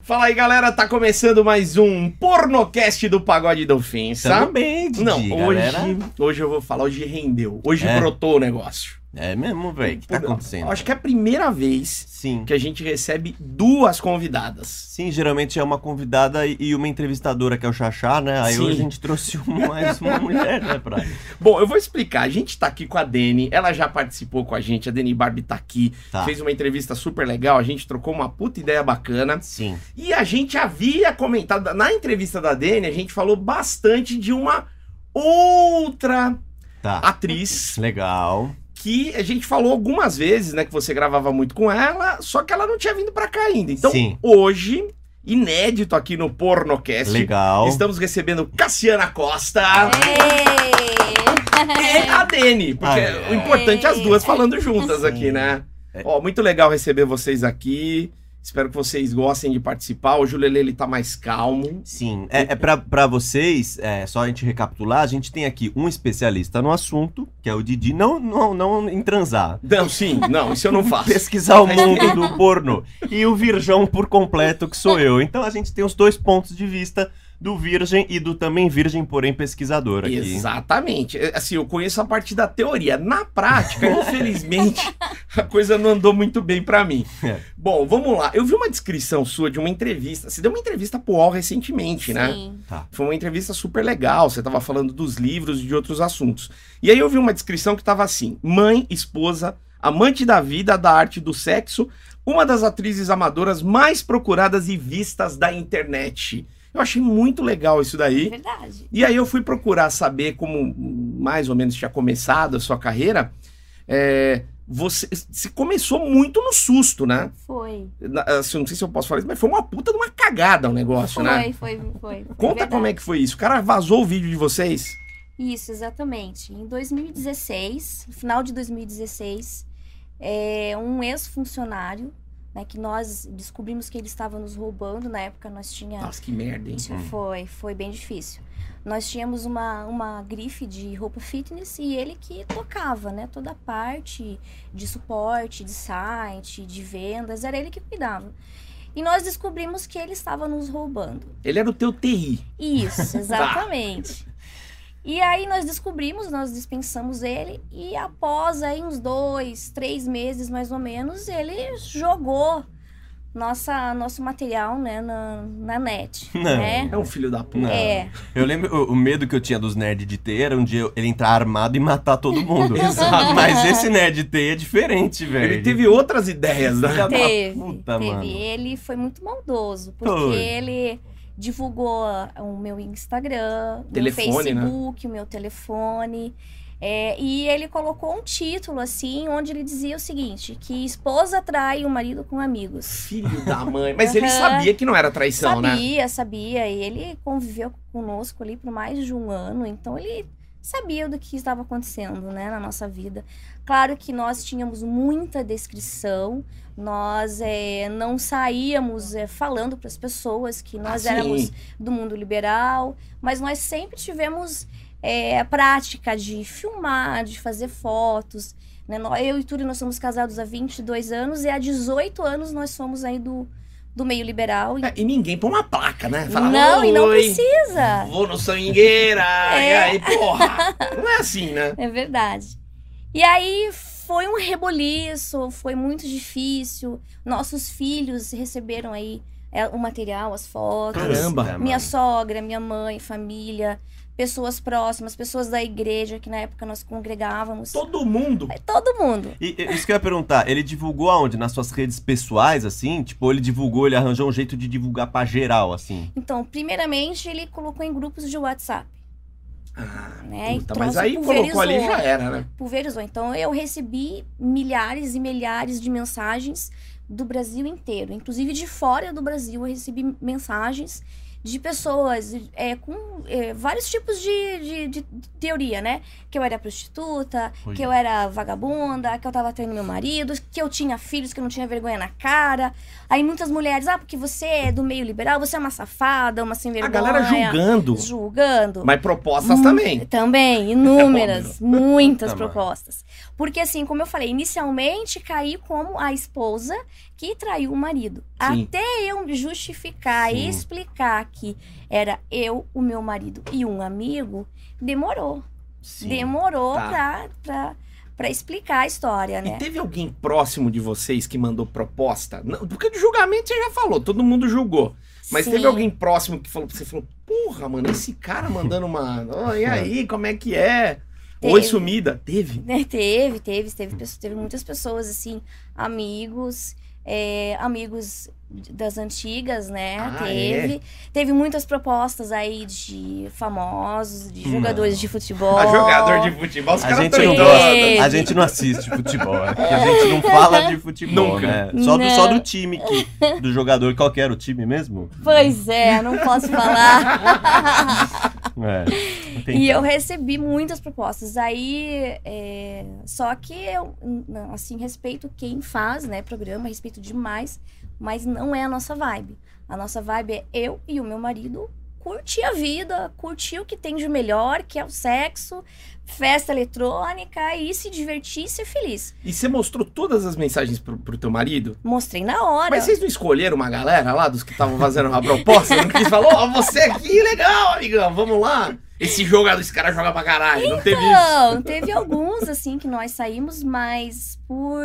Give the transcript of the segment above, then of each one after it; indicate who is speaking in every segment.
Speaker 1: Fala aí, galera, tá começando mais um pornocast do Pagode Delfim, sabe?
Speaker 2: Também, Didi,
Speaker 1: Não, hoje,
Speaker 2: Então, galera.
Speaker 1: hoje eu vou falar, hoje rendeu. Hoje
Speaker 2: É.
Speaker 1: brotou o negócio.
Speaker 2: É mesmo, velho. O que tá acontecendo?
Speaker 1: Acho que é a primeira vez
Speaker 2: Sim.
Speaker 1: que a gente recebe duas convidadas.
Speaker 2: Sim, geralmente é uma convidada e- e uma entrevistadora, que é o Xaxá, né? Aí
Speaker 1: Sim.
Speaker 2: hoje a gente trouxe um- mais uma mulher, né, pra...
Speaker 1: Bom, eu vou explicar. A gente tá aqui com a Dani, ela já participou com a gente, a Dani Barbie tá aqui,
Speaker 2: Tá.
Speaker 1: fez uma entrevista super legal, a gente trocou uma puta ideia bacana.
Speaker 2: Sim.
Speaker 1: E a gente havia comentado, na entrevista da Dani, a gente falou bastante de uma outra
Speaker 2: Tá.
Speaker 1: atriz
Speaker 2: Legal.
Speaker 1: que a gente falou algumas vezes, né, que você gravava muito com ela, só que ela não tinha vindo pra cá ainda. Então,
Speaker 2: Sim.
Speaker 1: hoje, inédito aqui no Pornocast,
Speaker 2: Legal.
Speaker 1: é assim, estamos recebendo Cassiana Costa e
Speaker 3: Ê!
Speaker 1: a Dani, porque
Speaker 2: Aê.
Speaker 1: o importante é as duas falando juntas aqui, né?
Speaker 2: Ah, É.
Speaker 1: Ó, muito legal receber vocês aqui. Espero que vocês gostem de participar. Hoje O Lele ele tá mais calmo.
Speaker 2: Sim. É, é pra, pra vocês, é, só a gente recapitular, a gente tem aqui um especialista no assunto, que é o Didi, não, não, não em transar.
Speaker 1: Não, sim, não, isso eu não faço.
Speaker 2: Pesquisar o mundo do porno. E o virgão por completo, que sou eu. Então a gente tem os dois pontos de vista do virgem e do também virgem, porém pesquisador aqui.
Speaker 1: Exatamente. É, Assim, eu conheço a parte da teoria. Na prática, infelizmente, a coisa não andou muito bem pra mim.
Speaker 2: É.
Speaker 1: Bom, vamos lá. Eu vi uma descrição sua de uma entrevista. Você deu uma entrevista pro UOL recentemente, né?
Speaker 3: Sim.
Speaker 1: Foi uma entrevista super legal. Você tava falando dos livros e de outros assuntos. E aí eu vi uma descrição que tava assim: mãe, esposa, amante da vida, da arte, do sexo, uma das atrizes amadoras mais procuradas e vistas da internet. Eu achei muito legal isso daí.
Speaker 3: É verdade.
Speaker 1: E aí eu fui procurar saber como mais ou menos tinha começado a sua carreira. É, você, você começou muito no susto, né?
Speaker 3: Foi.
Speaker 1: Na- assim, não sei se eu posso falar isso, mas foi uma puta de uma cagada o negócio, né?
Speaker 3: Foi, foi, foi. foi
Speaker 1: Conta
Speaker 3: verdade.
Speaker 1: como é que foi isso. O cara vazou o vídeo de vocês?
Speaker 3: Isso, exatamente. Em 2016, no final de 2016, é, um ex-funcionário, né, que nós descobrimos que ele estava nos roubando, na época nós tínhamos...
Speaker 1: Nossa, que merda, hein?
Speaker 2: Uhum.
Speaker 3: Isso Foi, foi bem difícil. Nós tínhamos uma, uma grife de roupa fitness e ele que tocava, né? Toda a parte de suporte, de site, de vendas, era ele que cuidava. E nós descobrimos que ele estava nos roubando.
Speaker 1: Ele era o teu TI.
Speaker 3: Isso, exatamente. E aí nós descobrimos, nós dispensamos ele e após aí uns dois, três meses mais ou menos, ele jogou nossa, nosso material né, na, na net.
Speaker 2: Não.
Speaker 3: Né?
Speaker 1: É um filho da puta.
Speaker 2: Não.
Speaker 3: É,
Speaker 2: Eu lembro, o, o medo que eu tinha dos nerds de T era um dia eu- ele entrar armado e matar todo mundo.
Speaker 1: Exato.
Speaker 2: Mas esse nerd de T é diferente, velho.
Speaker 1: Ele teve outras ideias, né?
Speaker 2: Filha da
Speaker 3: teve.
Speaker 2: puta,
Speaker 3: teve.
Speaker 2: mano.
Speaker 3: Ele foi muito maldoso, porque
Speaker 2: Foi.
Speaker 3: ele divulgou o meu Instagram, o meu
Speaker 1: Telefone, né?
Speaker 3: Facebook, o meu telefone. é, e ele colocou um título assim, onde ele dizia o seguinte: que esposa trai o marido com amigos.
Speaker 1: Filho da mãe. Mas ele
Speaker 3: Aham.
Speaker 1: sabia que não era traição, né?
Speaker 3: sabia, sabia. E ele conviveu conosco ali por mais de um ano, então ele sabia do que estava acontecendo, né, na nossa vida. Claro que nós tínhamos muita descrição, nós eh, não saíamos eh, falando para as pessoas que nós
Speaker 1: Ah, sim.
Speaker 3: éramos do mundo liberal, mas nós sempre tivemos eh, a prática de filmar, de fazer fotos. né? Nó- Eu e Túlio, nós somos casados há 22 anos e há 18 anos nós somos aí do, do meio liberal. E
Speaker 1: É, E ninguém põe uma placa, né? Fala,
Speaker 3: não, e não
Speaker 1: "Oi".
Speaker 3: precisa.
Speaker 1: Vou no Sangueira! E aí, porra! Não é assim, né?
Speaker 3: É verdade. E aí foi um reboliço, foi muito difícil. Nossos filhos receberam aí é, o material, as fotos.
Speaker 1: Caramba.
Speaker 2: Puta,
Speaker 3: Minha
Speaker 2: mano.
Speaker 3: sogra, minha mãe, família, pessoas próximas, pessoas da igreja que na época nós congregávamos.
Speaker 1: Todo mundo.
Speaker 3: É, Todo mundo.
Speaker 2: E, e- isso que eu ia perguntar, ele divulgou aonde? Nas suas redes pessoais, assim? Tipo, ele divulgou, ele arranjou um jeito de divulgar pra geral, assim.
Speaker 3: Então, primeiramente, ele colocou em grupos de WhatsApp,
Speaker 1: Ah,
Speaker 3: né? E
Speaker 1: puta,
Speaker 3: troço
Speaker 1: mas aí colocou ali
Speaker 3: pulverizou.
Speaker 1: já era, né?
Speaker 3: Pulverizou. Então, eu recebi milhares e milhares de mensagens do Brasil inteiro. Inclusive, de fora do Brasil, eu recebi mensagens de pessoas é, com é, vários tipos de, de, de teoria, né? Que eu era prostituta,
Speaker 2: Oi.
Speaker 3: que eu era vagabunda, que eu tava tendo meu marido, que eu tinha filhos, que eu não tinha vergonha na cara. Aí muitas mulheres, ah, porque você é do meio liberal, você é uma safada, uma sem
Speaker 1: A
Speaker 3: vergonha.
Speaker 1: galera julgando,
Speaker 3: Julgando.
Speaker 1: mas propostas
Speaker 3: Mu-
Speaker 1: também. É
Speaker 3: Também, inúmeras, muitas
Speaker 2: Tá, mano.
Speaker 3: propostas. Porque assim, como eu falei, inicialmente caí como a esposa que traiu o marido.
Speaker 1: Sim.
Speaker 3: Até eu me justificar
Speaker 2: Sim.
Speaker 3: e explicar que era eu, o meu marido e um amigo, demorou. Demorou
Speaker 1: tá.
Speaker 3: pra, pra, pra explicar a história,
Speaker 1: E
Speaker 3: né?
Speaker 1: teve alguém próximo de vocês que mandou proposta? Não, porque de julgamento você já falou, todo mundo julgou. Mas teve
Speaker 3: Sim.
Speaker 1: alguém próximo que falou pra você falou: Porra, mano, esse cara mandando uma. ó, e aí, como é que é? Oi,
Speaker 3: Teve.
Speaker 1: sumida. Teve?
Speaker 3: Né, Teve, teve, teve, pesso- teve muitas pessoas, assim, amigos, é, amigos de- das antigas, né?
Speaker 1: Ah,
Speaker 3: teve. Teve muitas propostas aí de famosos, de jogadores de futebol.
Speaker 1: Ah, Hum. jogador de futebol, os
Speaker 2: A
Speaker 1: caras
Speaker 2: gente,
Speaker 1: estão
Speaker 2: não
Speaker 3: teve.
Speaker 2: gosta, a gente não assiste futebol, é porque a gente não fala de futebol,
Speaker 1: Nunca.
Speaker 2: né? Só do,
Speaker 3: Não.
Speaker 2: só do time, que, do jogador, qual que era o time mesmo?
Speaker 3: Pois é, não posso falar.
Speaker 2: É,
Speaker 3: E
Speaker 2: entendi.
Speaker 3: eu recebi muitas propostas. Aí, é, só que eu, n- assim, respeito quem faz, né, programa, respeito demais, mas não é a nossa vibe. A nossa vibe é eu e o meu marido curtir a vida, curtir o que tem de melhor, que é o sexo, festa eletrônica e se divertir e ser feliz.
Speaker 1: E você mostrou todas as mensagens pro, pro teu marido?
Speaker 3: Mostrei na hora.
Speaker 1: Mas vocês não escolheram uma galera lá dos que estavam fazendo uma proposta? Não quis falar, ó, você aqui, legal, amigão, vamos lá. Esse jogador, esse cara joga pra caralho. Não teve isso.
Speaker 3: Não, teve alguns, assim, que nós saímos, mas por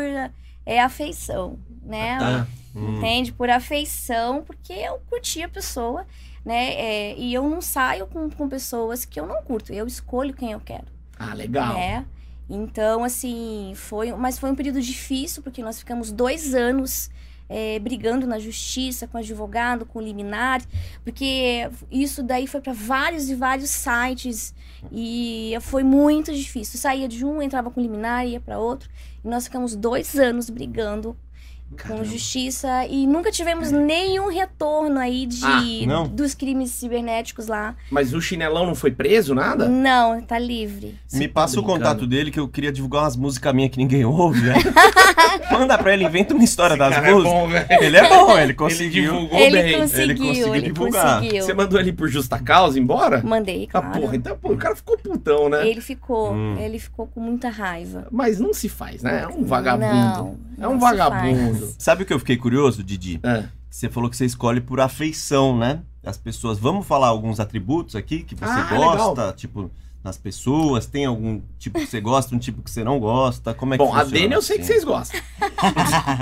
Speaker 3: é, afeição, né?
Speaker 1: Ah.
Speaker 2: Hum.
Speaker 3: entende? Por afeição, porque eu curti a pessoa, né? É, e eu não saio com, com pessoas que eu não curto. Eu escolho quem eu quero,
Speaker 1: Ah, legal.
Speaker 3: né? Então, assim, foi... Mas foi um período difícil, porque nós ficamos dois anos... é, brigando na justiça com advogado, com liminar, porque isso daí foi para vários e vários sites e foi muito difícil. Saía de um, entrava com liminar, ia para outro, e nós ficamos dois anos brigando com
Speaker 1: Caramba. É.
Speaker 3: justiça e nunca tivemos nenhum retorno aí de
Speaker 1: Ah,
Speaker 2: não?
Speaker 3: dos crimes cibernéticos lá.
Speaker 1: Mas o chinelão não foi preso, nada?
Speaker 3: Não, tá livre.
Speaker 2: Me
Speaker 1: Você tá
Speaker 2: passa o
Speaker 1: brincando.
Speaker 2: contato dele que eu queria divulgar umas músicas minhas que ninguém ouve. né? Manda pra ele, inventa uma história das
Speaker 1: Cara, é
Speaker 2: músicas.
Speaker 1: bom, velho.
Speaker 2: Ele é bom, ele
Speaker 1: Ele
Speaker 2: conseguiu.
Speaker 1: divulgou
Speaker 3: Ele
Speaker 1: bem.
Speaker 3: conseguiu,
Speaker 2: ele
Speaker 3: ele
Speaker 2: conseguiu
Speaker 3: conseguiu.
Speaker 2: divulgar.
Speaker 1: Você mandou ele por justa causa embora?
Speaker 3: Mandei,
Speaker 1: Ah,
Speaker 3: claro.
Speaker 1: porra, então pô, o cara ficou putão, né?
Speaker 3: Ele ficou,
Speaker 2: Hum.
Speaker 3: ele ficou com muita raiva.
Speaker 1: Mas não se faz, né? É um
Speaker 3: Não,
Speaker 1: vagabundo. é
Speaker 3: não
Speaker 1: um
Speaker 3: se
Speaker 1: vagabundo.
Speaker 2: Sabe o que eu fiquei curioso, Didi?
Speaker 1: Ah.
Speaker 2: Você falou que você escolhe por afeição, né? As pessoas. Vamos falar alguns atributos aqui que você
Speaker 1: Ah,
Speaker 2: gosta, tipo, nas pessoas? Tem algum tipo que você gosta, um tipo que você não gosta? Como é que
Speaker 1: Bom, a
Speaker 2: funciona?
Speaker 1: Dani eu sei que
Speaker 2: Sim.
Speaker 1: vocês gostam.
Speaker 2: Tá,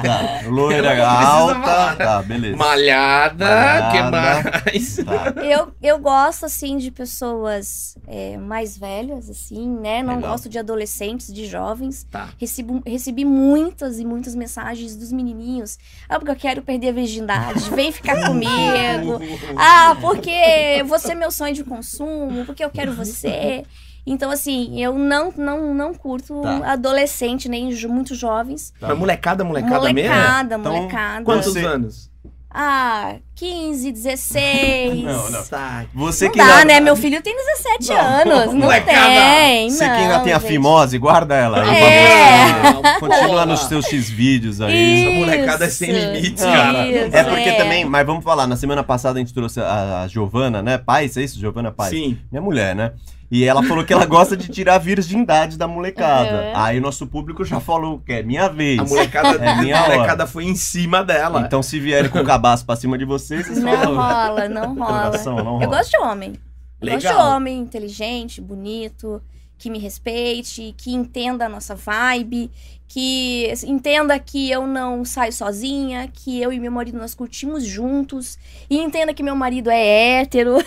Speaker 1: Ela não
Speaker 2: loira,
Speaker 1: precisa
Speaker 2: alta.
Speaker 1: falar.
Speaker 2: Tá, beleza.
Speaker 1: Malhada,
Speaker 2: Malhada.
Speaker 1: que mais?
Speaker 2: Tá.
Speaker 3: Eu, eu gosto, assim, de pessoas é, mais velhas, assim, né? Não
Speaker 2: Legal.
Speaker 3: gosto de adolescentes, de jovens.
Speaker 1: Tá.
Speaker 3: Recebo, recebi muitas e muitas mensagens dos menininhos. Ah, porque eu quero perder a virgindade. Vem ficar comigo. Ah, porque você é meu sonho de consumo, porque eu quero você. Então, assim, eu não, não, não curto
Speaker 2: Tá.
Speaker 3: adolescente, nem jo- muito jovens.
Speaker 2: Tá.
Speaker 1: Mas molecada, molecada, mesmo?
Speaker 3: Molecada,
Speaker 2: Então,
Speaker 3: molecada.
Speaker 1: Quantos
Speaker 2: Você-
Speaker 1: anos?
Speaker 3: Ah, 15, 16.
Speaker 2: Não, não.
Speaker 1: Saca.
Speaker 2: Você
Speaker 3: Não
Speaker 2: que
Speaker 3: dá,
Speaker 2: ainda-
Speaker 3: né? Meu filho tem 17
Speaker 1: Não,
Speaker 3: anos. Não
Speaker 1: molecada.
Speaker 3: tem.
Speaker 2: Você
Speaker 3: não,
Speaker 2: que ainda tem a
Speaker 3: gente.
Speaker 2: fimose, guarda ela.
Speaker 3: É.
Speaker 2: Continua
Speaker 1: Porra.
Speaker 2: nos seus X vídeos aí.
Speaker 1: Essa molecada é sem
Speaker 3: Isso,
Speaker 1: limites,
Speaker 2: Não,
Speaker 1: cara.
Speaker 3: isso,
Speaker 2: É porque também, mas vamos falar, na semana passada a gente trouxe a, a Giovana, né? Paz, é isso? Giovana Paz?
Speaker 1: Sim.
Speaker 2: Minha mulher, né? E ela falou que ela gosta de tirar a virgindade da molecada.
Speaker 3: Uhum.
Speaker 2: Aí o nosso público já falou que é minha vez.
Speaker 1: A molecada,
Speaker 2: É
Speaker 1: a
Speaker 2: minha hora.
Speaker 1: molecada foi em cima dela.
Speaker 2: Então se vierem com o cabaço pra cima de vocês, vocês
Speaker 3: Não
Speaker 2: falam.
Speaker 3: rola, não rola.
Speaker 2: Coração, não
Speaker 3: Eu
Speaker 2: rola.
Speaker 3: gosto de homem. Eu gosto de
Speaker 1: Legal.
Speaker 3: homem inteligente, bonito, que me respeite, que entenda a nossa vibe, que entenda que eu não saio sozinha, que eu e meu marido nós curtimos juntos, e entenda que meu marido é hétero.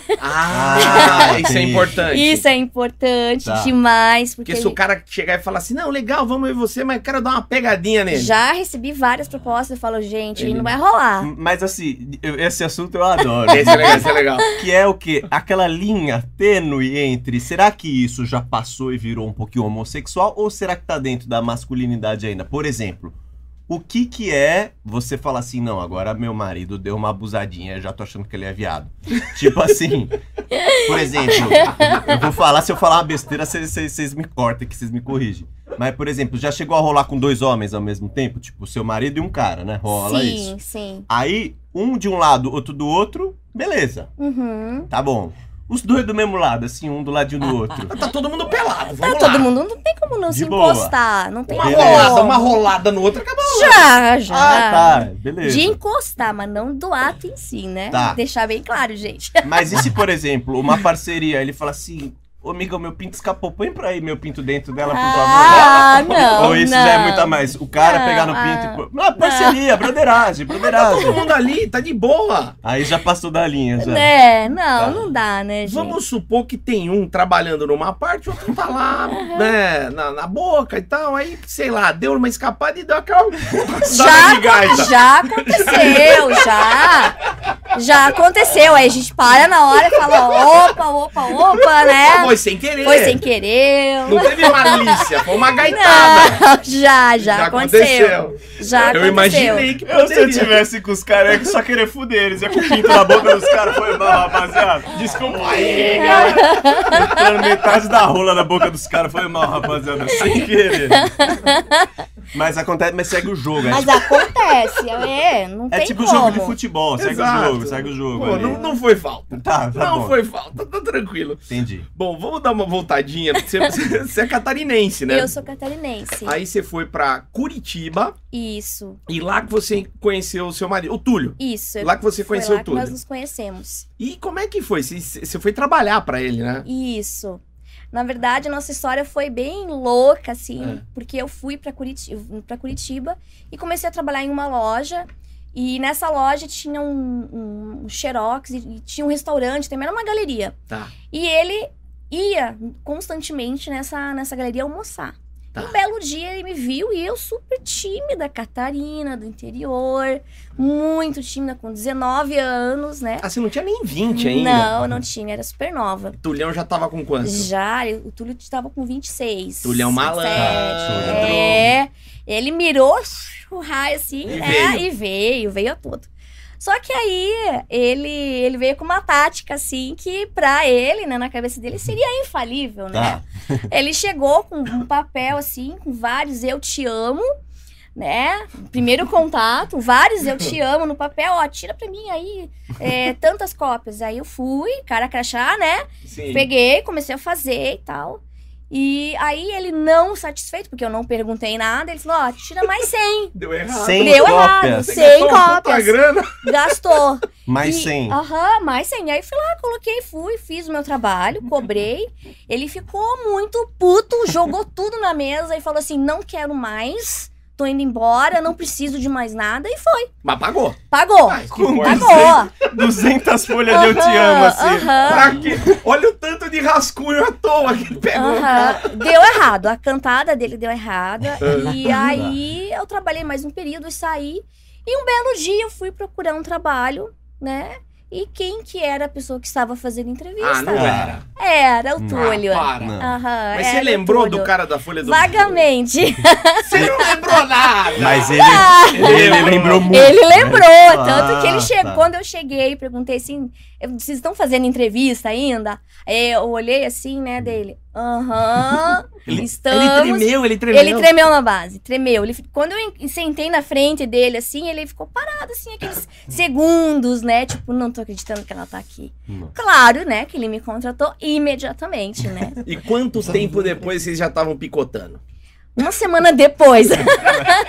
Speaker 1: Ah,
Speaker 2: Ah,
Speaker 1: isso é
Speaker 2: entendi.
Speaker 1: importante.
Speaker 3: Isso é importante
Speaker 2: Tá.
Speaker 3: demais, porque,
Speaker 1: Porque se o cara chegar e falar assim, não, legal, vamos eu e você, mas quero dar uma pegadinha nele.
Speaker 3: já recebi várias propostas e falo, gente,
Speaker 1: Ele
Speaker 3: não vai rolar.
Speaker 2: Mas assim, eu- esse assunto eu adoro.
Speaker 1: Esse é legal, esse é legal.
Speaker 2: que é o quê? Aquela linha tênue entre será que isso já passou e virou um pouquinho homossexual ou será que tá dentro da masculinidade ainda? Por exemplo, O que que é você falar assim, não, agora meu marido deu uma abusadinha, já tô achando que ele é viado. tipo assim, por exemplo, eu vou falar, se eu falar uma besteira, vocês me cortam que vocês me corrigem. Mas, por exemplo, já chegou a rolar com dois homens ao mesmo tempo? Tipo, seu marido e um cara, né? Rola
Speaker 3: sim,
Speaker 2: isso.
Speaker 3: sim.
Speaker 2: Aí, um de um lado, outro do outro, beleza,
Speaker 3: Uhum.
Speaker 2: tá bom. Os dois do mesmo lado, assim, um do ladinho do outro.
Speaker 1: Tá todo mundo pelado.
Speaker 3: Tá,
Speaker 1: Vamos lá.
Speaker 3: todo mundo não tem como não
Speaker 2: De
Speaker 3: se
Speaker 2: boa.
Speaker 3: encostar. Não tem
Speaker 1: Uma
Speaker 3: como.
Speaker 2: Beleza.
Speaker 1: rolada, uma rolada no outro, acabou.
Speaker 3: Já, já.
Speaker 2: Ah, tá, beleza.
Speaker 3: De encostar, mas não do ato em si, né?
Speaker 2: Tá.
Speaker 3: Deixar bem claro, gente.
Speaker 2: Mas e se, por exemplo, uma parceria, ele fala assim, ô amiga, o meu pinto escapou, põe pra aí meu pinto dentro dela, por favor.
Speaker 3: Ah, não.
Speaker 2: Ou isso
Speaker 3: não.
Speaker 2: já é muito a mais. O cara
Speaker 3: Não,
Speaker 2: pegar no
Speaker 3: ah,
Speaker 2: pinto e pôr. Ah, parceria, broderagem,
Speaker 1: Todo
Speaker 2: broderagem.
Speaker 1: mundo ali, tá de boa.
Speaker 2: Aí já passou da linha, já.
Speaker 3: É, não,
Speaker 2: Tá.
Speaker 3: não dá, né, gente?
Speaker 1: Vamos supor que tem um trabalhando numa parte, o outro tá lá, né, na, na boca e tal. Aí, sei lá, deu uma escapada e deu aquela.
Speaker 3: Já,
Speaker 1: migaita.
Speaker 3: já aconteceu, já. Já aconteceu. Aí a gente para na hora e fala: opa, opa, opa, né?
Speaker 1: Foi sem querer.
Speaker 3: Foi sem querer.
Speaker 1: Não teve malícia, foi uma gaitada.
Speaker 3: Não, já, já, aconteceu. Já
Speaker 1: Eu
Speaker 3: aconteceu.
Speaker 1: imaginei que
Speaker 2: Eu, se eu
Speaker 1: poderia.
Speaker 2: tivesse com os caras, eu ia só querer fuder eles. Ia com o pinto na boca dos caras. Foi mal, rapaziada. Desculpa aí, cara. Entrando metade da rola na boca dos caras. Foi mal, rapaziada. Sem querer. Mas acontece, mas segue o jogo. É,
Speaker 3: Mas
Speaker 2: tipo,
Speaker 3: acontece, é, não
Speaker 2: é
Speaker 3: tem
Speaker 2: tipo
Speaker 3: como.
Speaker 2: jogo de futebol. Segue
Speaker 1: Exato.
Speaker 2: o jogo, segue o jogo.
Speaker 1: Pô,
Speaker 2: ali.
Speaker 1: não, não foi falta.
Speaker 2: Tá, tá
Speaker 1: não
Speaker 2: bom.
Speaker 1: foi falta, tá tranquilo.
Speaker 2: Entendi.
Speaker 1: Bom, vamos dar uma voltadinha. porque Você, você- você é catarinense, né?
Speaker 3: Eu sou catarinense.
Speaker 1: Aí você foi pra Curitiba
Speaker 3: Isso,
Speaker 1: e lá que você conheceu o seu marido, o Túlio.
Speaker 3: isso.
Speaker 1: Lá que você
Speaker 3: Foi
Speaker 1: conheceu
Speaker 3: lá
Speaker 1: o
Speaker 3: que
Speaker 1: Túlio.
Speaker 3: nós nos conhecemos.
Speaker 1: E como é que foi? Você- Você foi trabalhar pra ele, né?
Speaker 3: Isso. Na verdade, a nossa história foi bem louca, assim,
Speaker 1: É.
Speaker 3: porque eu fui pra Curitiba, pra Curitiba e comecei a trabalhar em uma loja. E nessa loja tinha um, um, um xerox e, e tinha um restaurante também, era uma galeria.
Speaker 1: Tá.
Speaker 3: E ele ia constantemente nessa, nessa galeria almoçar.
Speaker 1: Tá.
Speaker 3: Um belo dia ele me viu e eu super tímida, Catarina, do interior, muito tímida, com 19 anos, né?
Speaker 1: Ah, você não tinha nem 20 ainda.
Speaker 3: Não, não tinha, era super nova.
Speaker 1: Tulhão já tava com quanto?
Speaker 3: Já, ele- o Túlio estava com 26.
Speaker 1: Tulhão é um malandro.
Speaker 3: 27,
Speaker 2: Tulhão.
Speaker 3: É. Ele mirou o raio assim,
Speaker 1: E
Speaker 3: né?
Speaker 1: veio.
Speaker 3: E veio, veio a todo. Só que aí ele, ele veio com uma tática, assim, que pra ele, né, na cabeça dele, seria infalível, né?
Speaker 2: Tá.
Speaker 3: Ele chegou com um papel, assim, com vários eu te amo, né? Primeiro contato, vários eu te amo no papel, ó, tira pra mim aí é, tantas cópias. Aí eu fui, cara crachá, né?
Speaker 1: Sim.
Speaker 3: Peguei, comecei a fazer e tal. E aí ele não satisfeito, porque eu não perguntei nada, ele falou, ó, tira mais 100.
Speaker 1: Deu errado.
Speaker 2: Sem
Speaker 3: Deu errado,
Speaker 2: cópias.
Speaker 1: Você
Speaker 3: 100
Speaker 1: gastou uma puta
Speaker 3: cópias.
Speaker 1: grana.
Speaker 3: Gastou.
Speaker 2: Mais
Speaker 3: E-
Speaker 2: 100.
Speaker 3: Aham, mais 100. Aí fui lá, coloquei, fui, fiz o meu trabalho, cobrei. Ele ficou muito puto, jogou tudo na mesa e falou assim, não quero mais, tô indo embora, não preciso de mais nada. E foi,
Speaker 1: Mas pagou.
Speaker 3: pagou.
Speaker 1: Ah, que
Speaker 2: Com
Speaker 1: importa.
Speaker 3: Pagou.
Speaker 2: 200 folhas de eu te amo, assim.
Speaker 3: Aham,
Speaker 1: Pra quê? Olha o tanto de rascunho à toa que ele pegou.
Speaker 3: Aham. Deu errado, a cantada dele deu errada. e aí eu trabalhei mais um período e saí. E um belo dia eu fui procurar um trabalho, né? E quem que era a pessoa que estava fazendo
Speaker 1: Ah,
Speaker 3: entrevista?
Speaker 1: não era.
Speaker 3: Era o
Speaker 2: Ah,
Speaker 3: Túlio.
Speaker 1: Ah, para.
Speaker 2: Não.
Speaker 3: Aham,
Speaker 1: Mas
Speaker 3: era
Speaker 1: você
Speaker 3: o
Speaker 1: lembrou do
Speaker 3: Túlio.
Speaker 1: cara da Folha do
Speaker 3: Vagamente.
Speaker 1: Você não lembrou nada.
Speaker 2: Mas ele,
Speaker 3: Ah,
Speaker 2: ele lembrou muito.
Speaker 3: ele lembrou,
Speaker 2: Ah,
Speaker 3: tanto que ele chegou.
Speaker 2: tá.
Speaker 3: Quando eu cheguei, perguntei assim: "Eu- vocês estão fazendo entrevista ainda? Aí eu olhei assim, né, dele. Aham,
Speaker 1: Ele- Ele
Speaker 3: estamos.
Speaker 1: tremeu, ele tremeu.
Speaker 3: Ele tremeu na base, tremeu. Ele, fi- quando eu en- sentei na frente dele, assim, ele ficou parado, assim, aqueles segundos, né? Tipo, não tô acreditando que ela tá aqui.
Speaker 2: Não.
Speaker 3: Claro, né, que ele me contratou imediatamente, né?
Speaker 1: E quanto tempo depois vocês já estavam picotando?
Speaker 3: Uma semana depois.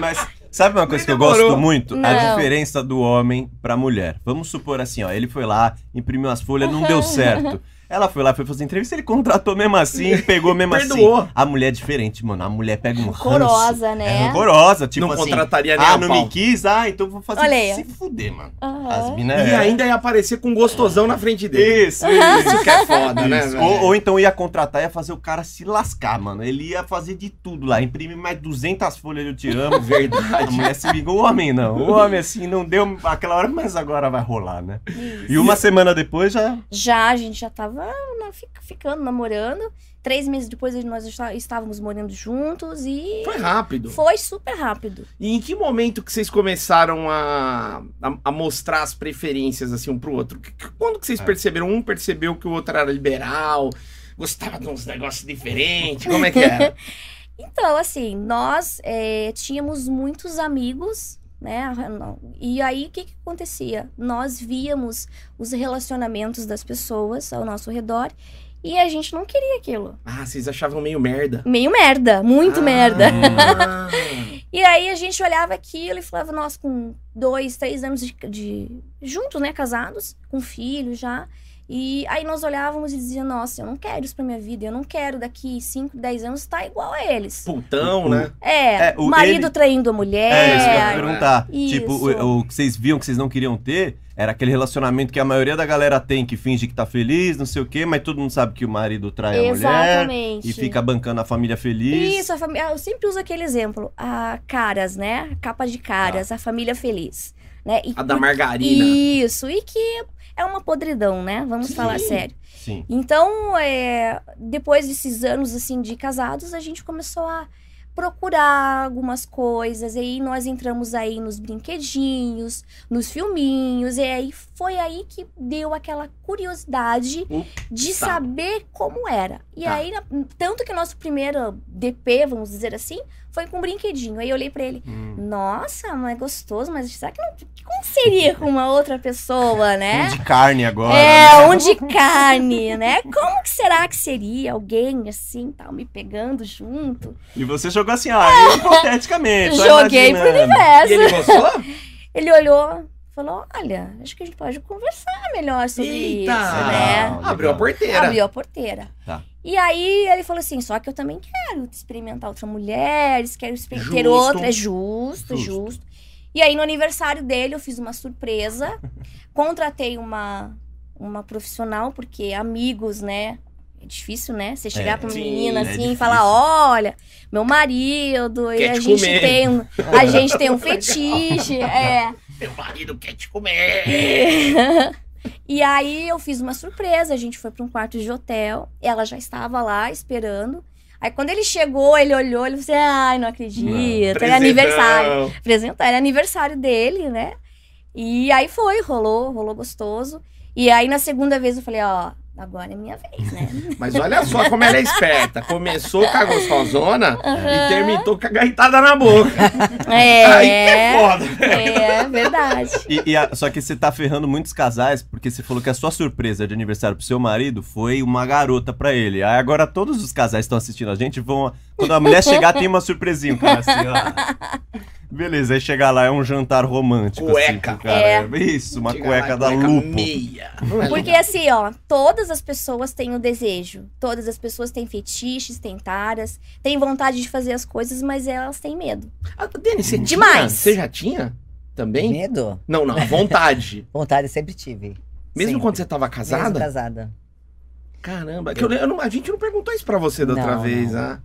Speaker 2: Mas sabe uma coisa que eu
Speaker 1: Demorou.
Speaker 2: gosto muito? A
Speaker 3: Não.
Speaker 2: diferença do homem pra mulher. Vamos supor assim, ó, ele foi lá, imprimiu as folhas, não deu certo. Ela foi lá, foi fazer entrevista, ele contratou mesmo assim, pegou mesmo assim.
Speaker 1: Perdoou.
Speaker 2: A mulher é diferente, mano. A mulher pega um ranço.
Speaker 3: Corosa,
Speaker 2: É
Speaker 3: né?
Speaker 2: rancorosa, tipo
Speaker 1: não
Speaker 2: assim.
Speaker 1: contrataria nem
Speaker 2: Ah,
Speaker 1: a
Speaker 2: não
Speaker 1: pau.
Speaker 2: me quis, ah, então vou fazer
Speaker 3: Olha aí,
Speaker 2: se fuder, mano. As
Speaker 3: Aham.
Speaker 2: minas é
Speaker 1: E ainda ia aparecer com um gostosão na frente dele.
Speaker 2: Isso, isso.
Speaker 1: É. Isso que é foda, né?
Speaker 2: Isso.
Speaker 1: velho?
Speaker 2: Ou, ou então ia contratar, ia fazer o cara se lascar, mano. Ele ia fazer de tudo lá, imprimir mais 200 folhas de Eu Te Amo. Verdade. A mulher se ligou, o homem não. O homem assim não deu aquela hora, mas agora vai rolar, né? E uma semana depois já.
Speaker 3: Já, a gente já tava na fic- ficando, namorando. Três meses depois nós está- estávamos morando juntos e
Speaker 1: Foi rápido.
Speaker 3: foi super rápido.
Speaker 1: E em que momento que vocês começaram a, a, a mostrar as preferências assim um pro outro? Que- que- Quando que vocês
Speaker 2: É.
Speaker 1: perceberam? Um percebeu que o outro era liberal, gostava de uns negócios diferentes. Como é que era?
Speaker 3: Então, assim, nós eh, tínhamos muitos amigos, né? E aí, o que, que acontecia? Nós víamos os relacionamentos das pessoas ao nosso redor e a gente não queria aquilo.
Speaker 1: ah, vocês achavam meio merda.
Speaker 3: Meio merda, muito
Speaker 1: Ah.
Speaker 3: merda.
Speaker 1: Ah.
Speaker 3: E aí a gente olhava aquilo e falava, nós com dois, três anos de, de- juntos, né? Casados, com filho já. E aí nós olhávamos e dizia, nossa, eu não quero isso pra minha vida, eu não quero daqui 5, 10 anos estar igual a eles.
Speaker 1: Putão, né?
Speaker 3: É,
Speaker 2: É, o
Speaker 3: o marido
Speaker 2: ele-
Speaker 3: traindo a
Speaker 2: É, isso que eu ia
Speaker 1: É.
Speaker 3: mulher.
Speaker 2: perguntar.
Speaker 3: Isso.
Speaker 2: Tipo, o, o que vocês viam que vocês não queriam ter era aquele relacionamento que a maioria da galera tem, que finge que tá feliz, não sei o quê, mas todo mundo sabe que o marido trai É a mulher
Speaker 3: Exatamente.
Speaker 2: e fica bancando a família feliz.
Speaker 3: Isso, a família. Eu sempre uso aquele exemplo. A caras, né? A Capa de caras,
Speaker 2: Tá.
Speaker 3: a família feliz. Né? E
Speaker 1: A da
Speaker 3: por-
Speaker 1: margarina.
Speaker 3: Isso, e que é uma podridão, né? Vamos
Speaker 1: Sim.
Speaker 3: falar sério.
Speaker 2: Sim.
Speaker 3: Então, é, depois desses anos assim de casados, a gente começou a procurar algumas coisas. E aí nós entramos aí nos brinquedinhos, nos filminhos. E aí foi aí que deu aquela curiosidade
Speaker 1: Opa.
Speaker 3: de saber como era. E
Speaker 1: Tá.
Speaker 3: aí, na- tanto que o nosso primeiro DP, vamos dizer assim, foi com um brinquedinho. Aí eu olhei pra ele.
Speaker 2: Hum.
Speaker 3: Nossa, mas é gostoso, mas será que não. Como seria com uma outra pessoa, né?
Speaker 2: Um de carne agora.
Speaker 3: É,
Speaker 2: né?
Speaker 3: um de carne, né? Como que será que seria alguém assim, tal, me pegando junto?
Speaker 2: E você jogou assim, ah, hipoteticamente. só
Speaker 3: Joguei pro
Speaker 2: imaginando.
Speaker 1: E
Speaker 3: universo.
Speaker 1: ele gostou?
Speaker 3: É, Ele olhou, falou: Olha, acho que a gente pode conversar melhor sobre
Speaker 1: Eita!
Speaker 3: isso, né?
Speaker 2: Legal.
Speaker 1: Abriu a porteira.
Speaker 3: Abriu a porteira.
Speaker 2: Tá.
Speaker 3: E aí ele falou assim: Só que eu também quero experimentar outra mulher, eles querem exper- ter
Speaker 1: Justo.
Speaker 3: outra. É
Speaker 2: Justo.
Speaker 3: justo, justo, justo. E aí no aniversário dele eu fiz uma surpresa, contratei uma, uma profissional, porque amigos, né? É difícil, né? Você chegar
Speaker 2: É,
Speaker 3: pra uma
Speaker 1: sim,
Speaker 3: menina
Speaker 2: é
Speaker 3: assim e
Speaker 2: difícil.
Speaker 3: falar: olha, meu marido, e
Speaker 1: Quer
Speaker 3: a
Speaker 1: te
Speaker 3: gente,
Speaker 1: comer."
Speaker 3: tem, um- a gente tem um fetiche. é.
Speaker 1: Meu marido quer te comer.
Speaker 3: e aí eu fiz uma surpresa, a gente foi para um quarto de hotel, ela já estava lá esperando. Aí quando ele chegou, ele olhou, ele falou assim: "Ai, não acredito, era aniversário".
Speaker 1: Presentão.
Speaker 3: Apresentar, era aniversário dele, né? E aí foi, rolou, rolou gostoso. E aí na segunda vez eu falei: "Ó, agora é minha vez, né?"
Speaker 1: Mas olha só como ela é esperta. Começou com a gostosona e terminou com a gaitada na boca.
Speaker 3: É,
Speaker 1: Aí que é foda.
Speaker 3: é verdade.
Speaker 2: E, e a- só que você tá ferrando muitos casais, porque você falou que a sua surpresa de aniversário pro seu marido foi uma garota pra ele. Aí agora todos os casais que estão assistindo a gente vão. Quando a mulher chegar, tem uma surpresinha, o cara, assim, ó. Beleza, aí chegar lá é um jantar romântico.
Speaker 1: Cueca.
Speaker 2: Assim, pro
Speaker 3: É.
Speaker 2: cara. Isso, uma
Speaker 1: Chega
Speaker 2: cueca
Speaker 1: lá,
Speaker 2: da
Speaker 1: cueca
Speaker 2: Lupo.
Speaker 1: Meia. Não é
Speaker 3: Porque assim, ó, todas as pessoas têm o desejo, todas as pessoas têm fetiches, têm taras, têm vontade de fazer as coisas, mas elas têm medo.
Speaker 1: Ah, Dani, você tinha?
Speaker 3: Demais.
Speaker 1: Você já tinha? Também?
Speaker 4: Medo?
Speaker 1: Não, não. Vontade.
Speaker 4: Vontade eu sempre tive.
Speaker 1: Mesmo
Speaker 4: Sempre.
Speaker 1: quando você tava casada?
Speaker 4: Mesmo casada.
Speaker 1: Caramba. que eu- eu não- a gente não perguntou isso pra você da
Speaker 4: Não,
Speaker 1: outra vez,
Speaker 4: não.
Speaker 1: ah.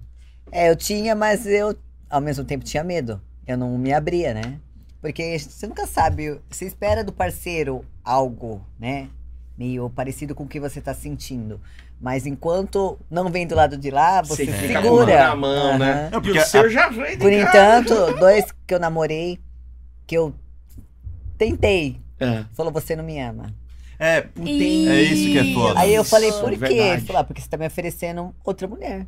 Speaker 4: É, eu tinha, mas eu ao mesmo tempo tinha medo. Eu não me abria, né? Porque você nunca sabe, você espera do parceiro algo, né? Meio parecido com o que você tá sentindo. Mas enquanto não vem do lado de
Speaker 3: Ah,
Speaker 4: lá, você
Speaker 1: Você fica com a mão
Speaker 4: segura.
Speaker 1: na mão, né?
Speaker 4: Aham.
Speaker 2: É,
Speaker 1: E
Speaker 2: porque
Speaker 1: o
Speaker 2: a-
Speaker 1: seu já veio de
Speaker 4: Por
Speaker 1: casa.
Speaker 4: entanto, dois que eu namorei, que eu tentei,
Speaker 3: então-
Speaker 1: É.
Speaker 4: falou, você não me ama.
Speaker 2: é, puta, é isso que é foda.
Speaker 4: Aí eu
Speaker 1: Isso,
Speaker 4: falei, por quê?
Speaker 1: verdade.
Speaker 4: Ele falou, "Ah, porque você tá me oferecendo outra mulher.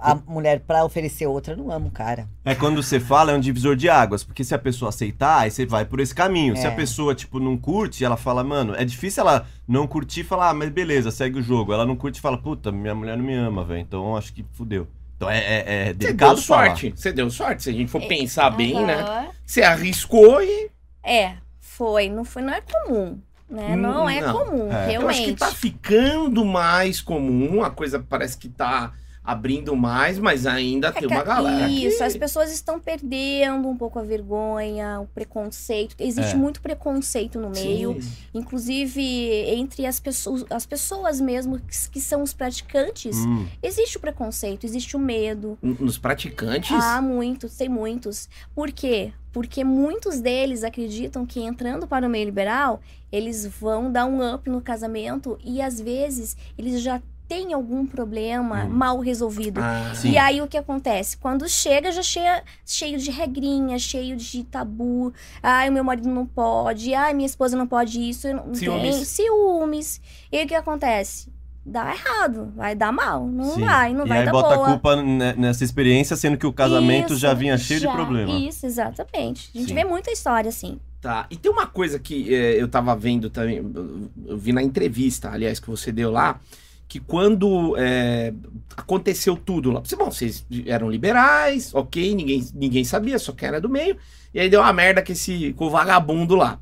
Speaker 4: A mulher, pra oferecer outra, não ama o cara.
Speaker 2: É quando você fala, é um divisor de águas. Porque se a pessoa aceitar, aí você vai por esse caminho. Se
Speaker 4: É.
Speaker 2: a pessoa, tipo, não curte, ela fala, mano, é difícil ela não curtir e falar, ah, mas beleza, segue o jogo. Ela não curte e fala, puta, minha mulher não me ama, velho. Então acho que fudeu. Então é, é, é
Speaker 1: Você deu
Speaker 2: delicado falar.
Speaker 1: sorte. Você deu sorte, se a gente for pensar bem, né?
Speaker 3: É, Aham.
Speaker 1: Você arriscou e
Speaker 3: É, foi, não foi, não é comum, né?
Speaker 1: Hum,
Speaker 3: Não é
Speaker 1: não.
Speaker 3: comum,
Speaker 2: É.
Speaker 1: eu acho que
Speaker 3: realmente.
Speaker 1: tá ficando mais comum. A coisa parece que tá abrindo mais, mas ainda tem uma
Speaker 3: É que-
Speaker 1: galera. que-
Speaker 3: Isso, as pessoas estão perdendo um pouco a vergonha, o preconceito. Existe
Speaker 2: É.
Speaker 3: muito preconceito no meio.
Speaker 1: Sim.
Speaker 3: Inclusive, entre as pessoas, as pessoas mesmo que, que são os praticantes,
Speaker 2: Hum.
Speaker 3: existe o preconceito, existe o medo.
Speaker 1: N- Nos um, praticantes?
Speaker 3: Ah, muitos, tem muitos. Por quê? Porque muitos deles acreditam que entrando para o meio liberal, eles vão dar um up no casamento e às vezes eles já têm algum problema
Speaker 2: Hum.
Speaker 3: mal resolvido.
Speaker 1: Ah,
Speaker 2: Sim.
Speaker 3: E aí o que acontece? Quando chega, já cheia, cheio de regrinha, cheio de tabu. Ai, meu marido não pode. Ai, minha esposa não pode isso. eu Não
Speaker 1: Ciúmes.
Speaker 3: Tem. Ciúmes. E aí, o que acontece? Dá errado. Vai dar mal. Não
Speaker 2: Sim.
Speaker 3: vai, não
Speaker 2: e
Speaker 3: vai
Speaker 2: aí
Speaker 3: dar
Speaker 2: bota
Speaker 3: boa.
Speaker 2: a culpa ne- nessa experiência, sendo que o casamento
Speaker 3: Isso,
Speaker 2: já vinha cheio
Speaker 3: já.
Speaker 2: de problema.
Speaker 3: Isso, exatamente. A gente
Speaker 2: Sim.
Speaker 3: vê muita história assim.
Speaker 1: Tá. E tem uma coisa que é, eu tava vendo também, eu- eu vi na entrevista, aliás, que você deu lá, que quando é, aconteceu tudo lá. Bom, vocês eram liberais, ok, ninguém, ninguém sabia, só quem era do meio. E aí deu uma merda com esse com o vagabundo lá.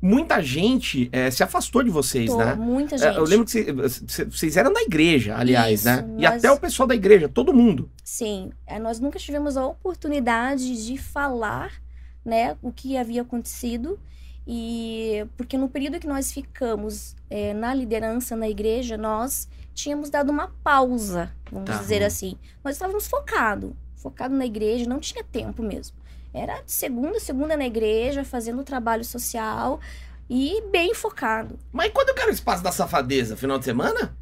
Speaker 1: Muita gente é, se afastou de vocês,
Speaker 3: Tô-
Speaker 1: né?
Speaker 3: Muita
Speaker 1: É,
Speaker 3: gente.
Speaker 1: eu lembro que cê- cê- vocês eram da igreja, aliás,
Speaker 3: Isso,
Speaker 1: né? E
Speaker 3: nós-
Speaker 1: até o pessoal da igreja, todo mundo.
Speaker 3: Sim, é, nós nunca tivemos a oportunidade de falar, né, o que havia acontecido. E porque no período que nós ficamos é, na liderança na igreja, nós tínhamos dado uma pausa, vamos
Speaker 1: Tá.
Speaker 3: dizer assim. Nós estávamos focado, focado na igreja, não tinha tempo mesmo. Era de segunda, a segunda na igreja, fazendo trabalho social e bem focado.
Speaker 1: Mas quando eu quero o espaço da safadeza? Final de semana?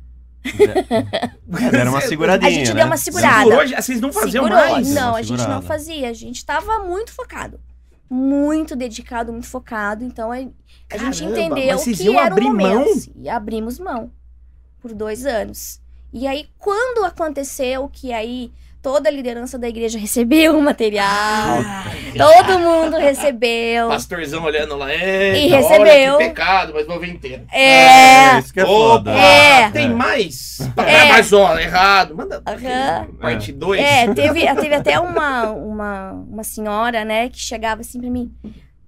Speaker 2: Era uma seguradinha.
Speaker 3: A gente
Speaker 2: né?
Speaker 3: deu uma segurada.
Speaker 1: Segurou, já- vocês não faziam mais?
Speaker 3: Não,
Speaker 2: Uma
Speaker 3: a gente não
Speaker 2: segurada.
Speaker 3: fazia. A gente estava muito focado. Muito dedicado, muito focado. Então, a, a gente
Speaker 1: Caramba,
Speaker 3: entendeu
Speaker 1: mas vocês
Speaker 3: que
Speaker 1: iam
Speaker 3: era
Speaker 1: abrir
Speaker 3: o momento.
Speaker 1: mão?
Speaker 3: E abrimos mão. Por dois anos. E aí, quando aconteceu que aí toda a liderança da igreja recebeu o material, todo mundo recebeu.
Speaker 1: Pastorzão olhando lá, é.
Speaker 3: E recebeu.
Speaker 1: que pecado, mas vou ver inteiro.
Speaker 3: É.
Speaker 2: isso que é
Speaker 1: Opa!
Speaker 2: foda.
Speaker 3: É.
Speaker 1: Tem
Speaker 2: É.
Speaker 1: mais?
Speaker 3: É.
Speaker 1: É. Mais hora, errado. Manda
Speaker 3: Aham.
Speaker 1: parte 2.
Speaker 3: É, teve, teve até uma, uma, uma senhora, né, que chegava assim pra mim.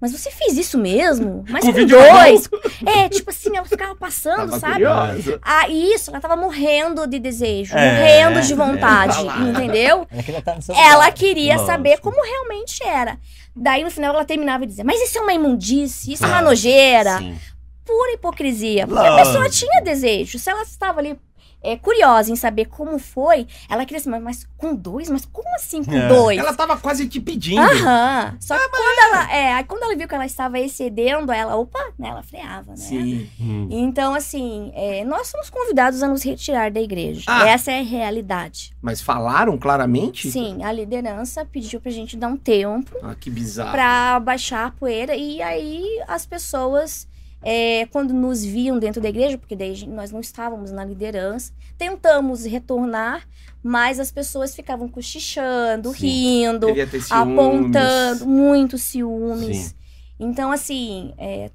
Speaker 3: Mas você fez isso mesmo? Mas
Speaker 1: Com
Speaker 3: com,
Speaker 1: vídeo
Speaker 3: dois? É, tipo assim, ela ficava passando,
Speaker 1: Tava
Speaker 3: sabe?
Speaker 1: curioso.
Speaker 3: Ah, isso, ela tava morrendo de desejo,
Speaker 2: É,
Speaker 3: morrendo de
Speaker 2: é,
Speaker 3: vontade,
Speaker 1: tá lá.
Speaker 3: entendeu?
Speaker 4: Ela queria estar no seu
Speaker 3: Ela
Speaker 4: lugar.
Speaker 3: queria
Speaker 2: Lógico.
Speaker 3: saber como realmente era. Daí no final ela terminava e dizia: Mas isso é uma imundície, isso é uma
Speaker 2: Claro,
Speaker 3: nojeira,
Speaker 2: Sim.
Speaker 3: pura hipocrisia. Porque a
Speaker 2: Lógico.
Speaker 3: pessoa tinha desejo, se ela estava ali. é, curiosa em saber como foi, ela queria assim, mas, mas com dois? Mas como assim com
Speaker 2: É.
Speaker 3: dois?
Speaker 1: Ela é tava quase te pedindo.
Speaker 3: Aham. Só que quando ela, é, aí quando ela viu que ela estava excedendo, ela, opa, né, ela freava, né?
Speaker 1: Sim.
Speaker 2: Hum.
Speaker 3: Então, assim, é, nós somos convidados a nos retirar da igreja.
Speaker 1: Ah.
Speaker 3: Essa é a realidade.
Speaker 1: Mas falaram claramente?
Speaker 3: Sim, a liderança pediu pra gente dar um tempo
Speaker 1: Ah, que bizarro.
Speaker 3: pra baixar a poeira. E aí as pessoas, é, quando nos viam dentro da igreja, porque daí a gente- nós não estávamos na liderança, tentamos retornar, mas as pessoas ficavam cochichando,
Speaker 2: Sim.
Speaker 3: rindo.
Speaker 1: Devia ter ciúmes.
Speaker 3: apontando muito ciúmes.
Speaker 2: Sim.
Speaker 3: Então, assim, é,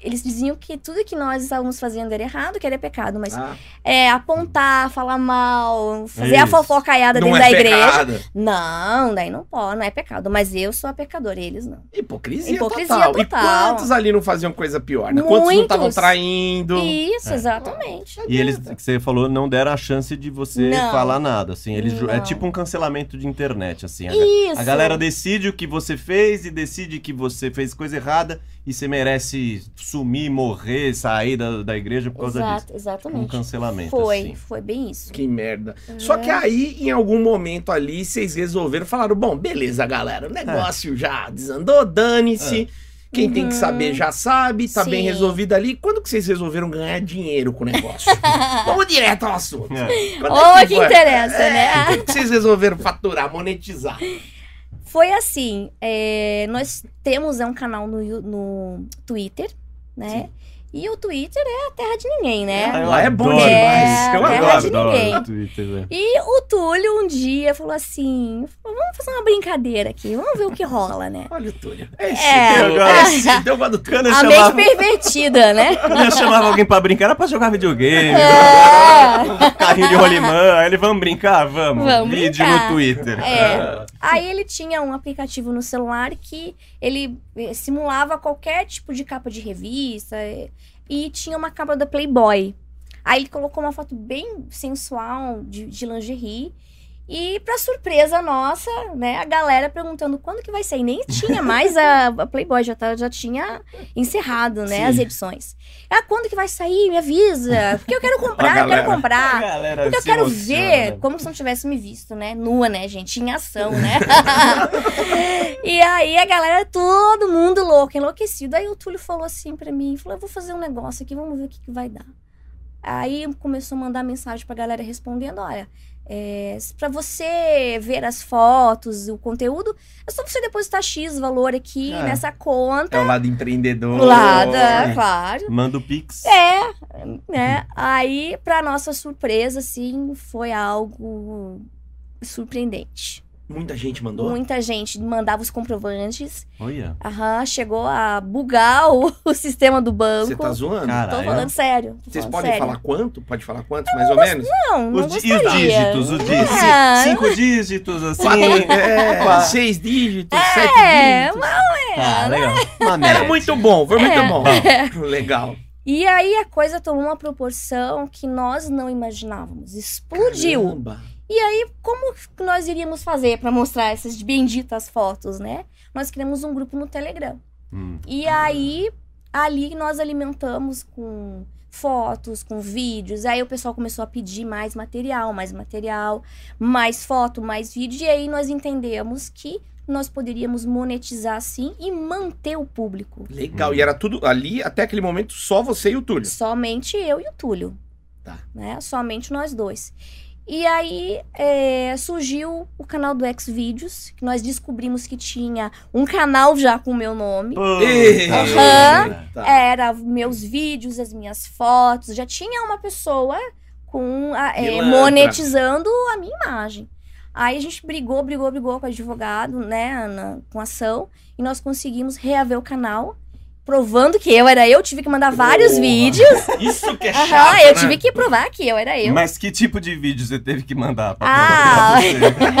Speaker 3: eles diziam que tudo que nós estávamos fazendo era errado, que era pecado, mas
Speaker 1: Ah,
Speaker 3: é apontar, falar mal, fazer a
Speaker 2: Isso.
Speaker 3: fofocaiada
Speaker 1: não
Speaker 3: dentro
Speaker 1: é
Speaker 3: da igreja.
Speaker 1: pecado.
Speaker 3: Não, daí não pode, não é pecado. Mas eu sou a pecadora, eles não.
Speaker 1: Hipocrisia,
Speaker 3: Hipocrisia
Speaker 1: total. E
Speaker 3: total.
Speaker 1: quantos ali não faziam coisa pior? Né? Quantos não
Speaker 3: Muitos.
Speaker 1: estavam traindo?
Speaker 3: Isso,
Speaker 2: É.
Speaker 3: exatamente.
Speaker 2: E eles,
Speaker 1: Não
Speaker 2: que você falou, não deram a chance de você
Speaker 3: Não.
Speaker 2: falar nada, assim. Eles, ju- É
Speaker 3: Não.
Speaker 2: tipo um cancelamento de internet, assim. A, ga-
Speaker 3: Isso.
Speaker 2: a galera decide o que você fez e decide que você fez coisa errada e você merece sumir, morrer, sair da, da igreja por causa
Speaker 3: Exato,
Speaker 2: disso. Um
Speaker 3: exatamente.
Speaker 2: cancelamento,
Speaker 3: foi,
Speaker 2: assim.
Speaker 3: foi bem isso.
Speaker 1: Que merda. Só
Speaker 3: É.
Speaker 1: que aí, em algum momento ali, vocês resolveram, falaram: bom, beleza, galera, o
Speaker 2: É.
Speaker 1: negócio já desandou, dane-se. Quem tem que
Speaker 3: Uhum.
Speaker 1: saber já sabe, tá bem
Speaker 3: Sim.
Speaker 1: resolvido ali. Quando que vocês resolveram ganhar dinheiro com o negócio? Vamos direto ao assunto.
Speaker 2: É.
Speaker 1: Quando
Speaker 3: Oh, que
Speaker 1: foi? É,
Speaker 3: interessa, né?
Speaker 1: Quando que vocês resolveram faturar, monetizar?
Speaker 3: Foi assim, é, nós temos é, um canal no, Yu- no Twitter, né? E o Twitter é a terra de ninguém, né?
Speaker 2: Ah, eu
Speaker 1: Lá é bom
Speaker 2: adoro.
Speaker 1: demais.
Speaker 3: É,
Speaker 1: Eu
Speaker 3: terra
Speaker 1: adoro.
Speaker 3: de ninguém.
Speaker 2: o Twitter, né?
Speaker 3: E o Túlio um dia falou assim, vamos fazer uma brincadeira aqui, vamos ver o que rola, né?
Speaker 1: Olha o Túlio. Então, Esse
Speaker 3: É.
Speaker 1: deu, esse deu uma do Túlio.
Speaker 2: Quando eu,
Speaker 3: A mente
Speaker 2: chamava,
Speaker 3: pervertida, né?
Speaker 2: quando eu chamava alguém pra brincar, era pra jogar videogame,
Speaker 3: É.
Speaker 2: carrinho de rolimã. Aí ele, vamos brincar? Vamos.
Speaker 3: Vamos
Speaker 2: Vídeo
Speaker 3: brincar.
Speaker 2: no Twitter.
Speaker 3: É. Aí ele tinha um aplicativo no celular que ele eh, simulava qualquer tipo de capa de revista eh, e tinha uma capa da Playboy. Aí ele colocou uma foto bem sensual de, de lingerie E pra surpresa nossa, né, a galera perguntando quando que vai sair. Nem tinha mais a, a Playboy, já, tá- já tinha encerrado, né,
Speaker 1: Sim.
Speaker 3: as edições. Ah, quando que vai sair? Me avisa. Porque eu quero comprar, eu quero
Speaker 1: galera.
Speaker 3: comprar.
Speaker 2: galera
Speaker 3: Porque Então, eu
Speaker 2: se
Speaker 3: quero
Speaker 2: emociona.
Speaker 3: ver como se não tivesse me visto, né? Nua, né, gente? Em ação, né? e aí a galera, todo mundo louco, enlouquecido. Aí o Túlio falou assim pra mim, falou, eu vou fazer um negócio aqui, vamos ver o que, que vai dar. Aí começou a mandar mensagem pra galera respondendo, olha... É, para você ver as fotos, o conteúdo, é só você depositar X valor aqui
Speaker 2: É.
Speaker 3: nessa conta.
Speaker 1: É o lado empreendedor.
Speaker 3: Claro, é, claro.
Speaker 2: Manda o Pix.
Speaker 3: É, né? Aí, pra nossa surpresa, assim, foi algo surpreendente.
Speaker 1: Muita gente mandou.
Speaker 3: Muita gente mandava os comprovantes.
Speaker 2: Olha.
Speaker 3: Aham, chegou a bugar o, o sistema do banco.
Speaker 1: Você tá zoando?
Speaker 2: Cara,
Speaker 3: Tô
Speaker 2: Caralho.
Speaker 3: falando sério. tô
Speaker 1: Vocês
Speaker 3: falando
Speaker 1: podem
Speaker 3: sério.
Speaker 1: falar quanto? Pode falar quantos, mais ou menos?
Speaker 3: Não, não
Speaker 2: Os di- e os
Speaker 3: gostaria.
Speaker 2: dígitos, os dígitos.
Speaker 3: É.
Speaker 2: Cinco dígitos, assim.
Speaker 1: Quatro, é,
Speaker 2: Quatro.
Speaker 1: seis dígitos, sete
Speaker 3: É, né?
Speaker 1: dígitos.
Speaker 2: Tá, legal. Uma
Speaker 1: Era
Speaker 2: média.
Speaker 1: muito bom, foi muito
Speaker 3: É.
Speaker 1: bom. Legal.
Speaker 3: E aí a coisa tomou uma proporção que nós não imaginávamos. Explodiu.
Speaker 1: Caramba.
Speaker 3: E aí, como que nós iríamos fazer pra mostrar essas benditas fotos, né? Nós criamos um grupo no Telegram.
Speaker 2: Hum.
Speaker 3: E aí, ali nós alimentamos com fotos, com vídeos. Aí o pessoal começou a pedir mais material, mais material, mais foto, mais vídeo. E aí nós entendemos que nós poderíamos monetizar sim e manter o público.
Speaker 1: Legal. E era tudo ali, até aquele momento, só você e o Túlio.
Speaker 3: Somente eu e o Túlio.
Speaker 1: Tá.
Speaker 3: Né? Somente nós dois. E aí é, surgiu o canal do Xvideos, que nós descobrimos que tinha um canal já com o meu nome.
Speaker 1: Aham.
Speaker 2: Puta merda.
Speaker 1: Tá.
Speaker 3: Era meus vídeos, as minhas fotos. Já tinha uma pessoa com a- é,
Speaker 1: Pilantra.
Speaker 3: monetizando a minha imagem. Aí a gente brigou, brigou, brigou com o advogado, né, na- com ação, e nós conseguimos reaver o canal, provando que eu era eu. Tive que mandar vários
Speaker 1: Porra.
Speaker 3: vídeos.
Speaker 1: Isso que é
Speaker 3: Aham,
Speaker 1: chato.
Speaker 3: eu
Speaker 1: né?
Speaker 3: tive que provar que eu era eu.
Speaker 2: Mas que tipo de vídeo você teve que mandar? Pra
Speaker 3: Ah.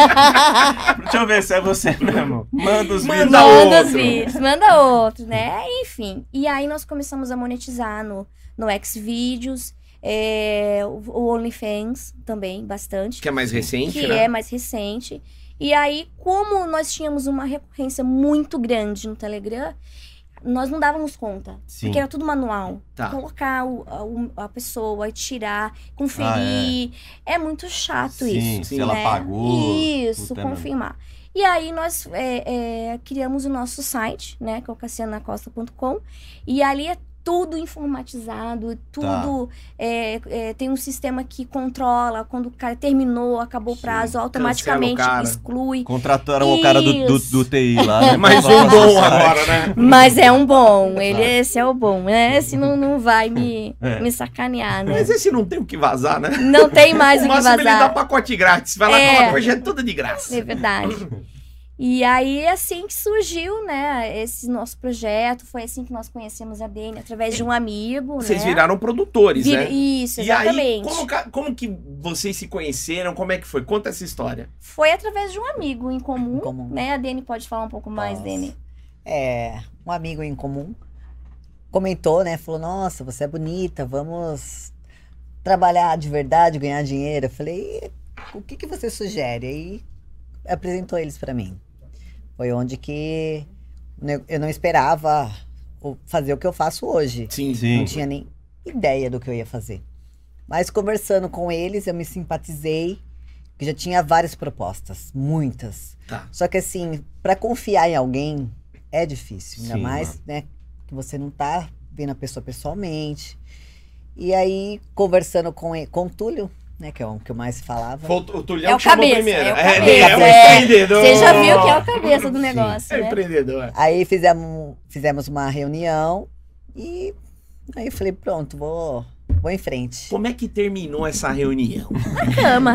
Speaker 2: provar que era você? Deixa eu ver se é você mesmo. Manda os
Speaker 1: Manda
Speaker 2: vídeos. Tá
Speaker 1: o-
Speaker 3: manda os
Speaker 1: outro.
Speaker 3: vídeos, manda outro, né? Enfim. E aí nós começamos a monetizar no, no Xvideos, é, o o OnlyFans também, bastante,
Speaker 1: Que é mais recente,
Speaker 3: que
Speaker 1: né?
Speaker 3: é mais recente. E aí, como nós tínhamos uma recorrência muito grande no Telegram, nós não dávamos conta.
Speaker 2: Sim.
Speaker 3: Porque era tudo manual.
Speaker 1: Tá.
Speaker 3: Colocar o- a, o- a pessoa, e tirar, conferir. é. muito chato isso
Speaker 2: Sim,
Speaker 1: Sim.
Speaker 2: se ela
Speaker 3: né?
Speaker 2: pagou.
Speaker 3: Isso,
Speaker 2: puta merda.
Speaker 3: confirmar. E aí nós é, é, criamos o nosso site, né? Que é o cassianacosta.com. E ali é tudo informatizado, tudo é, é, tem um sistema que controla quando o cara terminou, acabou o
Speaker 1: Sim,
Speaker 3: prazo,
Speaker 1: cancela o
Speaker 3: automaticamente
Speaker 1: cara.
Speaker 3: exclui.
Speaker 2: Contrataram o cara do, do, do TI lá. né,
Speaker 1: É mais
Speaker 2: pra
Speaker 1: um
Speaker 2: fazer
Speaker 1: bom
Speaker 2: essa-
Speaker 1: agora, né?
Speaker 3: Mas é um bom, ele esse é o bom, né? Esse não, não vai me,
Speaker 2: É.
Speaker 3: me sacanear, né?
Speaker 1: Mas esse não tem o que vazar, né?
Speaker 3: Não tem mais o
Speaker 1: o
Speaker 3: que
Speaker 1: máximo é ele tá dá
Speaker 3: vazar.
Speaker 1: pacote grátis. Vai lá,
Speaker 3: É.
Speaker 1: aquela coisa é tudo de graça.
Speaker 3: É verdade. E aí, assim que surgiu, né, esse nosso projeto, foi assim que nós conhecemos a Dani, através de um amigo,
Speaker 1: Vocês
Speaker 3: né?
Speaker 1: viraram produtores,
Speaker 3: Vir-
Speaker 1: né?
Speaker 3: Isso,
Speaker 1: E aí,
Speaker 3: exatamente.
Speaker 1: como, ca- como que vocês se conheceram? Como é que foi? Conta essa história.
Speaker 3: Foi através de um amigo em comum,
Speaker 4: Em comum.
Speaker 3: né? A Dani pode falar um pouco mais,
Speaker 4: Nossa.
Speaker 3: Dani.
Speaker 4: É, um amigo em comum comentou, né? Falou: Nossa, você é bonita, vamos trabalhar de verdade, ganhar dinheiro. Eu falei: "E O que, que você sugere? Aí apresentou eles pra mim. Foi onde que ne- eu não esperava o- fazer o que eu faço hoje.
Speaker 1: Sim,
Speaker 2: Sim.
Speaker 4: Não tinha nem ideia do que eu ia fazer. Mas conversando com eles, eu me simpatizei, que já tinha várias propostas, muitas.
Speaker 1: Tá.
Speaker 4: Só que assim, pra confiar em alguém é difícil, ainda
Speaker 2: Sim,
Speaker 4: mais, né, que você não tá vendo a pessoa pessoalmente. E aí, conversando com e- com o Túlio, né, que é o que eu mais falava.
Speaker 1: Foi o Tulhão
Speaker 3: É o
Speaker 1: que chamou
Speaker 3: cabeça,
Speaker 1: primeiro.
Speaker 3: é o
Speaker 1: É,
Speaker 3: cabeça,
Speaker 1: é um
Speaker 3: é.
Speaker 1: empreendedor.
Speaker 3: Você já viu que é o cabeça do negócio,
Speaker 1: É
Speaker 3: né?
Speaker 1: empreendedor.
Speaker 4: Aí fizemos, fizemos uma reunião e aí eu falei, pronto, vou vou em frente.
Speaker 1: Como é que terminou essa reunião?
Speaker 3: Cama.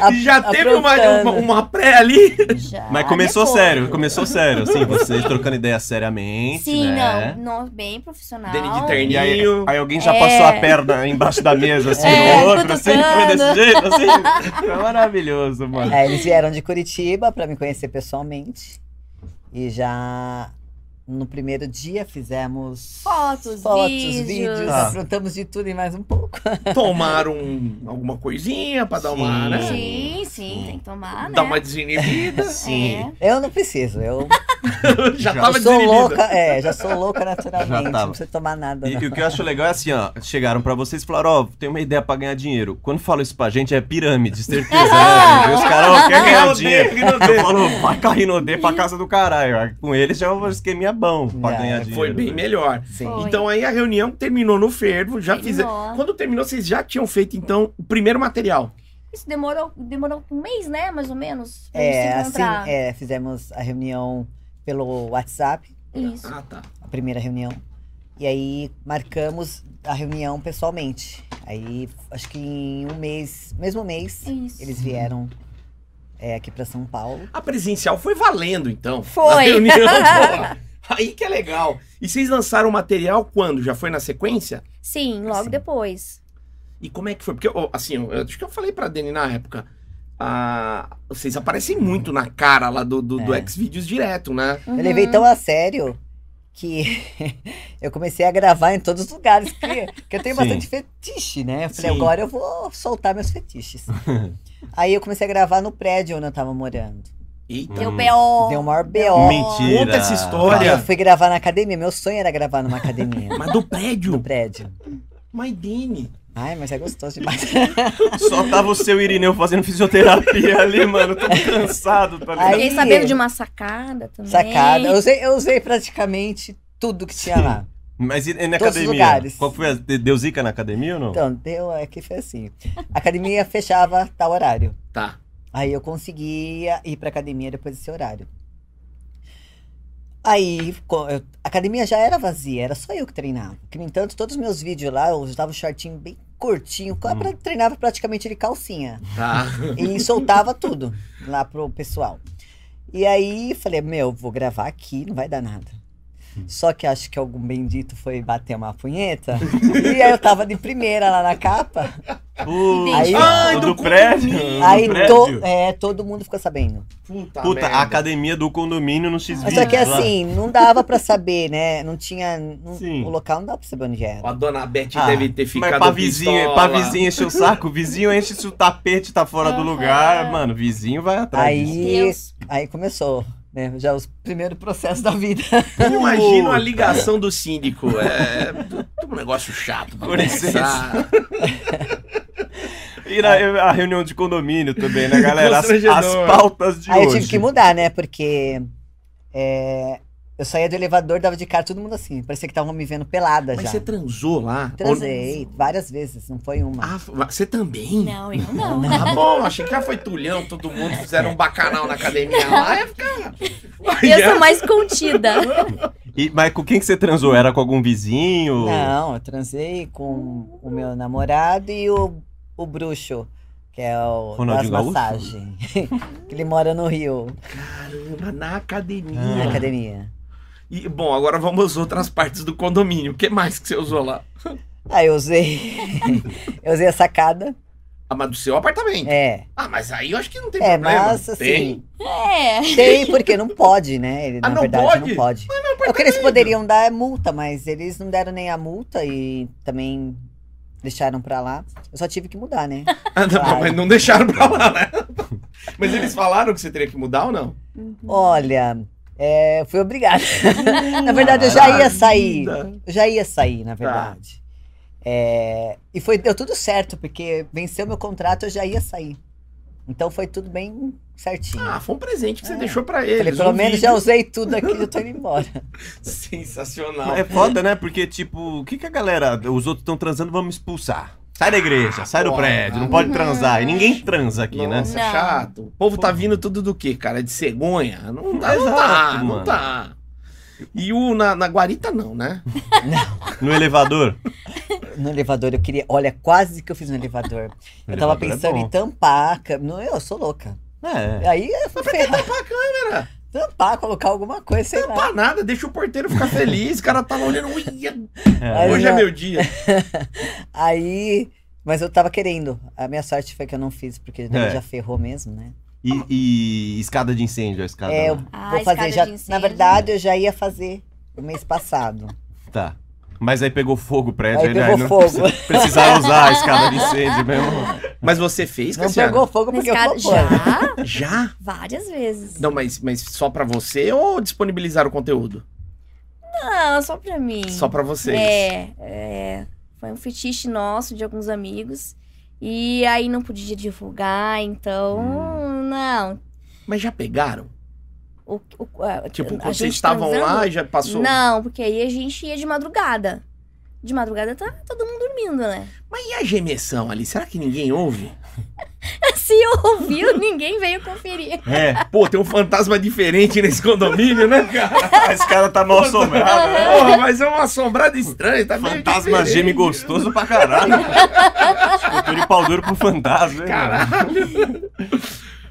Speaker 4: A-
Speaker 1: Já teve uma,
Speaker 4: aprontando.
Speaker 1: uma, uma pré ali?
Speaker 3: Já
Speaker 2: Mas começou
Speaker 3: depois.
Speaker 2: sério, começou sério, assim, vocês trocando ideia seriamente.
Speaker 3: Sim,
Speaker 2: né?
Speaker 3: não, não, bem profissional.
Speaker 1: Dani de
Speaker 2: E aí,
Speaker 1: terninho.
Speaker 2: aí alguém já
Speaker 3: É.
Speaker 2: passou a perna embaixo da mesa, assim,
Speaker 3: É,
Speaker 2: no outro, assim, foi
Speaker 3: cutucando.
Speaker 2: desse jeito, assim. Foi maravilhoso,
Speaker 4: É,
Speaker 2: mano.
Speaker 4: Aí eles vieram de Curitiba pra me conhecer pessoalmente e já No primeiro dia fizemos
Speaker 3: Fotos, vídeos.
Speaker 2: Tá.
Speaker 4: aprontamos de tudo e mais um pouco.
Speaker 1: Tomaram um- alguma coisinha pra dar uma,
Speaker 2: Sim.
Speaker 1: né?
Speaker 3: Sim, sim, tem que tomar, né? É.
Speaker 1: Dar uma assim. desinibida.
Speaker 2: Sim.
Speaker 4: Eu não preciso, eu
Speaker 1: Já
Speaker 2: Já.
Speaker 1: tava
Speaker 4: sou
Speaker 1: desinibida.
Speaker 4: louca, é, já sou louca naturalmente,
Speaker 2: tava.
Speaker 4: não precisa tomar nada.
Speaker 2: E,
Speaker 4: não.
Speaker 2: e o que eu acho legal é assim, ó. Chegaram pra vocês e falaram, ó, tem uma ideia pra ganhar dinheiro. Quando falam isso pra gente, é pirâmide, certeza. né? Os caras ó,
Speaker 3: Ah.
Speaker 2: querem ganhar dinheiro. Eu falo, vai com a Rinodê pra casa do caralho. Com eles já é um esqueminha bom pra
Speaker 4: Já,
Speaker 2: ganhar dinheiro.
Speaker 4: foi
Speaker 2: né?
Speaker 1: Foi bem melhor.
Speaker 4: Sim.
Speaker 3: Foi.
Speaker 1: Então aí a reunião terminou no fervo, já fizeram.
Speaker 3: Nossa.
Speaker 1: Quando terminou, vocês já tinham feito, então, o primeiro material.
Speaker 3: Isso demorou, demorou um mês, né? Mais ou menos. pra
Speaker 4: É,
Speaker 3: gente se
Speaker 4: assim,
Speaker 3: encontrar.
Speaker 4: é, fizemos a reunião pelo WhatsApp,
Speaker 3: Isso.
Speaker 1: Ah, tá.
Speaker 4: a primeira reunião. E aí marcamos a reunião pessoalmente. Aí acho que em um mês, mesmo mês,
Speaker 3: Isso.
Speaker 2: Uhum.
Speaker 4: eles vieram é, aqui pra São Paulo.
Speaker 1: A presencial foi valendo, então.
Speaker 3: Foi.
Speaker 1: A reunião, pô. Aí que é legal. E vocês lançaram o material quando? Já foi na sequência?
Speaker 3: Sim, logo
Speaker 4: Sim.
Speaker 3: depois.
Speaker 1: E como é que foi? Porque, ó, assim, eu, eu acho que eu falei pra Dani na época. ah, vocês aparecem muito na cara lá do, do, do
Speaker 4: É.
Speaker 1: Xvideos direto, né?
Speaker 3: Uhum.
Speaker 2: Uhum.
Speaker 4: Eu levei tão a sério que eu comecei a gravar em todos os lugares, porque, porque eu tenho
Speaker 2: Sim.
Speaker 4: bastante fetiche, né? Eu falei,
Speaker 1: Sim.
Speaker 4: agora eu vou soltar meus fetiches. Aí eu comecei a gravar no prédio onde eu tava morando.
Speaker 1: Eita.
Speaker 3: Deu
Speaker 2: Hum.
Speaker 3: B.O.
Speaker 4: Deu um o maior B.O.
Speaker 2: Mentira.
Speaker 1: Conta essa história.
Speaker 4: Eu fui gravar na academia, meu sonho era gravar numa academia,
Speaker 1: Mas do
Speaker 4: no
Speaker 1: prédio.
Speaker 4: prédio.
Speaker 1: Mas Dani.
Speaker 4: Ai, mas é gostoso demais.
Speaker 2: Só tava o seu Irineu fazendo fisioterapia ali, mano. Tô cansado, tá ligado?
Speaker 3: Fiquei
Speaker 4: Aí-
Speaker 3: sabendo de uma sacada também.
Speaker 4: Sacada. Eu usei, eu usei praticamente tudo que tinha
Speaker 2: Sim.
Speaker 4: lá.
Speaker 2: Mas e, e na
Speaker 4: Todos os
Speaker 2: academia?
Speaker 4: lugares.
Speaker 2: Qual foi a, de- deu zica na academia ou não?
Speaker 4: Então, deu, é que foi assim. A academia fechava tal horário.
Speaker 1: Tá.
Speaker 4: Aí eu conseguia ir pra academia depois desse horário. Aí, co- eu- a academia já era vazia, era só eu que treinava. Que, no entanto, todos os meus vídeos lá, eu usava um shortinho bem curtinho, eu pra- treinava praticamente de calcinha.
Speaker 1: Tá.
Speaker 4: E soltava tudo lá pro pessoal. E aí falei, meu, vou gravar aqui, não vai dar nada. Só que acho que algum bendito foi bater uma punheta. e aí eu tava de primeira lá na capa.
Speaker 2: Putz, ah,
Speaker 3: Aí-
Speaker 1: Ai,
Speaker 2: do,
Speaker 1: do
Speaker 2: prédio?
Speaker 1: condomínio.
Speaker 2: do
Speaker 4: aí
Speaker 2: prédio.
Speaker 4: to, é, todo mundo ficou sabendo.
Speaker 1: Puta,
Speaker 2: Puta,
Speaker 1: merda.
Speaker 2: a academia do condomínio no x
Speaker 4: Só que assim, não dava pra saber, né? Não tinha. não-
Speaker 2: Sim.
Speaker 4: o local não dava pra saber onde era.
Speaker 1: A dona Beth
Speaker 2: Ah,
Speaker 1: deve ter ficado
Speaker 2: Mas pra vizinho, pra
Speaker 1: pistola.
Speaker 2: vizinho encher o saco, o vizinho enche se o tapete tá fora do
Speaker 3: Aham.
Speaker 2: lugar, mano, o vizinho vai atrás.
Speaker 4: Aí-
Speaker 3: Deus.
Speaker 4: Aí começou, né? Já os primeiros processos da vida.
Speaker 1: Eu imagino a ligação do síndico. É é um negócio chato. pra
Speaker 2: Com
Speaker 1: começar.
Speaker 2: licença. E na,
Speaker 4: é.
Speaker 2: a reunião de condomínio também, né, galera? As,
Speaker 1: Constrangedor.
Speaker 2: as pautas de
Speaker 4: aí
Speaker 2: hoje.
Speaker 4: eu tive que mudar, né? Porque é, eu saía do elevador, dava de cara, todo mundo assim. Parecia que estavam me vendo pelada
Speaker 1: Mas
Speaker 4: já.
Speaker 2: tá
Speaker 1: você transou lá?
Speaker 4: Transei várias vezes, não foi uma.
Speaker 1: Ah, você também?
Speaker 3: Não, eu não.
Speaker 1: Ah, bom, achei que já foi tulhão, todo mundo fizeram um bacanal na academia lá. É ficar...
Speaker 3: Eu sou mais contida.
Speaker 2: E- mas com quem que você transou? Era com algum vizinho?
Speaker 4: Não, eu transei com o meu namorado e o, o bruxo, que é o
Speaker 2: Ronaldinho
Speaker 4: das
Speaker 2: Gaúcho?
Speaker 4: massagens. que ele mora no Rio,
Speaker 1: Caramba, na academia.
Speaker 4: na
Speaker 2: Ah.
Speaker 4: academia.
Speaker 1: E, bom, agora vamos às outras partes do condomínio. O que mais que você usou lá?
Speaker 4: Aí Ah, eu usei. eu usei a sacada.
Speaker 1: Ah, mas do seu apartamento.
Speaker 4: É.
Speaker 1: Ah, mas aí eu acho que não tem
Speaker 4: É,
Speaker 1: problema.
Speaker 4: mas assim.
Speaker 1: Tem.
Speaker 3: É.
Speaker 4: Tem, porque não pode, né? Ele,
Speaker 1: Ah,
Speaker 4: na
Speaker 1: não
Speaker 4: verdade,
Speaker 1: pode? Ah,
Speaker 4: não pode. o que eles poderiam dar é multa, mas eles não deram nem a multa e também deixaram pra lá. Eu só tive que mudar, né?
Speaker 1: Ah, não,
Speaker 4: Claro.
Speaker 1: mas não deixaram pra lá, né? Mas eles falaram que você teria que mudar ou não?
Speaker 4: Olha, é, fui obrigada. na verdade, eu já ia
Speaker 1: Ah,
Speaker 4: sair.
Speaker 1: Maravilha. Tá.
Speaker 4: Eu já ia sair, na verdade. É, e foi, deu tudo certo, porque venceu meu contrato, eu já ia sair. Então foi tudo bem certinho.
Speaker 1: Ah, foi um presente que você
Speaker 4: É.
Speaker 1: deixou pra eles.
Speaker 4: Falei, pelo
Speaker 1: um
Speaker 4: menos
Speaker 1: vídeo.
Speaker 4: já usei tudo aqui, já tô indo embora.
Speaker 1: Sensacional.
Speaker 2: É foda, né? Porque, tipo, o que, que a galera. Os outros estão transando, vamos expulsar. Sai da igreja, sai do
Speaker 1: Porra.
Speaker 2: prédio, não pode transar. E ninguém transa aqui, né?
Speaker 1: Nossa,
Speaker 3: Não.
Speaker 1: chato. O povo tá vindo tudo do quê, cara? De cegonha? Não tá, não
Speaker 2: Exato,
Speaker 1: tá,
Speaker 2: mano.
Speaker 1: não tá. E o na, na guarita não, né?
Speaker 2: No elevador.
Speaker 4: No elevador, eu queria. Olha, quase que eu fiz no elevador. Eu tava
Speaker 2: Elevador é
Speaker 4: pensando
Speaker 2: bom.
Speaker 4: em tampar. a câ- Não, eu sou louca.
Speaker 2: É.
Speaker 4: Aí eu fui ferrar.
Speaker 1: Pra câmera.
Speaker 4: Tampar, colocar alguma coisa, sei lá.
Speaker 1: Pra nada, deixa o porteiro ficar feliz. O cara tá lá olhando. "Uia,
Speaker 2: é.
Speaker 4: Mas
Speaker 1: hoje é
Speaker 4: não.
Speaker 1: meu dia.
Speaker 4: Aí. Mas eu tava querendo. A minha sorte foi que eu não fiz, porque daí
Speaker 2: É.
Speaker 4: já ferrou mesmo, né?
Speaker 2: E, e escada de incêndio, a escada.
Speaker 4: É, eu
Speaker 2: lá.
Speaker 3: Ah,
Speaker 4: vou fazer
Speaker 3: escada
Speaker 4: já.
Speaker 3: de incêndio.
Speaker 4: Na verdade, eu já ia fazer. no mês passado.
Speaker 2: Tá. Mas aí pegou fogo o prédio,
Speaker 4: Aí
Speaker 2: ele
Speaker 4: pegou
Speaker 2: não
Speaker 4: fogo.
Speaker 2: preci- precisaram usar a escada de incêndio mesmo.
Speaker 1: Mas você fez,
Speaker 4: Não
Speaker 1: Cassiano?
Speaker 4: pegou fogo
Speaker 3: Mas,
Speaker 4: porque eu
Speaker 3: cara,
Speaker 4: fui
Speaker 3: já,
Speaker 1: Já?
Speaker 3: várias vezes.
Speaker 1: Não, mas, mas só pra você ou disponibilizar o conteúdo?
Speaker 3: Não, só pra mim.
Speaker 1: Só pra vocês.
Speaker 3: É, é. Foi um fetiche nosso de alguns amigos. E aí não podia divulgar, então.
Speaker 1: Hum.
Speaker 3: Não.
Speaker 1: Mas já pegaram?
Speaker 3: O, o- a-
Speaker 1: Tipo,
Speaker 3: a
Speaker 1: quando vocês
Speaker 3: gente
Speaker 1: estavam lá
Speaker 3: transando-
Speaker 1: e já passou.
Speaker 3: Não, porque aí a gente ia de madrugada. De madrugada tá todo mundo dormindo, né?
Speaker 1: Mas e a gemessão ali? Será que ninguém ouve?
Speaker 3: Se ouviu, ninguém veio conferir.
Speaker 2: É.
Speaker 1: Pô, tem um fantasma diferente nesse condomínio, né, cara?
Speaker 2: Esse cara tá mal assombrado. né?
Speaker 1: Porra, mas é uma assombrada estranha, tá meio
Speaker 2: Fantasma
Speaker 1: diferente.
Speaker 2: geme gostoso pra caralho. Escultor de pau duro pro fantasma, hein?
Speaker 1: Caralho.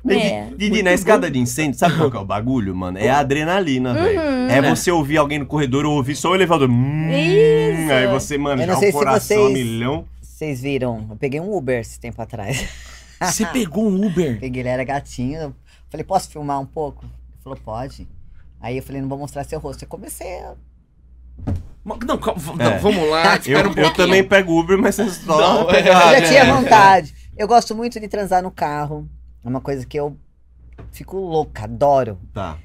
Speaker 3: É.
Speaker 2: Didi, na escada de incêndio, sabe qual que é o bagulho, mano? É a adrenalina, velho.
Speaker 3: Uhum.
Speaker 2: É você ouvir alguém no corredor ou ouvir só o elevador. Hum,
Speaker 3: Isso.
Speaker 2: Aí você, mano,
Speaker 4: Eu não
Speaker 2: já
Speaker 4: sei
Speaker 2: o
Speaker 4: se
Speaker 2: coração a
Speaker 4: vocês-
Speaker 2: milhão.
Speaker 4: Vocês viram? Eu peguei um Uber esse tempo atrás.
Speaker 1: Você pegou um Uber?
Speaker 4: Peguei, ele era gatinho. eu Falei, posso filmar um pouco? Ele falou, pode. Aí eu falei, não vou mostrar seu rosto. Eu comecei a
Speaker 1: Não, calma, v-
Speaker 2: É.
Speaker 1: não, vamos lá.
Speaker 2: Eu,
Speaker 1: espera um
Speaker 2: eu
Speaker 1: pouquinho.
Speaker 2: também pego Uber, mas é só
Speaker 1: Não,
Speaker 2: pegar
Speaker 1: Ah,
Speaker 4: Eu já
Speaker 2: né?
Speaker 4: tinha vontade. Eu gosto muito de transar no carro. É uma coisa que eu fico louca, adoro.
Speaker 2: Tá.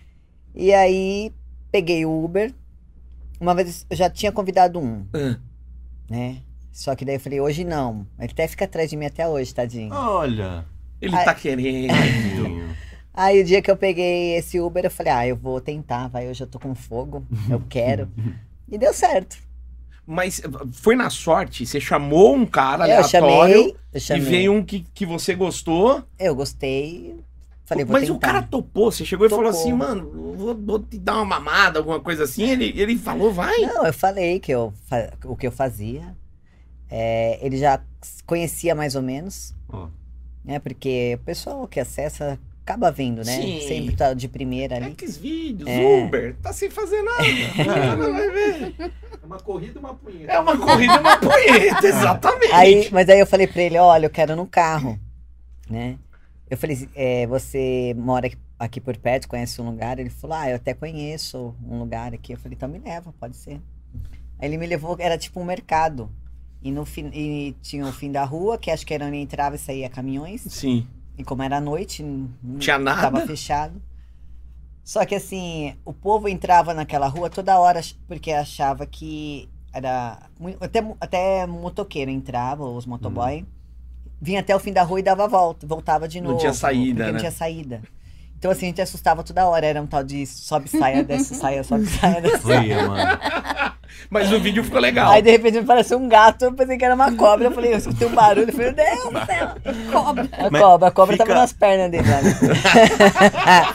Speaker 4: E aí, peguei o Uber. Uma vez eu já tinha convidado um,
Speaker 1: Ah,
Speaker 4: né? Só que daí eu falei, hoje não. Ele até fica atrás de mim até hoje, tadinho.
Speaker 2: Olha.
Speaker 1: Ele
Speaker 4: Ai.
Speaker 1: tá querendo.
Speaker 2: tadinho.
Speaker 4: Aí o dia que eu peguei esse Uber, eu falei, ah, eu vou tentar, vai, hoje eu tô com fogo, eu quero. e deu certo.
Speaker 1: Mas foi na sorte, você chamou um cara
Speaker 4: eu
Speaker 1: aleatório
Speaker 4: chamei, eu
Speaker 1: e
Speaker 4: chamei.
Speaker 1: veio um que, que você gostou.
Speaker 4: Eu gostei, falei, vou
Speaker 1: Mas
Speaker 4: tentar.
Speaker 1: o cara topou, você chegou e falou
Speaker 4: Topou.
Speaker 1: assim, mano, vou, vou te dar uma mamada, alguma coisa assim. Ele, ele falou, vai.
Speaker 4: Não, eu falei que eu fa- o que eu fazia. É, ele já s- conhecia mais ou menos,
Speaker 2: Ó.
Speaker 4: né? Porque o pessoal que acessa acaba vendo, né?
Speaker 1: Sim.
Speaker 4: Sempre tá de primeira ali.
Speaker 1: X vídeos,
Speaker 4: É.
Speaker 1: Uber, tá sem fazer nada. Não vai ver.
Speaker 5: É uma corrida e uma punheta.
Speaker 1: É uma corrida, uma punheta, exatamente.
Speaker 4: Aí, mas aí eu falei pra ele, olha, eu quero num carro, né? Eu falei, é, você mora aqui, aqui por perto, conhece um lugar? Ele falou, ah, eu até conheço um lugar aqui. Eu falei, então me leva, pode ser. Aí ele me levou, era tipo um mercado. E, no fim, e tinha o fim da rua, que acho que era onde entrava e saía caminhões.
Speaker 1: Sim.
Speaker 4: E como era noite, n- n-
Speaker 1: Tinha nada?
Speaker 4: tava fechado. Só que assim, o povo entrava naquela rua toda hora ach- porque achava que era. mui- Até, mu- até motoqueiro entrava, os motoboy. Vinha até o fim da rua e dava a volta, voltava de
Speaker 1: Hum. Não
Speaker 4: novo.
Speaker 1: tinha saída,
Speaker 4: Porque
Speaker 1: né?
Speaker 4: não tinha saída. Então assim, a gente assustava toda hora. Era um tal de sobe, saia, desce, saia, sobe, saia, desce.
Speaker 2: Foi, mano.
Speaker 1: Mas o vídeo ficou legal.
Speaker 4: Aí de repente me pareceu um gato, eu pensei que era uma cobra. Eu falei, eu escutei um barulho. Eu falei, meu Deus, do céu,
Speaker 3: Cobra.
Speaker 4: a
Speaker 2: Mas
Speaker 4: cobra. A cobra
Speaker 2: fica-
Speaker 4: tava nas pernas dele lá. né?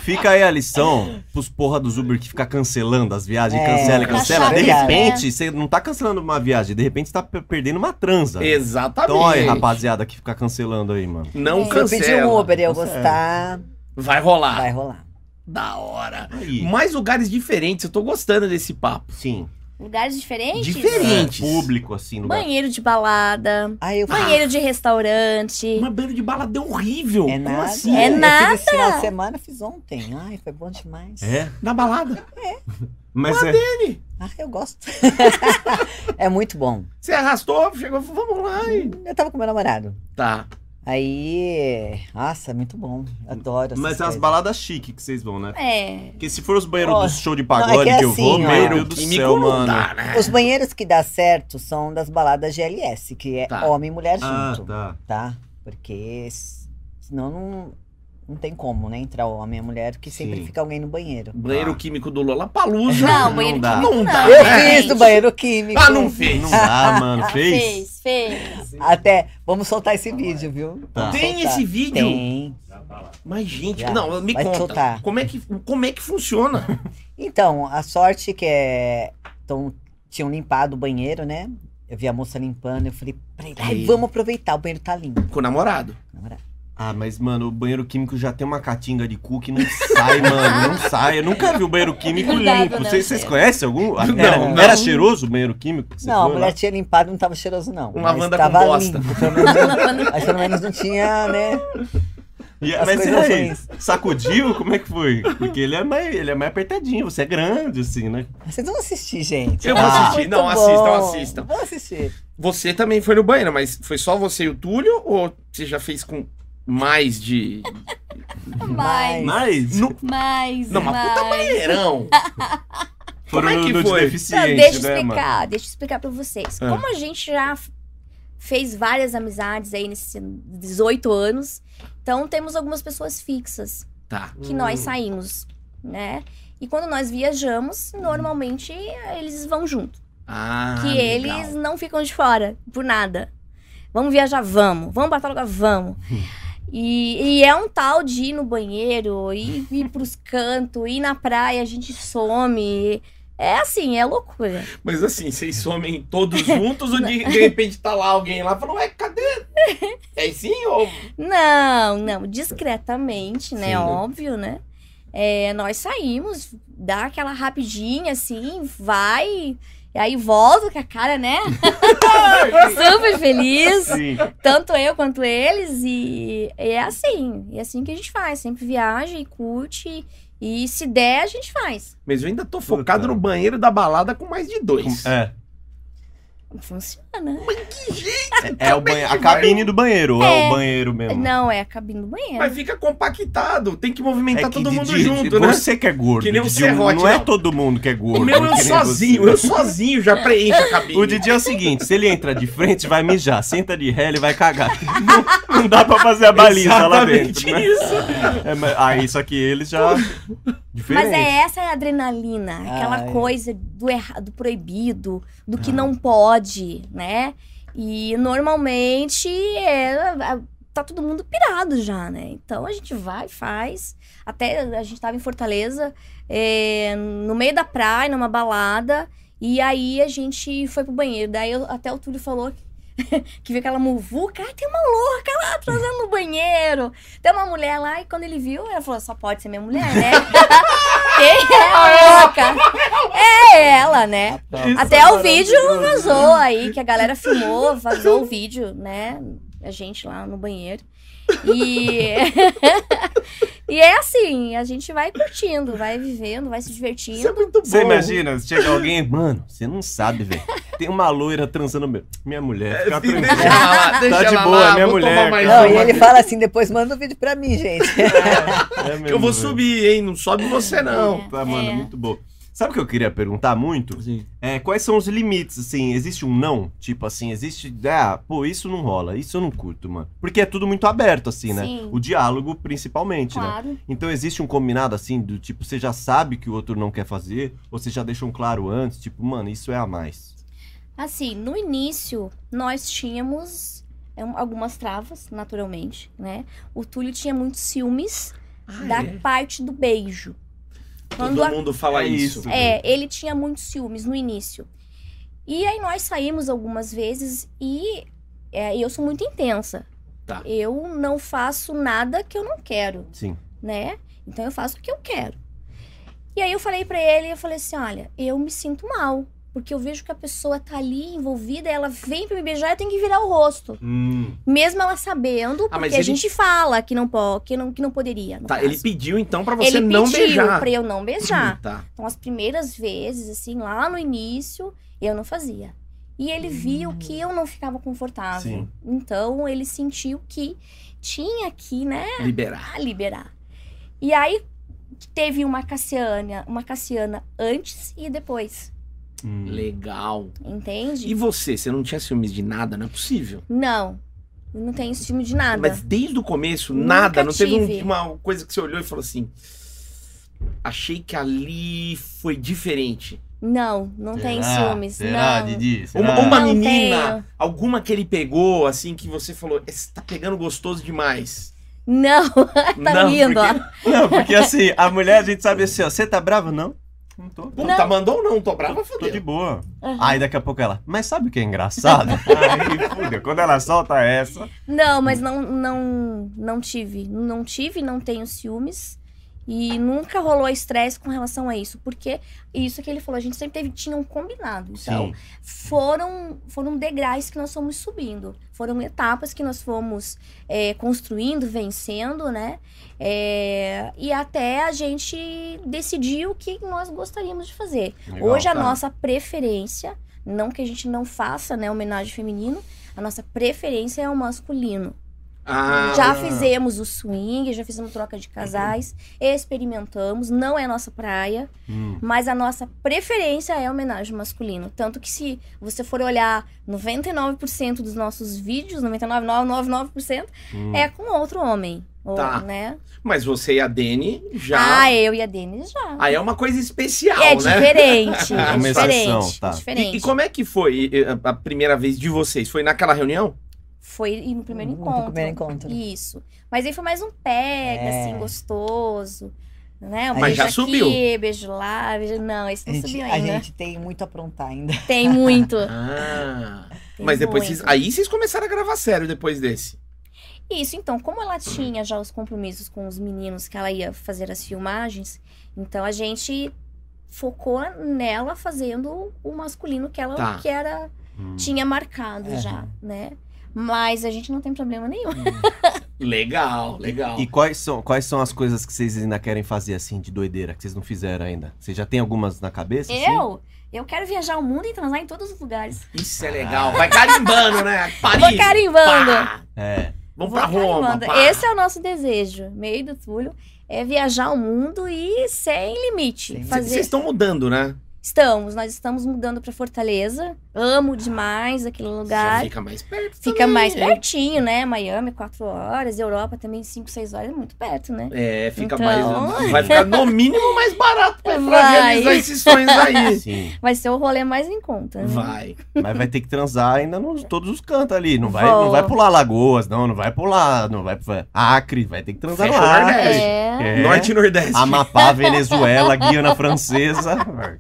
Speaker 2: Fica aí a lição pros porra dos Uber que fica cancelando as viagens,
Speaker 4: É,
Speaker 2: cancela, cancela. De
Speaker 3: né?
Speaker 4: verdade.
Speaker 2: repente, você não tá cancelando uma viagem, de repente você tá per- perdendo uma transa.
Speaker 1: Exatamente.
Speaker 2: Então, olha aí, rapaziada, que fica cancelando aí, mano.
Speaker 1: Não
Speaker 4: Se eu pedir
Speaker 1: cancela.
Speaker 4: um Uber e eu
Speaker 2: Tá certo.
Speaker 4: gostar,
Speaker 1: Vai rolar.
Speaker 4: vai rolar.
Speaker 1: Da hora.
Speaker 2: Aí.
Speaker 1: Mais lugares diferentes, eu tô gostando desse papo.
Speaker 2: Sim.
Speaker 3: Lugares diferentes?
Speaker 1: Diferente. Clientes.
Speaker 2: É, público, assim, lugar.
Speaker 3: Banheiro de balada,
Speaker 4: Aí eu
Speaker 3: banheiro de restaurante.
Speaker 1: Uma banda de balada é horrível.
Speaker 4: É
Speaker 1: Como
Speaker 4: nada.
Speaker 1: assim?
Speaker 3: É
Speaker 4: eu
Speaker 3: nada.
Speaker 4: Fiz esse final de semana, eu fiz ontem. Ai, foi bom demais.
Speaker 2: É?
Speaker 1: Na balada.
Speaker 2: Mas é.
Speaker 4: Ah, eu gosto. é muito bom.
Speaker 1: Você arrastou, chegou, vamos lá. E...
Speaker 4: Eu tava com meu namorado.
Speaker 1: Tá.
Speaker 4: Aí, nossa, é muito bom. Adoro essas
Speaker 2: Mas é as
Speaker 4: coisas.
Speaker 2: baladas chique que vocês vão, né?
Speaker 3: É.
Speaker 2: Porque se for os banheiros
Speaker 4: Ó,
Speaker 2: do show de
Speaker 4: não, é
Speaker 2: pagode
Speaker 4: que é
Speaker 2: que eu vou,
Speaker 4: assim, ó.
Speaker 2: meu Deus do
Speaker 1: Químico
Speaker 2: céu,
Speaker 1: não
Speaker 2: mano.
Speaker 1: dá, né?
Speaker 4: Os banheiros que dá certo são das baladas GLS, que é
Speaker 1: Tá.
Speaker 4: homem e mulher
Speaker 2: Ah,
Speaker 4: junto,
Speaker 2: tá.
Speaker 4: tá? Porque s- senão não, não tem como, né? Entrar homem e mulher, que sempre
Speaker 2: Sim.
Speaker 4: fica alguém no banheiro.
Speaker 2: Ah.
Speaker 1: Banheiro químico do Lollapalooza.
Speaker 3: Não,
Speaker 2: Não
Speaker 3: banheiro
Speaker 2: dá.
Speaker 3: de químico
Speaker 1: Não
Speaker 3: não.
Speaker 1: dá,
Speaker 4: Eu
Speaker 1: né?
Speaker 4: fiz do banheiro químico.
Speaker 1: Ah, não fez.
Speaker 2: É Não dá, mano.
Speaker 3: Ah,
Speaker 2: Fez?
Speaker 3: Fez, fez.
Speaker 4: Até, vamos soltar esse vídeo, viu?
Speaker 2: Tá.
Speaker 4: Vamos
Speaker 1: Tem
Speaker 4: soltar.
Speaker 1: esse vídeo?
Speaker 4: Tem.
Speaker 1: Mas, gente,
Speaker 4: Já.
Speaker 1: não, me
Speaker 4: Vai
Speaker 1: conta.
Speaker 4: soltar.
Speaker 1: Como é, que, como é que funciona?
Speaker 4: Então, a sorte que é. Então, tinham limpado o banheiro, né? Eu vi a moça limpando, eu falei, peraí,
Speaker 1: Aí.
Speaker 4: ai, vamos aproveitar, o banheiro tá limpo.
Speaker 1: Com o namorado.
Speaker 4: Na verdade.
Speaker 2: Ah, mas, mano, o banheiro químico já tem uma catinga de cu que não sai, mano. Não sai. Eu nunca vi o banheiro químico
Speaker 3: Cuidado,
Speaker 2: limpo.
Speaker 3: né,
Speaker 2: Vocês vocês conhecem algum? Ah,
Speaker 1: Não,
Speaker 2: era,
Speaker 1: não.
Speaker 2: era cheiroso o banheiro químico? que você
Speaker 4: Não, a
Speaker 2: foi lá?
Speaker 4: mulher tinha limpado, não tava cheiroso, não.
Speaker 1: Um
Speaker 4: mas
Speaker 1: lavanda com
Speaker 4: tava
Speaker 1: bosta.
Speaker 4: limpo, pelo menos, mas pelo menos não tinha, né?
Speaker 2: E-
Speaker 4: As
Speaker 2: mas e
Speaker 4: coisas
Speaker 2: aí?
Speaker 4: ruins.
Speaker 2: Sacudiu? Como é que foi? Porque ele é mais, ele é mais apertadinho, você é grande, assim, né?
Speaker 4: Vocês vão assistir, gente. Ah,
Speaker 1: Eu vou assistir.
Speaker 4: muito
Speaker 1: Não,
Speaker 4: bom.
Speaker 1: assistam, assistam.
Speaker 4: Vou assistir.
Speaker 1: Você também foi no banheiro, mas foi só você e o Túlio? Ou você já fez com mais de.
Speaker 3: Mas,
Speaker 2: Mas
Speaker 1: No-
Speaker 3: mas,
Speaker 1: Não, mas puta
Speaker 3: mas...
Speaker 1: banheirão!
Speaker 2: foram
Speaker 1: é que
Speaker 2: no
Speaker 1: foi?
Speaker 2: de
Speaker 3: Não,
Speaker 2: deficiente,
Speaker 3: deixa eu
Speaker 2: né, mano?
Speaker 3: explicar, deixa eu explicar pra
Speaker 1: É.
Speaker 3: vocês.
Speaker 2: Ah.
Speaker 3: Como a gente já f- fez várias amizades aí nesses 18 anos, então temos algumas pessoas fixas
Speaker 1: Tá.
Speaker 3: que nós saímos, né? E quando nós viajamos, normalmente eh, eles vão junto.
Speaker 1: Ah.
Speaker 3: que
Speaker 1: legal.
Speaker 3: eles não ficam de fora, por nada. Vamos viajar, vamos. Vamos pra tal lugar, vamos.
Speaker 1: Hum.
Speaker 3: E, e é um tal de ir no banheiro, ir, ir pros cantos, ir na praia, a gente some. É assim, é loucura.
Speaker 1: Mas assim, vocês somem todos juntos ou de, de repente tá lá alguém lá e fala, ué, cadê? É sim ou.
Speaker 3: Não, não, discretamente, né?
Speaker 1: Sim.
Speaker 3: Óbvio, né? É, nós saímos, dá aquela rapidinha assim, vai, e aí volta com a cara, né? Super feliz,
Speaker 2: Sim.
Speaker 3: tanto eu quanto eles, e e é assim, e é assim que a gente faz, sempre viaja e curte, e se der, a gente faz.
Speaker 1: Mas eu ainda tô
Speaker 2: Puta.
Speaker 1: focado no banheiro da balada com mais de dois.
Speaker 2: É,
Speaker 3: Funciona.
Speaker 2: é o banhe- a cabine do banheiro, ou é,
Speaker 3: É.
Speaker 2: o banheiro mesmo.
Speaker 3: Não, é a cabine do banheiro.
Speaker 1: Mas fica compactado, tem que movimentar
Speaker 2: É que
Speaker 1: tá todo
Speaker 2: de-
Speaker 1: mundo
Speaker 2: de-
Speaker 1: junto,
Speaker 2: de-
Speaker 1: né?
Speaker 2: Você que é gordo.
Speaker 1: Que nem um
Speaker 2: Didi, não-
Speaker 1: serrote,
Speaker 2: não é
Speaker 1: não.
Speaker 2: todo mundo que é gordo.
Speaker 1: O meu eu
Speaker 2: que nem
Speaker 1: sozinho,
Speaker 2: você.
Speaker 1: eu sozinho já preencho a cabine.
Speaker 2: O Didi é o seguinte, se ele entra de frente, vai mijar. Senta de ré, ele vai cagar. Não, não dá pra fazer a baliza lá
Speaker 1: Exatamente
Speaker 2: dentro, né?
Speaker 1: isso.
Speaker 2: É, mas- aí, só que ele já... Diferente.
Speaker 3: Mas é essa é a adrenalina, aquela
Speaker 4: Ai.
Speaker 3: coisa do erra- do proibido, do que não pode, né? E normalmente é- é- tá todo mundo pirado já, né? Então a gente vai, faz. Até a gente tava em Fortaleza, é, no meio da praia, numa balada, e aí a gente foi pro banheiro. Daí eu- até o Túlio falou que. que viu aquela muvuca, ai, tem uma louca lá transando no banheiro. Tem uma mulher lá, e quando ele viu, ele falou: só pode ser minha mulher, né? Quem é a louca? É ela,
Speaker 4: Tá
Speaker 3: né? Até o vídeo vazou aí, que a galera filmou, vazou o vídeo, né? A gente lá no banheiro. E. e é assim, a gente vai curtindo, vai vivendo, vai se
Speaker 1: Isso é
Speaker 3: divertindo.
Speaker 1: muito bom.
Speaker 2: Você imagina, chega alguém, mano, você não sabe, velho. Tem uma loira transando meu. Minha mulher, fica
Speaker 1: Deixa
Speaker 2: tranquila.
Speaker 1: ela lá, deixa
Speaker 2: Tá de
Speaker 1: ela
Speaker 2: boa,
Speaker 1: lá,
Speaker 3: é
Speaker 2: minha
Speaker 1: vou
Speaker 2: mulher,
Speaker 1: tomar mais
Speaker 4: Não, e
Speaker 1: é uma.
Speaker 4: ele fala assim, depois manda o vídeo pra mim, gente.
Speaker 2: É mesmo,
Speaker 1: Eu vou
Speaker 2: velho.
Speaker 1: subir, hein? Não sobe você, não.
Speaker 2: Tá, mano,
Speaker 3: É.
Speaker 2: muito bom. Sabe o que eu queria perguntar muito? É, quais são os limites, assim? Existe um não? Tipo assim, existe. Ah, pô, isso não rola, isso eu não curto, mano. Porque é tudo muito aberto, assim, né?
Speaker 3: Sim.
Speaker 2: O diálogo, principalmente, né?
Speaker 3: Claro.
Speaker 2: Então existe um combinado assim do tipo, você já sabe que o outro não quer fazer, ou você já deixou um claro antes, tipo, mano, isso é a mais.
Speaker 3: Assim, no início, nós tínhamos é, um- algumas travas, naturalmente, né? O Túlio tinha muitos ciúmes
Speaker 1: Ah,
Speaker 3: da
Speaker 1: é?
Speaker 3: parte do beijo. Quando
Speaker 1: Todo
Speaker 3: a-
Speaker 1: mundo fala
Speaker 2: É
Speaker 1: isso.
Speaker 2: isso.
Speaker 3: é, ele tinha muitos ciúmes no início. E aí nós saímos algumas vezes e é, eu sou muito intensa.
Speaker 1: Tá.
Speaker 3: Eu não faço nada que eu não quero
Speaker 2: Sim.
Speaker 3: né? Então eu faço o que eu quero. E aí eu falei pra ele, eu falei assim, olha, eu me sinto mal, porque eu vejo que a pessoa tá ali envolvida, ela vem pra me beijar, eu tenho que virar o rosto,
Speaker 2: Hum.
Speaker 3: mesmo ela sabendo, porque
Speaker 1: Ah, mas
Speaker 3: a
Speaker 1: ele-
Speaker 3: gente fala que não pode, que não que não poderia. no
Speaker 1: Tá,
Speaker 3: caso.
Speaker 1: ele pediu então pra você
Speaker 3: Ele
Speaker 1: não
Speaker 3: pediu
Speaker 1: beijar.
Speaker 3: pra eu não beijar.
Speaker 1: Tá.
Speaker 3: Então, as primeiras vezes, assim, lá no início, eu não fazia. E ele viu que eu não ficava confortável.
Speaker 2: Sim.
Speaker 3: Então, ele sentiu que tinha que, né,
Speaker 1: Liberar.
Speaker 3: a liberar. E aí teve uma Cassiana, uma Cassiana antes e depois,
Speaker 2: Hum.
Speaker 1: Legal.
Speaker 3: entende?
Speaker 1: E você? Você não tinha ciúmes de nada? Não é possível.
Speaker 3: Não, eu não tenho ciúme de nada.
Speaker 1: Mas desde o começo,
Speaker 3: Nunca
Speaker 1: nada. Não teve um-
Speaker 3: tive.
Speaker 1: uma coisa que você olhou e falou assim. Achei que ali foi diferente.
Speaker 3: Não, não tenho
Speaker 2: Será?
Speaker 3: ciúmes,
Speaker 2: Será,
Speaker 3: não.
Speaker 2: Didi?
Speaker 1: Uma,
Speaker 2: Será?
Speaker 1: uma
Speaker 3: Não
Speaker 1: menina,
Speaker 3: tenho.
Speaker 1: alguma que ele pegou, assim, que você falou, "Esse tá pegando gostoso demais.
Speaker 3: Não, tá
Speaker 1: não,
Speaker 3: lindo, ó.
Speaker 1: porque-
Speaker 2: Não, porque assim, a mulher a gente sabe assim, ó, você tá brava? Não? Não tô.
Speaker 1: Puta, mandou ou não? Tô brava,
Speaker 2: Tô de
Speaker 1: fodeu.
Speaker 2: boa.
Speaker 3: Aham.
Speaker 2: Aí daqui a pouco ela, mas sabe o que é engraçado? Aí, fudeu. Quando ela solta essa.
Speaker 3: Não, mas não, não, não tive. Não tive, não tenho ciúmes. E nunca rolou estresse com relação a isso, porque isso que ele falou, a gente sempre teve, tinha um combinado. Então,
Speaker 2: Sim.
Speaker 3: foram, foram degraus que nós fomos subindo, foram etapas que nós fomos é, construindo, vencendo, né? É, e até a gente decidir o que nós gostaríamos de fazer.
Speaker 2: Legal,
Speaker 3: Hoje a
Speaker 2: tá.
Speaker 3: nossa preferência, não que a gente não faça, né, homenagem feminino, a nossa preferência é o masculino.
Speaker 1: Ah,
Speaker 3: já fizemos o swing, já fizemos troca de casais, experimentamos, não é nossa praia.
Speaker 2: Hum.
Speaker 3: Mas a nossa preferência é a homenagem masculino. Tanto que se você for olhar 99% dos nossos vídeos, 99,999%,
Speaker 2: Hum.
Speaker 3: é com outro homem. Ou,
Speaker 1: Tá.
Speaker 3: né?
Speaker 1: Mas você e a Dani já.
Speaker 3: Ah, eu e a Denis já.
Speaker 1: Aí é uma coisa especial,
Speaker 3: é
Speaker 1: né?
Speaker 3: diferente.
Speaker 2: É
Speaker 3: É
Speaker 2: uma exceção,
Speaker 3: diferente.
Speaker 2: tá.
Speaker 3: é diferente.
Speaker 1: E, e como é que foi eh, a primeira vez de vocês? Foi naquela reunião?
Speaker 3: Foi no primeiro
Speaker 4: No
Speaker 3: encontro.
Speaker 4: primeiro encontro.
Speaker 3: Isso. Mas aí foi mais um pega,
Speaker 4: É.
Speaker 3: assim, gostoso. Né? Um
Speaker 4: Mas
Speaker 3: beijo
Speaker 1: já
Speaker 3: aqui,
Speaker 1: subiu.
Speaker 3: beijo lá, beijo... Não, esse
Speaker 4: A
Speaker 3: não
Speaker 4: gente,
Speaker 3: subiu
Speaker 4: a
Speaker 3: ainda.
Speaker 4: gente tem muito a aprontar ainda.
Speaker 3: Tem muito.
Speaker 1: Ah.
Speaker 3: tem
Speaker 1: Mas depois vocês,
Speaker 3: muito.
Speaker 1: aí vocês começaram a gravar sério depois desse.
Speaker 3: Isso, então, como ela tinha já os compromissos com os meninos que ela ia fazer as filmagens, então a gente focou nela fazendo o masculino que ela
Speaker 1: Tá. É.
Speaker 3: que era
Speaker 2: Hum.
Speaker 3: tinha marcado
Speaker 4: Aham.
Speaker 3: já, né? Mas a gente não tem problema nenhum.
Speaker 1: Legal, legal.
Speaker 2: E quais são, quais são as coisas que vocês ainda querem fazer assim de doideira que vocês não fizeram ainda? Vocês já tem algumas na cabeça? assim?
Speaker 3: Eu, eu quero viajar o mundo e transar em todos os lugares.
Speaker 1: Isso é legal. Vai carimbando, né? Paris.
Speaker 3: Vou carimbando.
Speaker 1: pá.
Speaker 2: É.
Speaker 1: Vamos
Speaker 3: Vou
Speaker 1: pra Roma.
Speaker 3: carimbando.
Speaker 1: pá.
Speaker 3: Esse é o nosso desejo, meio do Túlio, é viajar o mundo e sem limite.
Speaker 4: Sim.
Speaker 1: Vocês
Speaker 3: é Fazer
Speaker 1: estão mudando, né?
Speaker 3: Estamos, nós estamos mudando para Fortaleza. Amo demais aquele
Speaker 1: Já
Speaker 3: lugar.
Speaker 1: fica mais perto.
Speaker 3: Fica
Speaker 1: também,
Speaker 3: mais
Speaker 1: hein?
Speaker 3: pertinho, né? Miami, quatro horas. Europa também, cinco, seis horas. É muito perto, né?
Speaker 1: É, fica
Speaker 3: Então-
Speaker 1: mais. Vai ficar no mínimo mais barato pra, pra
Speaker 3: Vai.
Speaker 1: realizar esses sonhos aí.
Speaker 2: Sim.
Speaker 3: Vai ser o rolê mais em conta. Né?
Speaker 1: Vai.
Speaker 2: Mas vai ter que transar ainda nos todos os cantos ali. Não vai, não
Speaker 3: Vou.
Speaker 2: vai pular Lagoas, não. Não vai pular. Não vai pular Acre. Vai ter que transar
Speaker 1: Fecha
Speaker 2: no
Speaker 1: o
Speaker 2: Acre.
Speaker 1: Nordeste.
Speaker 3: É.
Speaker 2: É.
Speaker 1: Norte e Nordeste.
Speaker 2: Amapá, Venezuela, Guiana Francesa.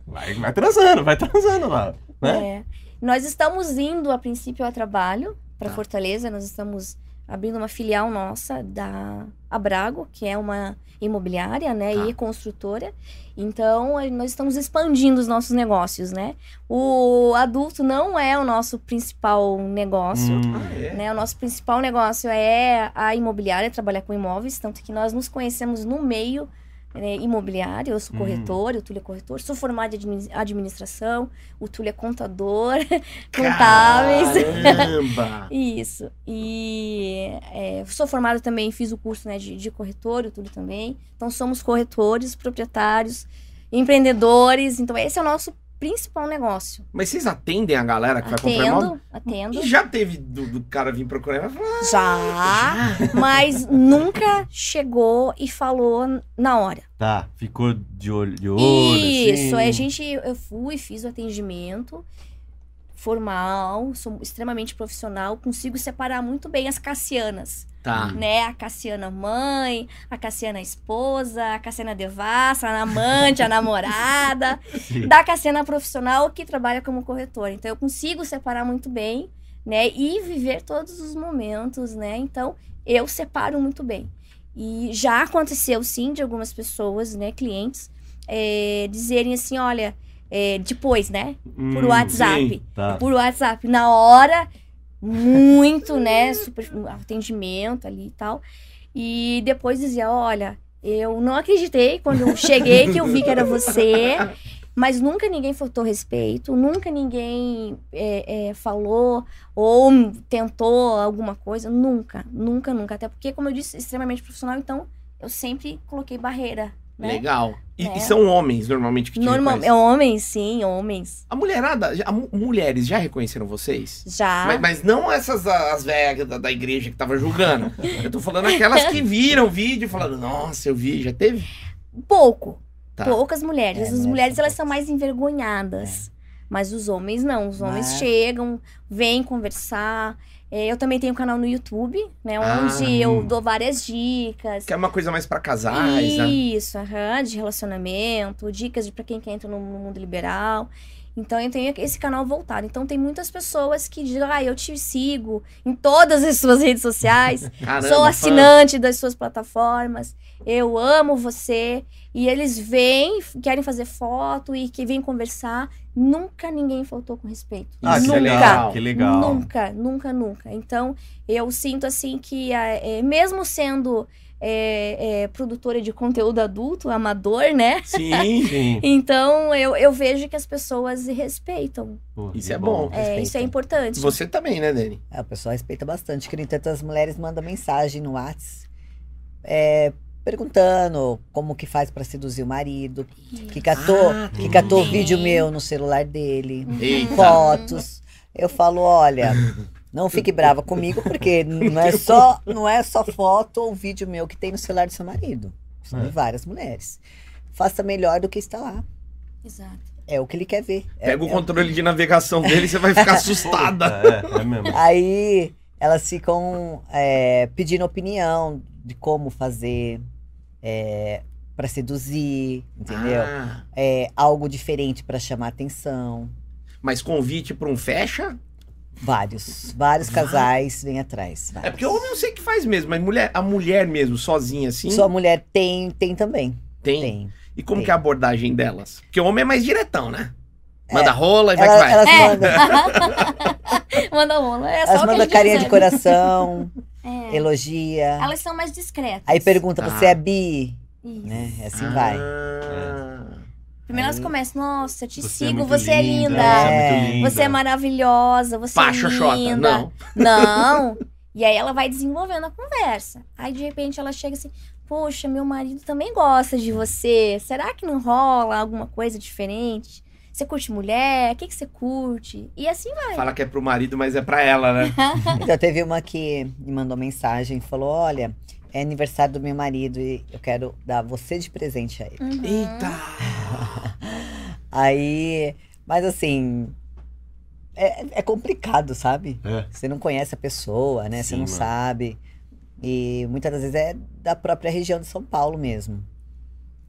Speaker 2: Vai, vai transando, vai transando lá. Né?
Speaker 3: é. Nós estamos indo, a princípio, a trabalho para
Speaker 1: Tá.
Speaker 3: Fortaleza. Nós estamos abrindo uma filial nossa da Abrago, que é uma imobiliária, né,
Speaker 1: Tá.
Speaker 3: e construtora. Então, a- nós estamos expandindo os nossos negócios, né? O adulto não é o nosso principal negócio.
Speaker 2: Hum.
Speaker 1: Ah, é?
Speaker 3: Né? O nosso principal negócio é a imobiliária, trabalhar com imóveis, tanto que nós nos conhecemos no meio né, imobiliário. Eu sou
Speaker 2: Hum.
Speaker 3: corretor, o Túlio é corretor, sou formada em admi- administração, o Túlio é contador, contábeis.
Speaker 1: Caramba.
Speaker 3: Isso. E é, sou formada também, fiz o curso né, de, de corretor, o Túlio também. Então somos corretores, proprietários, empreendedores. Então esse é o nosso principal negócio.
Speaker 1: Mas vocês atendem a galera que vai comprar imóvel?
Speaker 3: Atendo, atendo.
Speaker 1: E já teve do, do cara vir procurar e falar, "Ah,
Speaker 3: Já, Ah, mas nunca chegou e falou na hora.
Speaker 2: Tá, ficou de olho. De olho assim.
Speaker 3: Isso,
Speaker 4: é
Speaker 3: aí a gente, eu fui, fiz o atendimento formal, sou extremamente profissional, consigo separar muito bem as Cassianas,
Speaker 2: Ah.
Speaker 1: tá.
Speaker 3: né? A Cassiana mãe, a Cassiana esposa, a Cassiana devassa, a amante, a namorada
Speaker 2: Sim.
Speaker 3: da Cassiana profissional que trabalha como corretora. Então eu consigo separar muito bem, né? E viver todos os momentos, né? Então eu separo muito bem. E já aconteceu sim de algumas pessoas, né, clientes, eh, dizerem assim, olha, eh, depois, né? Por
Speaker 2: Hum,
Speaker 3: WhatsApp
Speaker 1: sim.
Speaker 2: Tá.
Speaker 3: por WhatsApp na hora, muito, né? Super atendimento ali e tal. E depois dizia: Olha, eu não acreditei quando eu cheguei que eu vi que era você. Mas nunca ninguém faltou respeito, nunca ninguém é, é, falou ou tentou alguma coisa, nunca, nunca, nunca. Até porque, como eu disse, extremamente profissional, então eu sempre coloquei barreira, né?
Speaker 1: Legal. E,
Speaker 3: É.
Speaker 1: e são homens, normalmente, que te
Speaker 3: Normal,
Speaker 1: reconhecem?
Speaker 3: é homens, sim, homens.
Speaker 1: A mulherada, já- a mu- mulheres já reconheceram vocês?
Speaker 3: Já.
Speaker 1: Mas, mas não essas a- as velhas da, da igreja que tava julgando. Eu tô falando aquelas que viram o vídeo e falaram, nossa, eu vi, já teve?
Speaker 3: Pouco.
Speaker 1: Tá.
Speaker 3: Poucas mulheres.
Speaker 4: É,
Speaker 3: As
Speaker 4: mulheres
Speaker 3: mulheres
Speaker 4: são
Speaker 3: elas são mais envergonhadas. Mas os homens não. Os homens
Speaker 4: Mas-
Speaker 3: chegam, vêm conversar. É, Eu também tenho um canal no YouTube, né?
Speaker 1: Ah,
Speaker 3: Onde
Speaker 2: hum.
Speaker 3: eu dou várias dicas.
Speaker 1: Que é uma coisa mais pra casais, né?
Speaker 3: Isso, aham, de relacionamento, dicas de pra quem quer entrar no no mundo liberal. Então eu tenho esse canal voltado. Então tem muitas pessoas que dizem, ah, eu te sigo em todas as suas redes sociais.
Speaker 1: Caramba,
Speaker 3: Sou
Speaker 1: fã.
Speaker 3: assinante das suas plataformas. Eu amo você. E eles vêm, querem fazer foto e que vêm conversar. Nunca ninguém faltou com respeito.
Speaker 2: Ah, que
Speaker 3: nunca.
Speaker 2: legal, que legal.
Speaker 3: Nunca, nunca, nunca. Então, eu sinto assim que, ah, é, mesmo sendo é, é, produtora de conteúdo adulto, amador, né?
Speaker 1: Sim.
Speaker 2: Sim.
Speaker 3: Então, eu, eu vejo que as pessoas respeitam.
Speaker 2: Pô,
Speaker 1: Isso
Speaker 2: que
Speaker 1: é bom.
Speaker 3: É, isso é
Speaker 2: Respeito.
Speaker 3: importante.
Speaker 1: Você também, né, Dani?
Speaker 4: É, o pessoal respeita bastante. Que, no entanto, as mulheres mandam mensagem no Whats é, perguntando como que faz pra seduzir o marido. Que catou,
Speaker 1: Ah,
Speaker 4: que catou
Speaker 3: tem.
Speaker 4: vídeo meu no celular dele.
Speaker 3: Hum. Uhum.
Speaker 1: Eita.
Speaker 4: Fotos. Eu falo, olha, não fique brava comigo, porque não é só, não é só foto ou vídeo meu que tem no celular do seu marido. São
Speaker 2: É.
Speaker 4: de várias mulheres. Faça melhor do que está lá.
Speaker 3: Exato.
Speaker 4: É o que ele quer ver. É-
Speaker 1: Pega o
Speaker 4: é-
Speaker 1: controle de navegação dele e você vai ficar assustada.
Speaker 2: É, é mesmo.
Speaker 4: Aí elas ficam é, pedindo opinião de como fazer é, para seduzir, entendeu?
Speaker 1: Ah,
Speaker 4: É, algo diferente para chamar atenção.
Speaker 1: mas convite pra um fecha?
Speaker 4: Vários, vários casais vêm atrás.
Speaker 1: É
Speaker 4: vários.
Speaker 1: porque homem eu sei que faz mesmo, mas mulher, a mulher mesmo, sozinha assim,
Speaker 4: Sua mulher tem, tem também.
Speaker 1: tem.
Speaker 4: Tem.
Speaker 1: E como
Speaker 4: tem.
Speaker 1: que é a abordagem delas? Porque homem é mais diretão, né? Manda rola e vai
Speaker 4: É. Ela-
Speaker 1: que vai.
Speaker 4: Elas
Speaker 3: É.
Speaker 4: mandam,
Speaker 3: Manda um, é só
Speaker 4: elas
Speaker 3: o que a
Speaker 4: mandam
Speaker 3: gente
Speaker 4: carinha de
Speaker 3: recebe.
Speaker 4: coração,
Speaker 3: É.
Speaker 4: elogia.
Speaker 3: Elas são mais discretas.
Speaker 4: Aí pergunta,
Speaker 1: Ah.
Speaker 4: você é bi?
Speaker 3: Isso.
Speaker 4: Né? E Assim vai. É.
Speaker 1: Ah.
Speaker 3: Primeiro elas
Speaker 4: Aí-
Speaker 3: começam, nossa, te
Speaker 2: Você é
Speaker 3: sigo,
Speaker 2: muito
Speaker 3: você é linda.
Speaker 2: Você é muito
Speaker 4: É.
Speaker 2: linda.
Speaker 3: Você é maravilhosa, você
Speaker 1: Pá,
Speaker 3: é
Speaker 1: xoxota.
Speaker 3: linda.
Speaker 1: Não.
Speaker 3: Não. E aí ela vai desenvolvendo a conversa. Aí de repente ela chega assim: "Poxa, meu marido também gosta de você. Será que não rola alguma coisa diferente? Você curte mulher? O que que você curte?" E assim vai.
Speaker 1: Fala que é pro marido, mas é pra ela, né?
Speaker 4: Então, teve uma que me mandou mensagem e falou: Olha, é aniversário do meu marido e eu quero dar você de presente a ele.
Speaker 3: Uhum.
Speaker 1: Eita!
Speaker 4: Aí, mas assim, é, é complicado, sabe?
Speaker 2: É.
Speaker 4: Você não conhece a pessoa, né? você
Speaker 2: Sim,
Speaker 4: não
Speaker 2: mano.
Speaker 4: sabe. E muitas das vezes é da própria região de São Paulo mesmo.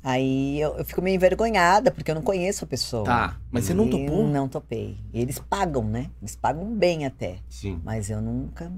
Speaker 4: Aí eu, eu fico meio envergonhada, porque eu não conheço a pessoa.
Speaker 1: Tá, mas você não
Speaker 4: E
Speaker 1: topou?
Speaker 4: Não topei. E eles pagam, né? Eles pagam bem até.
Speaker 2: Sim.
Speaker 4: Mas eu nunca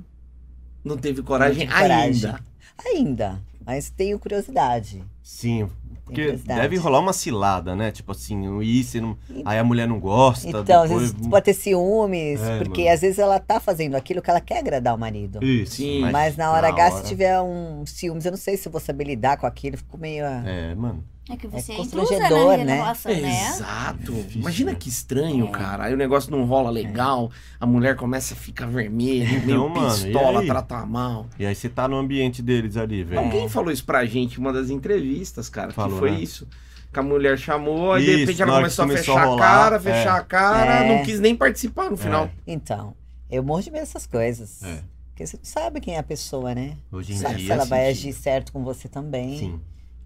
Speaker 1: Não teve coragem
Speaker 4: Não tive coragem.
Speaker 1: ainda.
Speaker 4: Ainda, mas tenho curiosidade.
Speaker 2: Sim.
Speaker 4: Tenho
Speaker 2: Porque
Speaker 4: curiosidade.
Speaker 2: deve rolar uma cilada, né? Tipo assim, o I, você não... aí a mulher não gosta.
Speaker 4: Então, às
Speaker 2: tá? depois...
Speaker 4: vezes pode ter ciúmes,
Speaker 2: É,
Speaker 4: porque
Speaker 2: mano.
Speaker 4: às vezes ela tá fazendo aquilo que ela quer agradar o marido.
Speaker 2: Isso,
Speaker 1: Sim.
Speaker 4: Mas, na hora H, se tiver um ciúmes, eu não sei se eu vou saber lidar com aquilo, eu fico meio. ah,
Speaker 2: É, mano.
Speaker 3: É que você é,
Speaker 4: É
Speaker 3: intrusa na
Speaker 4: constrangedor, né?
Speaker 3: relação,
Speaker 2: É
Speaker 3: né?
Speaker 1: Exato.
Speaker 2: difícil,
Speaker 1: Imagina
Speaker 2: né? É.
Speaker 1: que estranho,
Speaker 4: É.
Speaker 1: cara. Aí o negócio não rola legal, a mulher começa a ficar vermelha, meio
Speaker 2: Então, mano, e
Speaker 1: pistola,
Speaker 2: aí?
Speaker 1: trata mal.
Speaker 2: E aí você tá no ambiente deles ali, velho.
Speaker 1: Alguém falou isso pra gente em uma das entrevistas, cara, que
Speaker 2: Falou,
Speaker 1: foi
Speaker 2: né?
Speaker 1: isso. Que a mulher chamou, aí de
Speaker 2: Isso,
Speaker 1: repente
Speaker 2: na
Speaker 1: ela
Speaker 2: hora que
Speaker 1: começou a
Speaker 2: começou a
Speaker 1: fechar a,
Speaker 2: rolar,
Speaker 1: cara,
Speaker 2: é.
Speaker 1: fechar a cara,
Speaker 4: É.
Speaker 1: não quis nem participar no final.
Speaker 4: Então, eu morro de medo dessas coisas.
Speaker 2: É.
Speaker 4: Porque você não sabe quem é a pessoa, né?
Speaker 2: Hoje em
Speaker 4: Sabe
Speaker 2: dia.
Speaker 4: se ela vai
Speaker 2: assim,
Speaker 4: agir assim? certo com você também.
Speaker 2: Sim.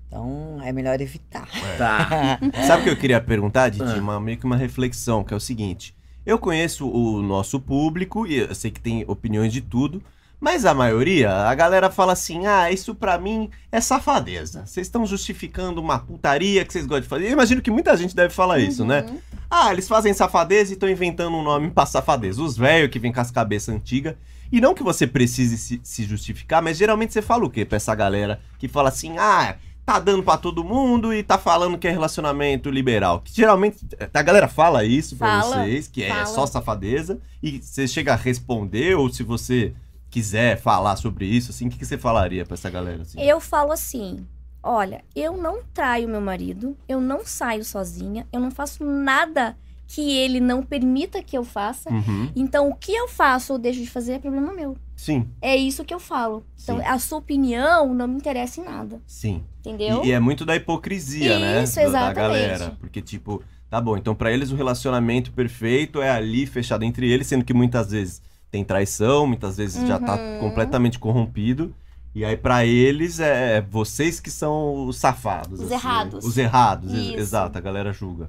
Speaker 4: Então, é melhor evitar.
Speaker 1: Tá.
Speaker 2: Sabe o que eu queria perguntar, Didi?
Speaker 1: Ah.
Speaker 2: Uma, meio que uma reflexão, que é o seguinte. Eu conheço o nosso público e eu sei que tem opiniões de tudo, mas a maioria, a galera fala assim: ah, isso pra mim é safadeza. Vocês estão justificando uma putaria que vocês gostam de fazer. Eu imagino que muita gente deve falar isso, né?
Speaker 3: Uhum.
Speaker 2: Ah, eles fazem safadeza e estão inventando um nome pra safadeza. Os velhos que vêm com as cabeças antigas. E não que você precise se, se justificar, mas geralmente você fala o quê pra essa galera que fala assim, ah, tá dando pra todo mundo e tá falando que é relacionamento liberal. Que geralmente a galera fala isso pra
Speaker 3: Fala,
Speaker 2: vocês, que é
Speaker 3: fala.
Speaker 2: só safadeza, e você chega a responder, ou se você quiser falar sobre isso, assim, o que, que você falaria pra essa galera? Assim?
Speaker 3: Eu falo assim: olha, eu não traio meu marido, eu não saio sozinha, eu não faço nada que ele não permita que eu faça.
Speaker 2: Uhum.
Speaker 3: Então, o que eu faço ou deixo de fazer é problema meu.
Speaker 2: Sim,
Speaker 3: É isso que eu falo. Então,
Speaker 2: Sim.
Speaker 3: a sua opinião não me interessa em nada,
Speaker 2: sim.
Speaker 3: entendeu?
Speaker 2: E, e é muito da hipocrisia, né?
Speaker 3: Isso,
Speaker 2: da- Da
Speaker 3: exatamente.
Speaker 2: galera. Porque, tipo, tá bom, então pra eles o relacionamento perfeito é ali fechado entre eles, sendo que muitas vezes tem traição, muitas vezes já tá
Speaker 3: Uhum.
Speaker 2: completamente corrompido. E aí, pra eles, é vocês que são os safados.
Speaker 3: Os
Speaker 2: assim, né?
Speaker 3: errados.
Speaker 2: Os errados, ex-
Speaker 3: Isso.
Speaker 2: exato, a galera julga.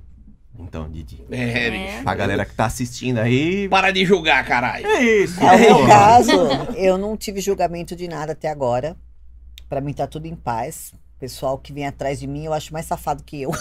Speaker 2: Então, Didi.
Speaker 1: É,
Speaker 3: É.
Speaker 1: bicho.
Speaker 2: A galera que tá assistindo aí.
Speaker 1: Para de julgar, caralho.
Speaker 2: É isso,
Speaker 4: É o meu
Speaker 2: porra.
Speaker 4: caso, eu não tive julgamento de nada até agora. Pra mim tá tudo em paz. pessoal que vem atrás de mim, eu acho mais safado que eu.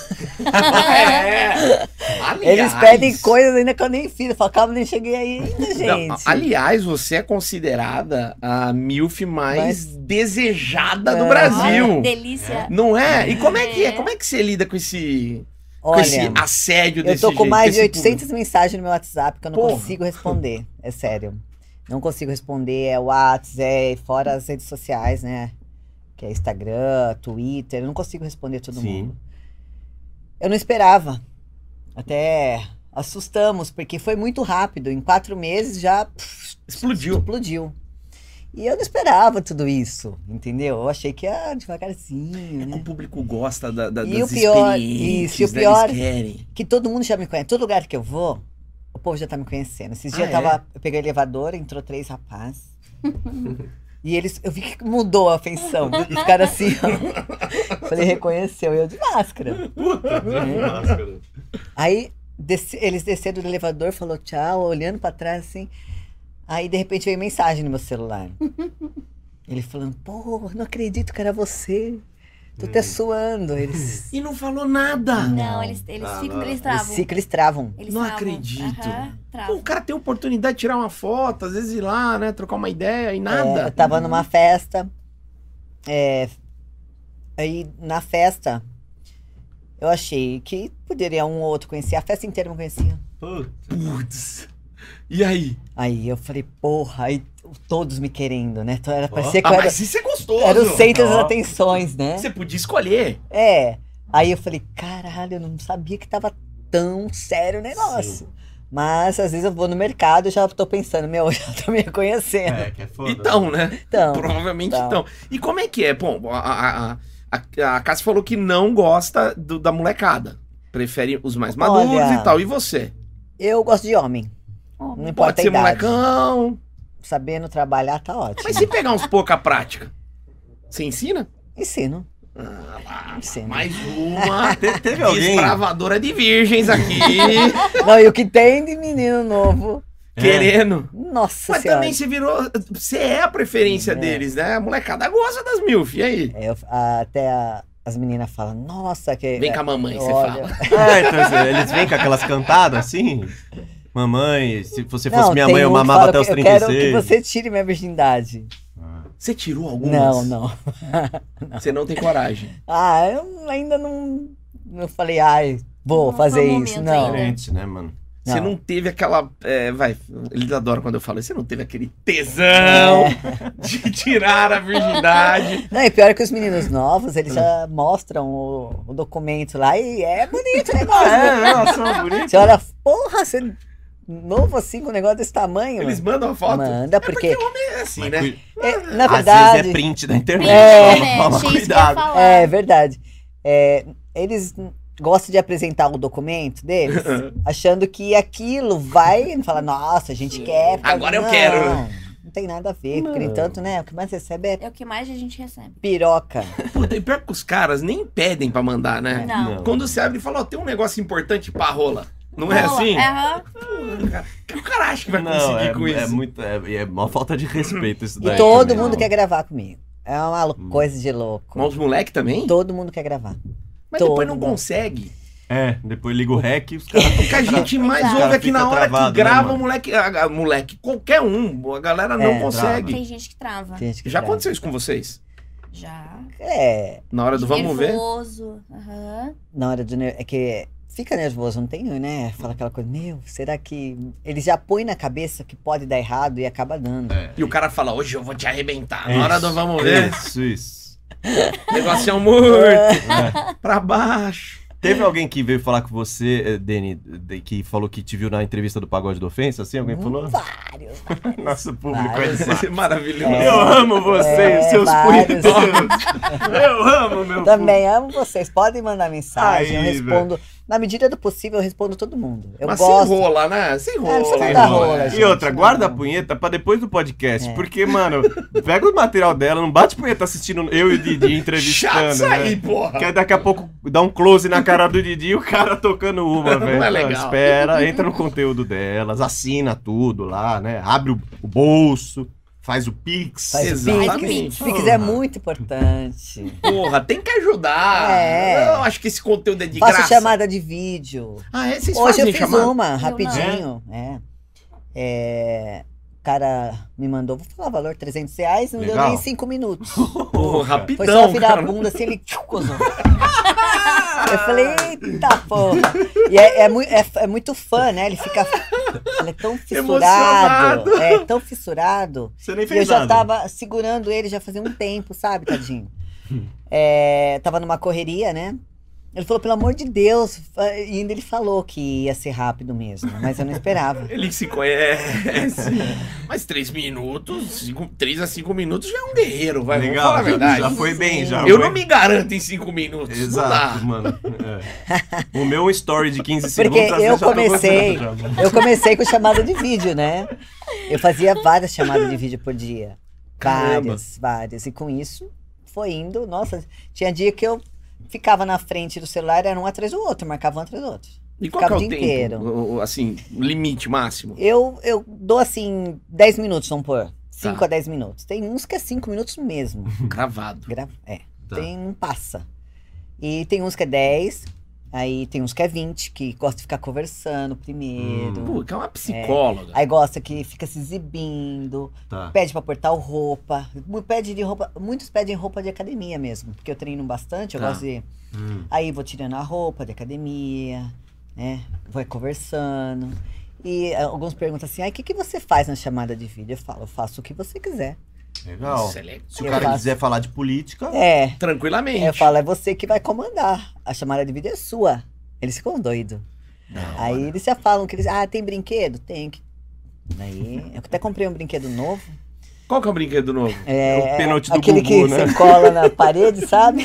Speaker 1: É. Aliás-
Speaker 4: Eles pedem coisas ainda que eu nem fiz. Eu falo, calma, nem cheguei aí ainda, gente.
Speaker 1: Não, aliás, você é considerada a MILF mais
Speaker 4: Mas-
Speaker 1: desejada do
Speaker 4: É.
Speaker 3: Olha, que
Speaker 1: Brasil.
Speaker 3: delícia.
Speaker 1: Não é? E como é que é?
Speaker 3: É.
Speaker 1: Como é que você lida com esse, com
Speaker 4: Olha,
Speaker 1: esse assédio
Speaker 4: eu
Speaker 1: desse
Speaker 4: tô com
Speaker 1: jeito,
Speaker 4: mais de
Speaker 1: desse público?
Speaker 4: 800 mensagens no meu WhatsApp que eu não
Speaker 1: Porra.
Speaker 4: consigo responder. É sério. Não consigo responder. É o WhatsApp, é fora as redes sociais, né? Que é Instagram, Twitter. Eu não consigo responder todo
Speaker 2: Sim.
Speaker 4: mundo. Eu não esperava. Até assustamos, porque foi muito rápido. Em quatro meses já
Speaker 1: Explodiu.
Speaker 4: explodiu. E eu não esperava tudo isso, entendeu? Eu achei que ia devagarzinho,
Speaker 1: É que o
Speaker 4: né?
Speaker 1: público gosta da, da,
Speaker 4: E
Speaker 1: das
Speaker 4: o pior-
Speaker 1: experiências,
Speaker 4: isso, e o
Speaker 1: né?
Speaker 4: pior-
Speaker 1: Eles querem.
Speaker 4: Que todo mundo já me conhece. Todo lugar que eu vou, o povo já tá me conhecendo. Esses
Speaker 1: Ah,
Speaker 4: dias
Speaker 1: é?
Speaker 4: eu tava. Eu peguei o elevador, entrou três rapazes. e eles. Eu vi que mudou a feição. Os caras assim, ó. Falei, reconheceu eu de máscara. Aí desce- eles desceram do elevador, falou tchau, olhando pra trás assim. Aí de repente veio mensagem no meu celular. Ele falando, pô, não acredito que era você. Tô
Speaker 1: Hum.
Speaker 4: até suando. Eles,
Speaker 1: E não falou nada.
Speaker 4: Não.
Speaker 3: Não, eles, eles
Speaker 2: Ah,
Speaker 3: ficam,
Speaker 2: não.
Speaker 3: eles
Speaker 4: eles,
Speaker 3: travam.
Speaker 4: ficam- eles travam.
Speaker 3: Eles
Speaker 1: Não
Speaker 3: travam.
Speaker 1: acredito.
Speaker 3: Aham,
Speaker 1: Pô,
Speaker 3: travam.
Speaker 1: o cara tem a oportunidade de tirar uma foto, às vezes ir lá, né? Trocar uma ideia e nada.
Speaker 4: É, eu tava numa festa. é, aí na festa, eu achei que poderia um ou outro conhecer. A festa inteira não conhecia.
Speaker 1: Putz. E aí?
Speaker 4: Aí eu falei, porra, aí todos me querendo, né? Então era, parecia que
Speaker 1: Ah,
Speaker 4: eu era,
Speaker 1: mas isso é gostoso.
Speaker 4: era o centro das
Speaker 2: Ó.
Speaker 4: atenções, né?
Speaker 1: Você podia escolher.
Speaker 4: É. Aí eu falei, caralho, eu não sabia que tava tão sério o negócio. Mas às vezes eu vou no mercado e já tô pensando, meu, já tô me conhecendo.
Speaker 2: É, que é foda.
Speaker 1: Então, né?
Speaker 4: Então,
Speaker 1: Provavelmente
Speaker 4: tá.
Speaker 1: então. E como é que é? Bom, a, a, a, a, a Cássia falou que não gosta do- da molecada. Prefere os mais maduros
Speaker 4: Olha,
Speaker 1: e tal. E você?
Speaker 4: eu gosto de homem.
Speaker 3: Homem.
Speaker 4: Não importa
Speaker 1: Pode
Speaker 4: a
Speaker 1: ser
Speaker 4: idade.
Speaker 1: molecão.
Speaker 4: Sabendo trabalhar, tá ótimo.
Speaker 1: Mas se pegar uns pouca prática, você ensina?
Speaker 4: Ensino.
Speaker 1: Ah, lá,
Speaker 4: Ensino.
Speaker 1: mais uma
Speaker 2: Te- teve alguém.
Speaker 1: desbravadora de virgens aqui,
Speaker 4: Não, e o que tem de menino novo?
Speaker 2: É.
Speaker 1: querendo.
Speaker 4: Nossa
Speaker 1: Mas
Speaker 4: senhora.
Speaker 1: também você virou. Você é a preferência
Speaker 4: É.
Speaker 1: deles, né? A molecada gosta das MILF. E aí?
Speaker 4: É, eu- a- até a- as meninas falam, nossa, que.
Speaker 1: Vem com a mamãe, você
Speaker 4: É. Olha.
Speaker 1: fala.
Speaker 2: É, então, assim, eles vêm com aquelas cantadas assim. Mamãe, se você fosse
Speaker 4: Não,
Speaker 2: minha
Speaker 4: tem
Speaker 2: mãe, eu
Speaker 4: um que
Speaker 2: mamava
Speaker 4: fala
Speaker 2: até os
Speaker 4: que eu
Speaker 2: 36.
Speaker 4: quero que você tire minha virgindade.
Speaker 2: Ah.
Speaker 1: Você tirou algumas?
Speaker 4: Não, não.
Speaker 1: Você não tem coragem.
Speaker 4: Ah, eu ainda não. Não falei, ai, vou
Speaker 3: Não
Speaker 4: fazer
Speaker 3: foi o
Speaker 4: isso.
Speaker 3: momento
Speaker 1: É
Speaker 4: Não.
Speaker 2: Diferente, né, mano?
Speaker 1: Você
Speaker 4: Não.
Speaker 1: não teve aquela. é, vai, eles adoram quando eu falo isso. Você não teve aquele tesão
Speaker 4: É.
Speaker 1: de tirar a virgindade.
Speaker 4: Não, e pior é que os meninos novos, eles
Speaker 2: Hum.
Speaker 4: já mostram o, o documento lá e é bonito o negócio. né?
Speaker 2: relação bonita.
Speaker 4: Você olha, porra, você é novo assim com um negócio desse tamanho?
Speaker 1: Eles mandam a foto.
Speaker 4: Manda, porque.
Speaker 1: É assim, né?
Speaker 4: é, na
Speaker 2: Às
Speaker 4: verdade.
Speaker 2: vezes é print da internet.
Speaker 4: É.
Speaker 2: toma- toma
Speaker 3: né? Gente, isso que eu ia
Speaker 2: cuidado.
Speaker 3: falar.
Speaker 4: É verdade. É, eles n- gostam de apresentar o documento deles, achando que aquilo vai falar, nossa, a gente quer. fala,
Speaker 1: Agora eu
Speaker 4: não,
Speaker 1: quero."
Speaker 4: Não tem nada a ver, porque, no entanto, né? O que mais recebe é
Speaker 3: É o que mais a gente recebe.
Speaker 2: É,
Speaker 4: piroca.
Speaker 1: Puta, e pior que os caras nem pedem pra mandar, né?
Speaker 3: Não.
Speaker 1: Quando você abre e fala, ó, tem um negócio importante pra rola. Não é
Speaker 3: Rola.
Speaker 1: assim?
Speaker 3: Aham.
Speaker 1: Que o cara acha que vai
Speaker 2: Não,
Speaker 1: conseguir
Speaker 2: é,
Speaker 1: com
Speaker 2: é
Speaker 1: isso?
Speaker 2: muito. É, e é uma falta de respeito isso daí.
Speaker 4: E todo
Speaker 2: também,
Speaker 4: mundo
Speaker 2: não.
Speaker 4: quer gravar comigo. É uma lou-
Speaker 2: Hum.
Speaker 4: coisa de louco.
Speaker 1: Mas os moleque também?
Speaker 4: Todo mundo quer gravar.
Speaker 1: Mas depois
Speaker 4: todo
Speaker 1: não
Speaker 4: mundo.
Speaker 1: consegue.
Speaker 2: É, depois liga o rec e os caras.
Speaker 1: O que a gente mais
Speaker 3: Exato.
Speaker 1: ouve
Speaker 2: Cara,
Speaker 1: é que na
Speaker 2: fica
Speaker 1: hora
Speaker 2: travado,
Speaker 1: que grava,
Speaker 2: né,
Speaker 1: o moleque, a- a- moleque, qualquer um, a galera não
Speaker 4: É,
Speaker 1: consegue.
Speaker 3: Tem gente que trava.
Speaker 4: Tem gente que
Speaker 1: Já
Speaker 4: grava.
Speaker 1: aconteceu isso com vocês?
Speaker 3: Já.
Speaker 4: É,
Speaker 1: Na hora do vamos ver?
Speaker 3: Nervoso. Aham.
Speaker 4: na hora do. ner- É que fica nervoso, não tem, né? Fala aquela coisa, meu, será que. Ele já põe na cabeça que pode dar errado e acaba dando.
Speaker 1: E o cara fala, hoje eu vou te arrebentar.
Speaker 2: Isso,
Speaker 1: Na hora do É vamos ver,
Speaker 2: Isso, isso.
Speaker 1: o negócio é um morto.
Speaker 4: É.
Speaker 1: pra baixo.
Speaker 2: Teve alguém que veio falar com você, eh, Deni, de- que falou que te viu na entrevista do Pagode do Ofensa, assim? Alguém falou?
Speaker 4: Hum, Vários.
Speaker 2: Nosso público é
Speaker 4: Vários.
Speaker 2: demais.
Speaker 1: Isso é maravilhoso.
Speaker 4: É.
Speaker 2: Eu amo vocês,
Speaker 4: É,
Speaker 2: seus
Speaker 4: vários.
Speaker 2: punheteiros. Eu amo, meu
Speaker 4: Também amo vocês. Podem mandar mensagem, eu
Speaker 2: Aí,
Speaker 4: respondo. Na medida do possível, eu respondo todo mundo. Eu
Speaker 1: Mas
Speaker 4: gosto.
Speaker 1: sem rola, né? Sem rola.
Speaker 4: precisa
Speaker 2: Sem
Speaker 4: dar
Speaker 1: né?
Speaker 4: tá rola,
Speaker 2: rola.
Speaker 4: gente,
Speaker 2: E outra,
Speaker 4: não.
Speaker 2: guarda a punheta pra depois do podcast.
Speaker 4: É.
Speaker 2: Porque, mano, pega o material dela, não bate punheta assistindo eu e o Didi
Speaker 1: Chato
Speaker 2: entrevistando.
Speaker 1: isso
Speaker 2: né?
Speaker 1: aí, porra.
Speaker 2: Que aí daqui a pouco dá um close na cara do Didi e o cara tocando uma,
Speaker 1: Não
Speaker 2: velho.
Speaker 1: é
Speaker 2: Não,
Speaker 1: legal.
Speaker 2: Espera, entra no conteúdo delas, assina tudo lá, né? Abre o, o bolso, Faz o Pix.
Speaker 4: Faz o
Speaker 1: Exatamente.
Speaker 4: Pix. Pix é muito importante.
Speaker 1: Porra, tem que ajudar.
Speaker 4: É.
Speaker 1: Eu acho que esse conteúdo é de
Speaker 4: Faço
Speaker 1: graça.
Speaker 4: chamada de vídeo.
Speaker 1: Ah, é? Vocês
Speaker 4: Hoje eu
Speaker 1: fazem
Speaker 4: fiz um.
Speaker 1: chamada?
Speaker 4: uma,
Speaker 3: não.
Speaker 4: rapidinho. É. É, O cara me mandou, vou falar o valor, 300 reais, não deu
Speaker 2: Legal.
Speaker 4: nem 5 minutos.
Speaker 1: Pô,
Speaker 4: Foi só
Speaker 1: rapidão,
Speaker 4: virar
Speaker 1: cara.
Speaker 4: a bunda assim, ele... tchucosou. Eu falei, eita porra. E é, é, mui- é- é muito fã, né? Ele fica... Ele é tão fissurado.
Speaker 1: Emocionado.
Speaker 4: É, tão fissurado.
Speaker 2: Você nem
Speaker 4: E eu
Speaker 2: fez
Speaker 4: já
Speaker 2: nada.
Speaker 4: tava segurando ele já fazia um tempo, sabe, tadinho? É, tava numa correria, né? Ele falou, pelo amor de Deus. fa- E ainda ele falou que ia ser rápido mesmo, mas eu não esperava.
Speaker 1: Ele se conhece. Mas três minutos, cinco, três a cinco minutos já é um guerreiro, vai. Vamos
Speaker 2: Legal,
Speaker 1: falar a verdade.
Speaker 2: já foi bem, já.
Speaker 1: Eu
Speaker 2: foi.
Speaker 1: não me garanto em cinco minutos.
Speaker 2: Exato,
Speaker 1: Não dá.
Speaker 2: mano. É. O meu story de 15
Speaker 4: Porque
Speaker 2: segundos. às vezes,
Speaker 4: eu
Speaker 2: já tô
Speaker 4: comecei.
Speaker 2: gostando já.
Speaker 4: Eu comecei com chamada de vídeo, né? Eu fazia várias chamadas de vídeo por dia.
Speaker 2: Caramba.
Speaker 4: Várias, várias. E com isso, foi indo. Nossa, tinha dia que eu ficava na frente do celular, era um atrás do outro, marcava um atrás do outro.
Speaker 1: E qual que é
Speaker 4: Ficava
Speaker 1: o
Speaker 4: o
Speaker 1: tempo?
Speaker 4: dia inteiro.
Speaker 1: O- o- Assim, limite máximo.
Speaker 4: Eu, eu dou assim, 10 minutos, vamos pôr. 5
Speaker 1: Tá.
Speaker 4: a 10 minutos. Tem uns que é 5 minutos mesmo.
Speaker 1: Gravado.
Speaker 4: Gra- É.
Speaker 2: Uhum. Tá.
Speaker 4: Tem, não passa. E tem uns que é 10, aí tem uns que é 20, que gosta de ficar conversando primeiro.
Speaker 2: Hum,
Speaker 1: Pô, que é uma psicóloga.
Speaker 4: Aí gosta que fica se exibindo,
Speaker 2: Tá.
Speaker 4: pede pra portar o roupa. Mu- Pede de roupa. Muitos pedem roupa de academia mesmo, porque eu treino bastante, eu
Speaker 1: Tá.
Speaker 4: gosto de.
Speaker 2: Hum.
Speaker 4: Aí vou tirando a roupa de academia, né? Vai conversando. E ah, alguns perguntam assim: ai, o que, que você faz na chamada de vídeo? Eu falo, eu faço o que você quiser.
Speaker 2: Legal.
Speaker 1: Isso é legal.
Speaker 2: Se o
Speaker 4: Eu
Speaker 2: cara
Speaker 4: faço.
Speaker 2: quiser falar de política,
Speaker 4: É,
Speaker 1: Tranquilamente.
Speaker 4: Eu falo, é você que vai comandar. A chamada de vídeo é sua. Eles ficam doidos.
Speaker 2: Da
Speaker 4: Aí eles já falam que eles. Ah, tem brinquedo? Tem. que- Aí, eu até comprei um brinquedo novo.
Speaker 1: Qual que é o brinquedo novo?
Speaker 2: é o pênalti do
Speaker 4: aquele
Speaker 2: Gugu,
Speaker 4: que
Speaker 2: né?
Speaker 4: você cola na parede, sabe?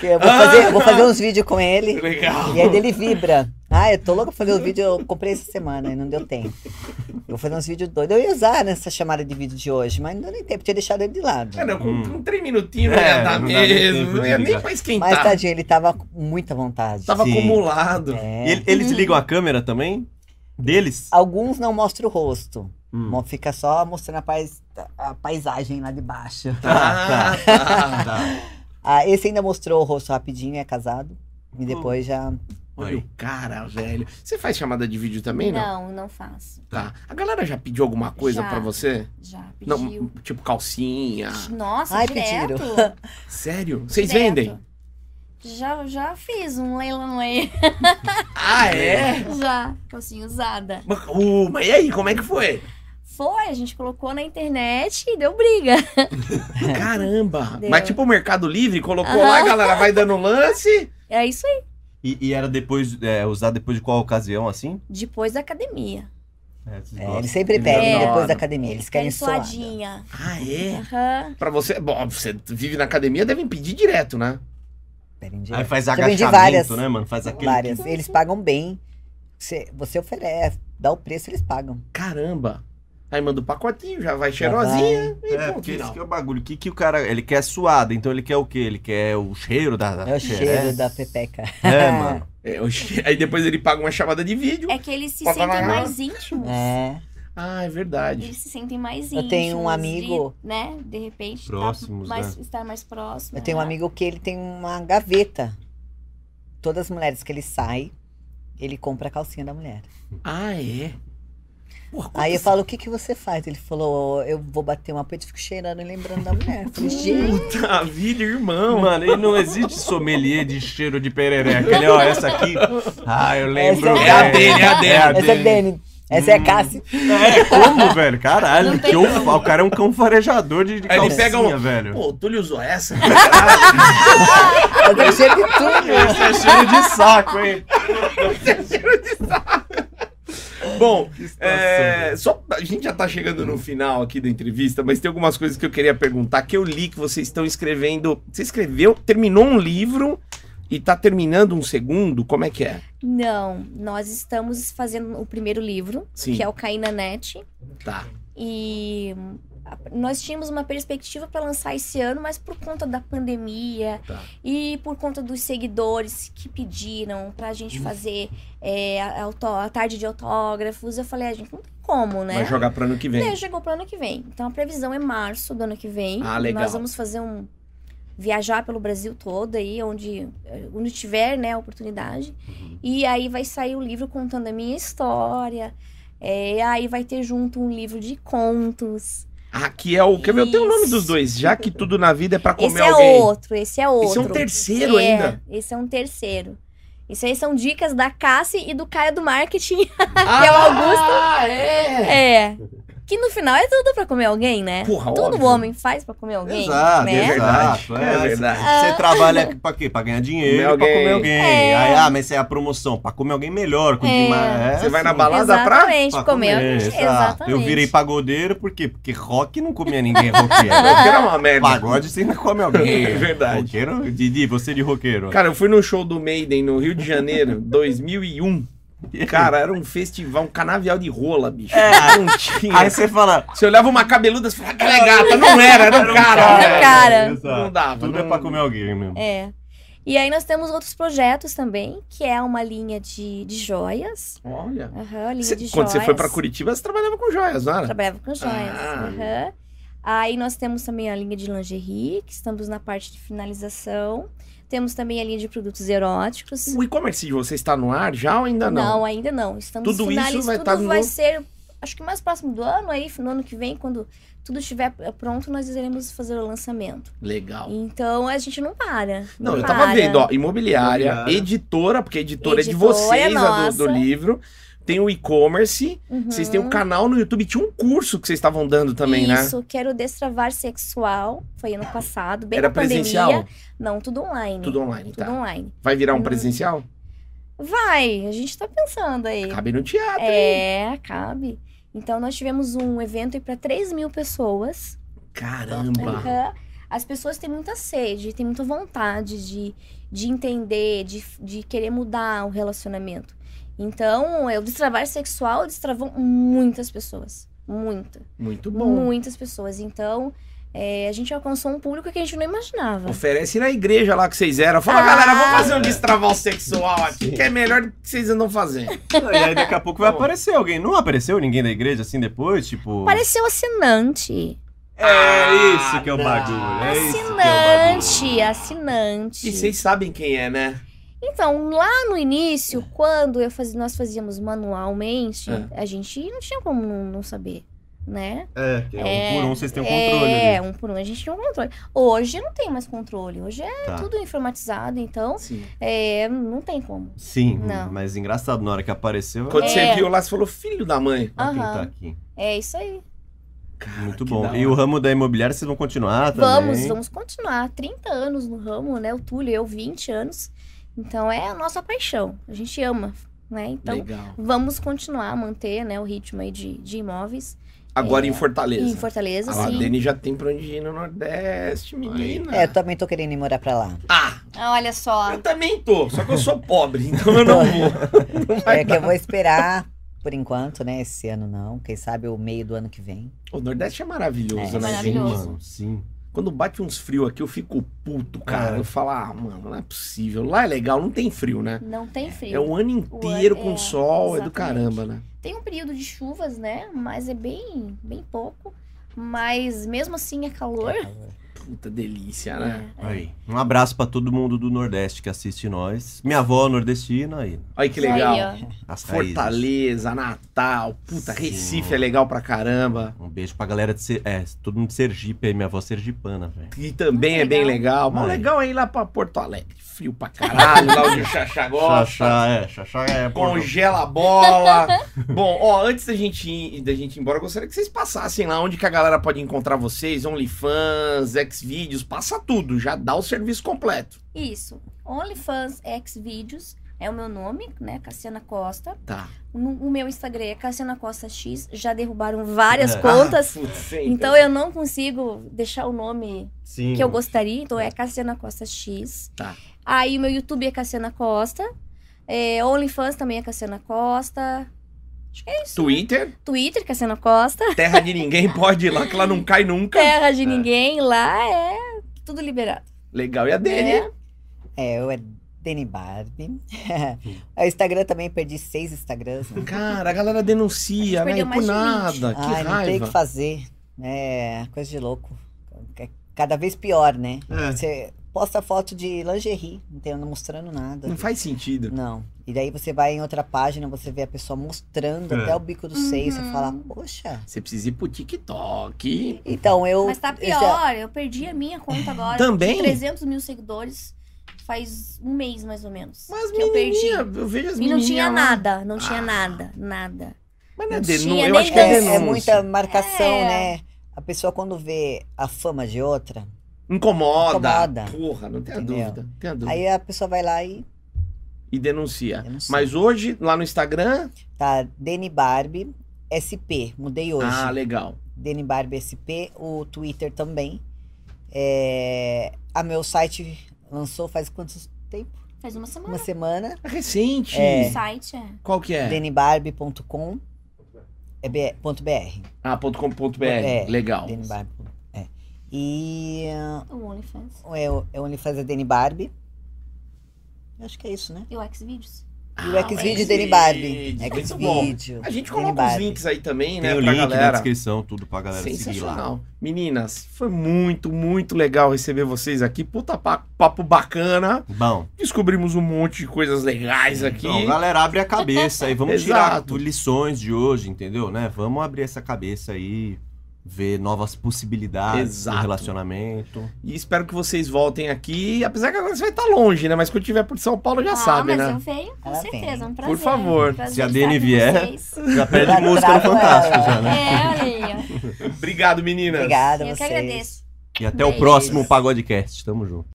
Speaker 4: Que eu vou,
Speaker 1: Ah!
Speaker 4: fazer, eu vou fazer uns vídeos com ele.
Speaker 1: Legal.
Speaker 4: E é aí ele vibra. Ah, eu tô louco pra fazer um vídeo, eu comprei essa semana e não deu tempo. Eu vou fazer uns vídeos doidos. Eu ia usar nessa chamada de vídeo de hoje, mas não deu nem tempo, tinha deixado ele de lado.
Speaker 1: É, não, com,
Speaker 2: Hum.
Speaker 1: com três minutinhos não
Speaker 2: É,
Speaker 1: ia dar
Speaker 2: não dá nem
Speaker 1: mesmo.
Speaker 2: tempo
Speaker 1: Não
Speaker 2: de
Speaker 1: ia nem
Speaker 2: ligar.
Speaker 1: pra esquentar.
Speaker 4: Mas tá tadinho, ele tava com muita vontade.
Speaker 1: Tava
Speaker 2: Sim.
Speaker 1: acumulado.
Speaker 4: É.
Speaker 2: Tá E ele- eles ligam a câmera também? Deles?
Speaker 4: Alguns não mostram o rosto.
Speaker 2: Hum.
Speaker 4: Mo- Fica só mostrando a, pais- a paisagem lá de baixo.
Speaker 1: Ah,
Speaker 2: Tá,
Speaker 1: tá.
Speaker 2: tá, tá.
Speaker 4: Ah, esse ainda mostrou o rosto rapidinho, é casado. E depois já.
Speaker 1: Olha o cara, velho. Você faz chamada de vídeo também, não?
Speaker 3: Não, não faço.
Speaker 1: Tá. A galera já pediu alguma coisa
Speaker 3: Já.
Speaker 1: pra você?
Speaker 3: Já
Speaker 1: Não,
Speaker 3: pediu.
Speaker 1: tipo calcinha.
Speaker 3: Nossa,
Speaker 4: Ai,
Speaker 3: direto.
Speaker 4: pediram.
Speaker 1: Sério? Vocês
Speaker 3: direto.
Speaker 1: vendem?
Speaker 3: Já, já fiz um leilão aí.
Speaker 1: Ah, é?
Speaker 3: Já, calcinha usada.
Speaker 1: Mas, uh, mas e aí, como é que foi?
Speaker 3: Foi, a gente colocou na internet e deu briga.
Speaker 1: Caramba!
Speaker 3: Deu.
Speaker 1: Mas tipo o Mercado Livre, colocou lá, a galera vai dando lance.
Speaker 3: É isso aí.
Speaker 2: E, e era depois, é, usar depois de qual ocasião, assim?
Speaker 3: Depois da academia.
Speaker 2: É, vocês
Speaker 4: É,
Speaker 2: gostam.
Speaker 4: eles sempre pedem
Speaker 3: adoram.
Speaker 4: depois da academia. Eles querem né? então. suada.
Speaker 3: suadinha.
Speaker 1: Ah, é?
Speaker 3: Aham.
Speaker 1: Pra você, bom, você vive na academia, devem pedir direto, né?
Speaker 4: Pedem direto.
Speaker 2: Aí faz
Speaker 4: vendi
Speaker 2: agachamento,
Speaker 4: várias.
Speaker 2: né, mano? Faz aquele...
Speaker 4: Várias. Eles pagam bem. Você, você oferece, dá o preço, eles pagam.
Speaker 1: Caramba! Aí manda o pacotinho, já vai cheirosinha e
Speaker 2: É,
Speaker 1: ponto
Speaker 2: porque esse
Speaker 1: final.
Speaker 2: que é o bagulho. O que, que o cara... Ele quer suada, então ele quer o quê? Ele quer o cheiro da... da
Speaker 4: É o cheiro
Speaker 2: né?
Speaker 4: da pepeca.
Speaker 2: É, mano.
Speaker 1: É, oxi, aí depois ele paga uma chamada de vídeo.
Speaker 3: É que eles se
Speaker 1: Pode
Speaker 3: sentem
Speaker 1: falar.
Speaker 3: mais íntimos.
Speaker 4: É.
Speaker 1: Ah, é verdade.
Speaker 3: Eles se sentem mais íntimos.
Speaker 4: Eu tenho um
Speaker 3: de-
Speaker 4: amigo-
Speaker 3: né? De repente, tá
Speaker 2: Próximos,
Speaker 1: né?
Speaker 3: mais, estar mais próximo.
Speaker 4: Eu tenho um
Speaker 3: né?
Speaker 4: amigo que ele tem uma gaveta. Todas as mulheres que ele sai, ele compra a calcinha da mulher.
Speaker 1: Ah, é? Porra,
Speaker 4: Aí eu
Speaker 1: quantas-
Speaker 4: falo, o que, que você faz? Ele falou, eu vou bater um aperto e fico cheirando e lembrando da mulher. Eu falei, gente,
Speaker 1: Puta vida, irmão.
Speaker 2: Mano, e não existe sommelier de cheiro de perereca. Ele, ó, essa aqui... Ah, eu lembro.
Speaker 4: Essa é a
Speaker 2: bem.
Speaker 1: dele, é a dele.
Speaker 4: essa é Dani, essa é a Cassi.
Speaker 2: É, como, velho? Caralho,
Speaker 3: Não
Speaker 2: que
Speaker 3: tem
Speaker 2: eu, o cara é um cão farejador de, de
Speaker 1: Aí ele
Speaker 2: calcinha,
Speaker 1: pega um-
Speaker 2: velho.
Speaker 1: Pô, o Túlio usou essa?
Speaker 4: Ela tem cheiro de tudo.
Speaker 2: Esse é cheiro de saco, hein?
Speaker 1: Bom,
Speaker 2: Que situação,
Speaker 1: é,
Speaker 2: velho.
Speaker 1: só, a gente já tá chegando no final aqui da entrevista, mas tem algumas coisas que eu queria perguntar que eu li que vocês estão escrevendo. Você escreveu, terminou um livro e tá terminando um segundo? Como é que é?
Speaker 3: Não, nós estamos fazendo é o primeiro livro,
Speaker 1: Sim.
Speaker 3: que é o Caí na Net.
Speaker 1: Tá.
Speaker 3: E a- nós tínhamos uma perspectiva para lançar esse ano, mas por conta da pandemia
Speaker 1: Tá.
Speaker 3: e por conta dos seguidores que pediram pra gente fazer é, a, auto- a tarde de autógrafos, eu falei, a gente não tem como, né?
Speaker 1: Vai jogar pro ano que vem.
Speaker 3: Daí chegou pro ano que vem. Então a previsão é março do ano que vem.
Speaker 1: Ah, legal.
Speaker 3: Nós vamos fazer um. Viajar pelo Brasil todo aí, onde, onde tiver, né, a oportunidade.
Speaker 1: Uhum.
Speaker 3: E aí vai sair o livro contando a minha história. É, e aí vai ter junto um livro de contos.
Speaker 1: Ah, que é o. Quer ver? Eu tenho o nome
Speaker 3: Isso.
Speaker 1: dos dois. Já que tudo na vida é pra comer
Speaker 3: esse é
Speaker 1: alguém.
Speaker 3: outro, esse é outro.
Speaker 1: Esse é um terceiro
Speaker 3: É,
Speaker 1: ainda.
Speaker 3: Esse é um terceiro. Isso aí são dicas da Cassie e do Caio do Marketing.
Speaker 1: Ah,
Speaker 3: é o Augusto.
Speaker 1: é!
Speaker 3: É. Que no final é tudo pra comer alguém, né?
Speaker 1: Porra,
Speaker 3: Tudo
Speaker 1: óbvio.
Speaker 3: homem faz pra comer alguém,
Speaker 2: Exato,
Speaker 3: né?
Speaker 1: É verdade.
Speaker 2: Exato,
Speaker 1: É,
Speaker 2: é,
Speaker 1: verdade.
Speaker 2: Você trabalha pra quê? Pra ganhar dinheiro,
Speaker 1: Comer
Speaker 2: pra comer
Speaker 1: alguém.
Speaker 2: alguém.
Speaker 3: É.
Speaker 2: Aí, ah, mas isso é a promoção. Pra comer alguém melhor. Com
Speaker 3: É.
Speaker 2: quem mais- é.
Speaker 1: Você vai na
Speaker 2: assim,
Speaker 1: balada pra-
Speaker 3: Exatamente,
Speaker 2: pra
Speaker 3: comer.
Speaker 2: exato.
Speaker 3: Exatamente.
Speaker 2: Eu virei pagodeiro, por quê? Porque rock não comia ninguém roqueiro.
Speaker 1: Roqueiro é uma merda.
Speaker 2: Pagode você ainda come alguém.
Speaker 1: É verdade.
Speaker 2: Roqueiro, Didi, você de roqueiro.
Speaker 1: Cara, eu fui num show do Maiden no Rio de Janeiro, 2001. Cara, era um festival, um canavial de rola, bicho. Não tinha.
Speaker 2: Aí você fala.
Speaker 1: Você olhava uma cabeluda e falava, "Ah, que é gata. Não era, era um
Speaker 3: Era um
Speaker 1: cara.
Speaker 3: cara.
Speaker 2: Exato.
Speaker 1: Não dava,
Speaker 2: Tudo
Speaker 1: não-
Speaker 2: é pra comer alguém mesmo.
Speaker 3: É. E aí nós temos outros projetos também, que é uma linha de, de joias.
Speaker 1: Olha.
Speaker 3: Aham, linha
Speaker 1: Cê-
Speaker 3: de joias.
Speaker 1: quando você foi pra Curitiba, você trabalhava com joias, não era?
Speaker 3: Trabalhava com joias.
Speaker 1: Ah.
Speaker 3: aham. Aí nós temos também a linha de lingerie, que estamos na parte de finalização. Temos também a linha de produtos eróticos.
Speaker 1: O e-commerce de vocês está no ar já ou ainda não?
Speaker 3: ainda não. Estamos
Speaker 1: Tudo isso
Speaker 3: finalizando.
Speaker 1: vai
Speaker 3: tudo
Speaker 1: tá no-
Speaker 3: vai ser, acho que mais próximo do ano, aí no ano que vem, quando tudo estiver pronto, nós iremos fazer o lançamento.
Speaker 1: Legal.
Speaker 3: Então a gente não para.
Speaker 1: Não, eu tava
Speaker 3: para.
Speaker 1: vendo, ó, imobiliária,
Speaker 2: Imobiliária.
Speaker 1: editora, porque a editora, é de
Speaker 3: Editora,
Speaker 1: vocês, a do- do,
Speaker 3: nossa.
Speaker 1: livro. Tem o e-commerce,
Speaker 3: Uhum.
Speaker 1: vocês têm o canal no YouTube, tinha um curso que vocês estavam dando também, né?
Speaker 3: Isso, quero destravar sexual. Foi ano passado, bem
Speaker 1: Era
Speaker 3: na pandemia.
Speaker 1: presencial?
Speaker 3: Não, tudo online.
Speaker 1: Tudo online,
Speaker 3: Tudo
Speaker 1: tá.
Speaker 3: online.
Speaker 1: Vai virar um
Speaker 3: Não.
Speaker 1: presencial?
Speaker 3: Vai, a gente tá pensando aí.
Speaker 1: Cabe no teatro. hein?
Speaker 3: É, cabe. Então nós tivemos um evento aí pra 3 mil pessoas.
Speaker 1: Caramba.
Speaker 3: Aham. As pessoas têm muita sede, têm muita vontade de, de entender, de, de querer mudar o relacionamento. Então, é, o destravar sexual destravou muitas pessoas. Muita.
Speaker 1: Muito bom.
Speaker 3: Muitas pessoas. Então, é, a gente alcançou um público que a gente não imaginava.
Speaker 1: Oferece na igreja lá que vocês eram. Fala,
Speaker 3: Ah.
Speaker 1: galera, vamos fazer um destraval sexual aqui,
Speaker 2: Sim.
Speaker 1: que é melhor do que vocês andam fazendo.
Speaker 2: É, E aí daqui a pouco vai
Speaker 1: Bom.
Speaker 2: aparecer alguém. Não apareceu ninguém da igreja assim depois? Tipo.
Speaker 3: Apareceu assinante.
Speaker 2: É isso que é o
Speaker 1: Ah,
Speaker 2: bagulho. É isso que é o bagulho.
Speaker 3: assinante, assinante.
Speaker 1: E vocês sabem quem é, né?
Speaker 3: Então, lá no início, quando eu faz... nós fazíamos manualmente, a gente não tinha como não- não saber, né?
Speaker 2: É, que é
Speaker 3: É,
Speaker 2: um por um, vocês têm um controle.
Speaker 3: É,
Speaker 2: ali.
Speaker 3: um por um a gente tinha um controle. Hoje não tem mais controle. Hoje é
Speaker 2: Tá.
Speaker 3: tudo informatizado, então
Speaker 1: Sim.
Speaker 3: é, não tem como.
Speaker 2: Sim,
Speaker 3: Não.
Speaker 2: mas engraçado, na hora que apareceu.
Speaker 1: Quando
Speaker 2: ah,
Speaker 1: você
Speaker 3: É.
Speaker 1: viu lá, você falou, filho da mãe.
Speaker 2: olha quem
Speaker 3: Aham.
Speaker 2: tá aqui.
Speaker 3: É isso aí.
Speaker 1: Cara,
Speaker 2: Muito
Speaker 1: que
Speaker 2: bom.
Speaker 1: da
Speaker 2: E o
Speaker 1: hora.
Speaker 2: ramo da imobiliária, vocês vão continuar também?
Speaker 3: Vamos, vamos continuar. 30 anos no ramo, né? O Túlio, eu 20 anos. Então é a nossa paixão. A gente ama, né? Então
Speaker 1: Legal.
Speaker 3: vamos continuar a manter né, o ritmo aí de, de imóveis.
Speaker 1: Agora
Speaker 3: É,
Speaker 1: em Fortaleza.
Speaker 3: Em Fortaleza,
Speaker 1: Ah, a
Speaker 3: sim. tá.
Speaker 1: Dani já tem pra onde ir no Nordeste, menina.
Speaker 4: É, eu também tô querendo ir morar pra lá.
Speaker 1: Ah,
Speaker 3: Ah, Olha só.
Speaker 1: eu também tô, só que eu sou pobre, então eu
Speaker 3: Tá.
Speaker 1: não vou. Não vai
Speaker 4: É que
Speaker 1: dar.
Speaker 4: eu vou esperar, por enquanto, né? Esse ano não. Quem sabe o meio do ano que vem.
Speaker 1: O Nordeste é
Speaker 4: É,
Speaker 1: maravilhoso, né,
Speaker 2: Sim,
Speaker 3: é
Speaker 1: gente?
Speaker 3: maravilhoso.
Speaker 2: mano, sim.
Speaker 1: Quando bate uns frios aqui, eu fico puto, cara.
Speaker 2: É.
Speaker 1: Eu falo, ah, mano, não é possível. Lá é legal, não tem frio, né?
Speaker 3: Não tem
Speaker 1: É
Speaker 3: frio.
Speaker 2: um
Speaker 1: o ano inteiro
Speaker 3: O ano-
Speaker 1: com
Speaker 3: é,
Speaker 1: sol, é do
Speaker 3: exatamente.
Speaker 1: caramba, né?
Speaker 3: Tem um período de chuvas, né? Mas é bem, bem pouco. Mas mesmo assim é calor.
Speaker 1: Puta
Speaker 2: É,
Speaker 1: delícia, né?
Speaker 2: Aí. Um abraço pra todo mundo do Nordeste que assiste nós. Minha avó nordestina É. aí.
Speaker 1: Olha que legal.
Speaker 3: Aí, ó.
Speaker 2: As raízes.
Speaker 1: Fortaleza, Natal, puta,
Speaker 2: Sim.
Speaker 1: Recife é legal pra caramba.
Speaker 2: Um beijo pra galera de Ser... É, todo mundo de Sergipe aí. Minha avó sergipana, velho.
Speaker 1: Que também
Speaker 3: Ah,
Speaker 1: é bem legal.
Speaker 2: legal.
Speaker 1: Mas o
Speaker 2: Ah, é.
Speaker 1: legal é ir lá pra Porto Alegre. Frio pra caralho, lá onde o tá. Xaxá gosta.
Speaker 2: Xaxá, é. Xaxá é.
Speaker 1: Congela a bola. Bom, ó, antes da gente, ir, da gente ir embora, eu gostaria que vocês passassem lá onde que a galera pode encontrar vocês, OnlyFans, Xvideos, passa tudo, já dá o serviço completo.
Speaker 3: Isso. OnlyFans Xvideos é o meu nome, né? Cassiana Costa.
Speaker 1: Tá.
Speaker 3: No- o meu Instagram é Cassiana Costa X. Já derrubaram várias
Speaker 2: É.
Speaker 3: contas.
Speaker 1: Ah, putz, sim,
Speaker 3: então eu não consigo deixar o nome
Speaker 2: Sim.
Speaker 3: que eu gostaria. Então é Cassiana Costa X.
Speaker 1: Tá.
Speaker 3: Aí o meu YouTube é Cassiana Costa. É, OnlyFans também é Cassiana Costa. Acho que é isso.
Speaker 1: Twitter,
Speaker 3: Twitter, Cassiano Costa.
Speaker 1: terra de ninguém, pode ir lá, que ela não cai nunca.
Speaker 3: Terra de ninguém. Lá é tudo liberado.
Speaker 1: Legal, e a dele?
Speaker 3: É.
Speaker 4: É, eu é Dani
Speaker 1: Hum.
Speaker 4: Barbie. o Instagram também perdi seis Instagrams. Né?
Speaker 1: Cara, a galera denuncia,
Speaker 3: A
Speaker 1: né?
Speaker 3: gente perdeu
Speaker 1: E Por
Speaker 3: mais de
Speaker 1: nada, que
Speaker 4: Ai, não tem o
Speaker 1: raiva.
Speaker 4: que fazer. É coisa de louco. É Cada vez pior, né?
Speaker 2: É.
Speaker 4: Você posta foto de lingerie, não tem não mostrando nada.
Speaker 1: Não faz sentido.
Speaker 4: Não. E daí você vai em outra página, você vê a pessoa mostrando
Speaker 2: É.
Speaker 4: até o bico do seio, você
Speaker 3: Uhum.
Speaker 4: fala, poxa.
Speaker 1: Você precisa ir pro TikTok.
Speaker 4: Então eu.
Speaker 3: Mas tá
Speaker 4: eu já-
Speaker 3: pior, eu perdi a minha conta agora.
Speaker 1: é Também?
Speaker 3: Tem 300 mil seguidores faz um mês, mais ou menos.
Speaker 1: Mas
Speaker 3: que eu perdi.
Speaker 1: menininha, eu vejo as
Speaker 3: E não
Speaker 1: menininhas
Speaker 3: tinha
Speaker 1: lá.
Speaker 3: nada, não
Speaker 1: Ah.
Speaker 3: tinha nada, nada.
Speaker 1: Mas não é
Speaker 3: Não
Speaker 1: denúncia,
Speaker 3: tinha
Speaker 1: eu
Speaker 3: nem
Speaker 1: acho que é
Speaker 4: É,
Speaker 1: denúncia.
Speaker 4: é muita marcação,
Speaker 3: É.
Speaker 4: né? A pessoa quando vê a fama de outra,
Speaker 1: Incomoda.
Speaker 4: Incomoda.
Speaker 1: Porra, não tenha
Speaker 4: Entendeu?
Speaker 1: dúvida. não Tenha dúvida.
Speaker 4: aí a pessoa vai lá e
Speaker 1: E denuncia.
Speaker 4: Denuncia.
Speaker 1: Mas hoje, lá no Instagram...
Speaker 4: tá Deni Barbie SP, mudei hoje.
Speaker 1: Ah, legal.
Speaker 4: Deni Barbie SP, o Twitter também. É, a meu site lançou faz quantos tempo?
Speaker 3: Faz uma semana.
Speaker 4: Uma semana.
Speaker 1: É recente.
Speaker 3: O site é.
Speaker 1: Qual que é?
Speaker 4: denibarbie.com é B- ponto .br.
Speaker 1: Ah, ponto .com.br.
Speaker 4: É,
Speaker 1: legal.
Speaker 4: Deni Barbie. É. E
Speaker 3: O OnlyFans.
Speaker 4: ah, é o é o OnlyFans da Deni Barbie. Eu Acho que é isso, né?
Speaker 3: E o Xvideos.
Speaker 4: E o Xvideo
Speaker 1: Xvideos,
Speaker 4: Deni Barbie.
Speaker 1: Ah, é Muito bom.
Speaker 4: Xvideo.
Speaker 1: A gente
Speaker 4: Deni
Speaker 1: coloca os
Speaker 4: Barbie.
Speaker 1: links aí também, né?
Speaker 2: Tem o
Speaker 1: pra
Speaker 2: link na
Speaker 1: galera.
Speaker 2: descrição, tudo pra galera seguir lá.
Speaker 1: Sensacional. Meninas, foi muito, muito legal receber vocês aqui. Puta pa- papo bacana.
Speaker 2: Bom,
Speaker 1: Descobrimos um monte de coisas legais aqui.
Speaker 2: então, galera, abre a cabeça aí. Vamos tirar
Speaker 1: Exato.
Speaker 2: lições de hoje, entendeu? Né? Vamos abrir essa cabeça aí, ver novas possibilidades
Speaker 1: Exato.
Speaker 2: do relacionamento.
Speaker 1: E espero que vocês voltem aqui. Apesar que agora você vai estar longe, né? Mas quando tiver por São Paulo já
Speaker 3: ah,
Speaker 1: sabe,
Speaker 3: mas
Speaker 1: né?
Speaker 3: eu venho, com
Speaker 4: Ela
Speaker 3: certeza. É um prazer.
Speaker 1: Por favor.
Speaker 3: um prazer
Speaker 2: Se a
Speaker 3: estar
Speaker 2: Dani
Speaker 3: com
Speaker 2: vier-
Speaker 3: vocês.
Speaker 2: Já perde
Speaker 4: Já
Speaker 2: música no
Speaker 4: trago
Speaker 2: Fantástico,
Speaker 4: ela.
Speaker 2: já, né?
Speaker 3: É, olha aí. ó.
Speaker 1: Obrigado, meninas.
Speaker 4: Obrigada a
Speaker 3: Eu que
Speaker 4: vocês.
Speaker 3: agradeço.
Speaker 2: E até o
Speaker 3: Beijos.
Speaker 2: próximo Pagodecast. Tamo junto.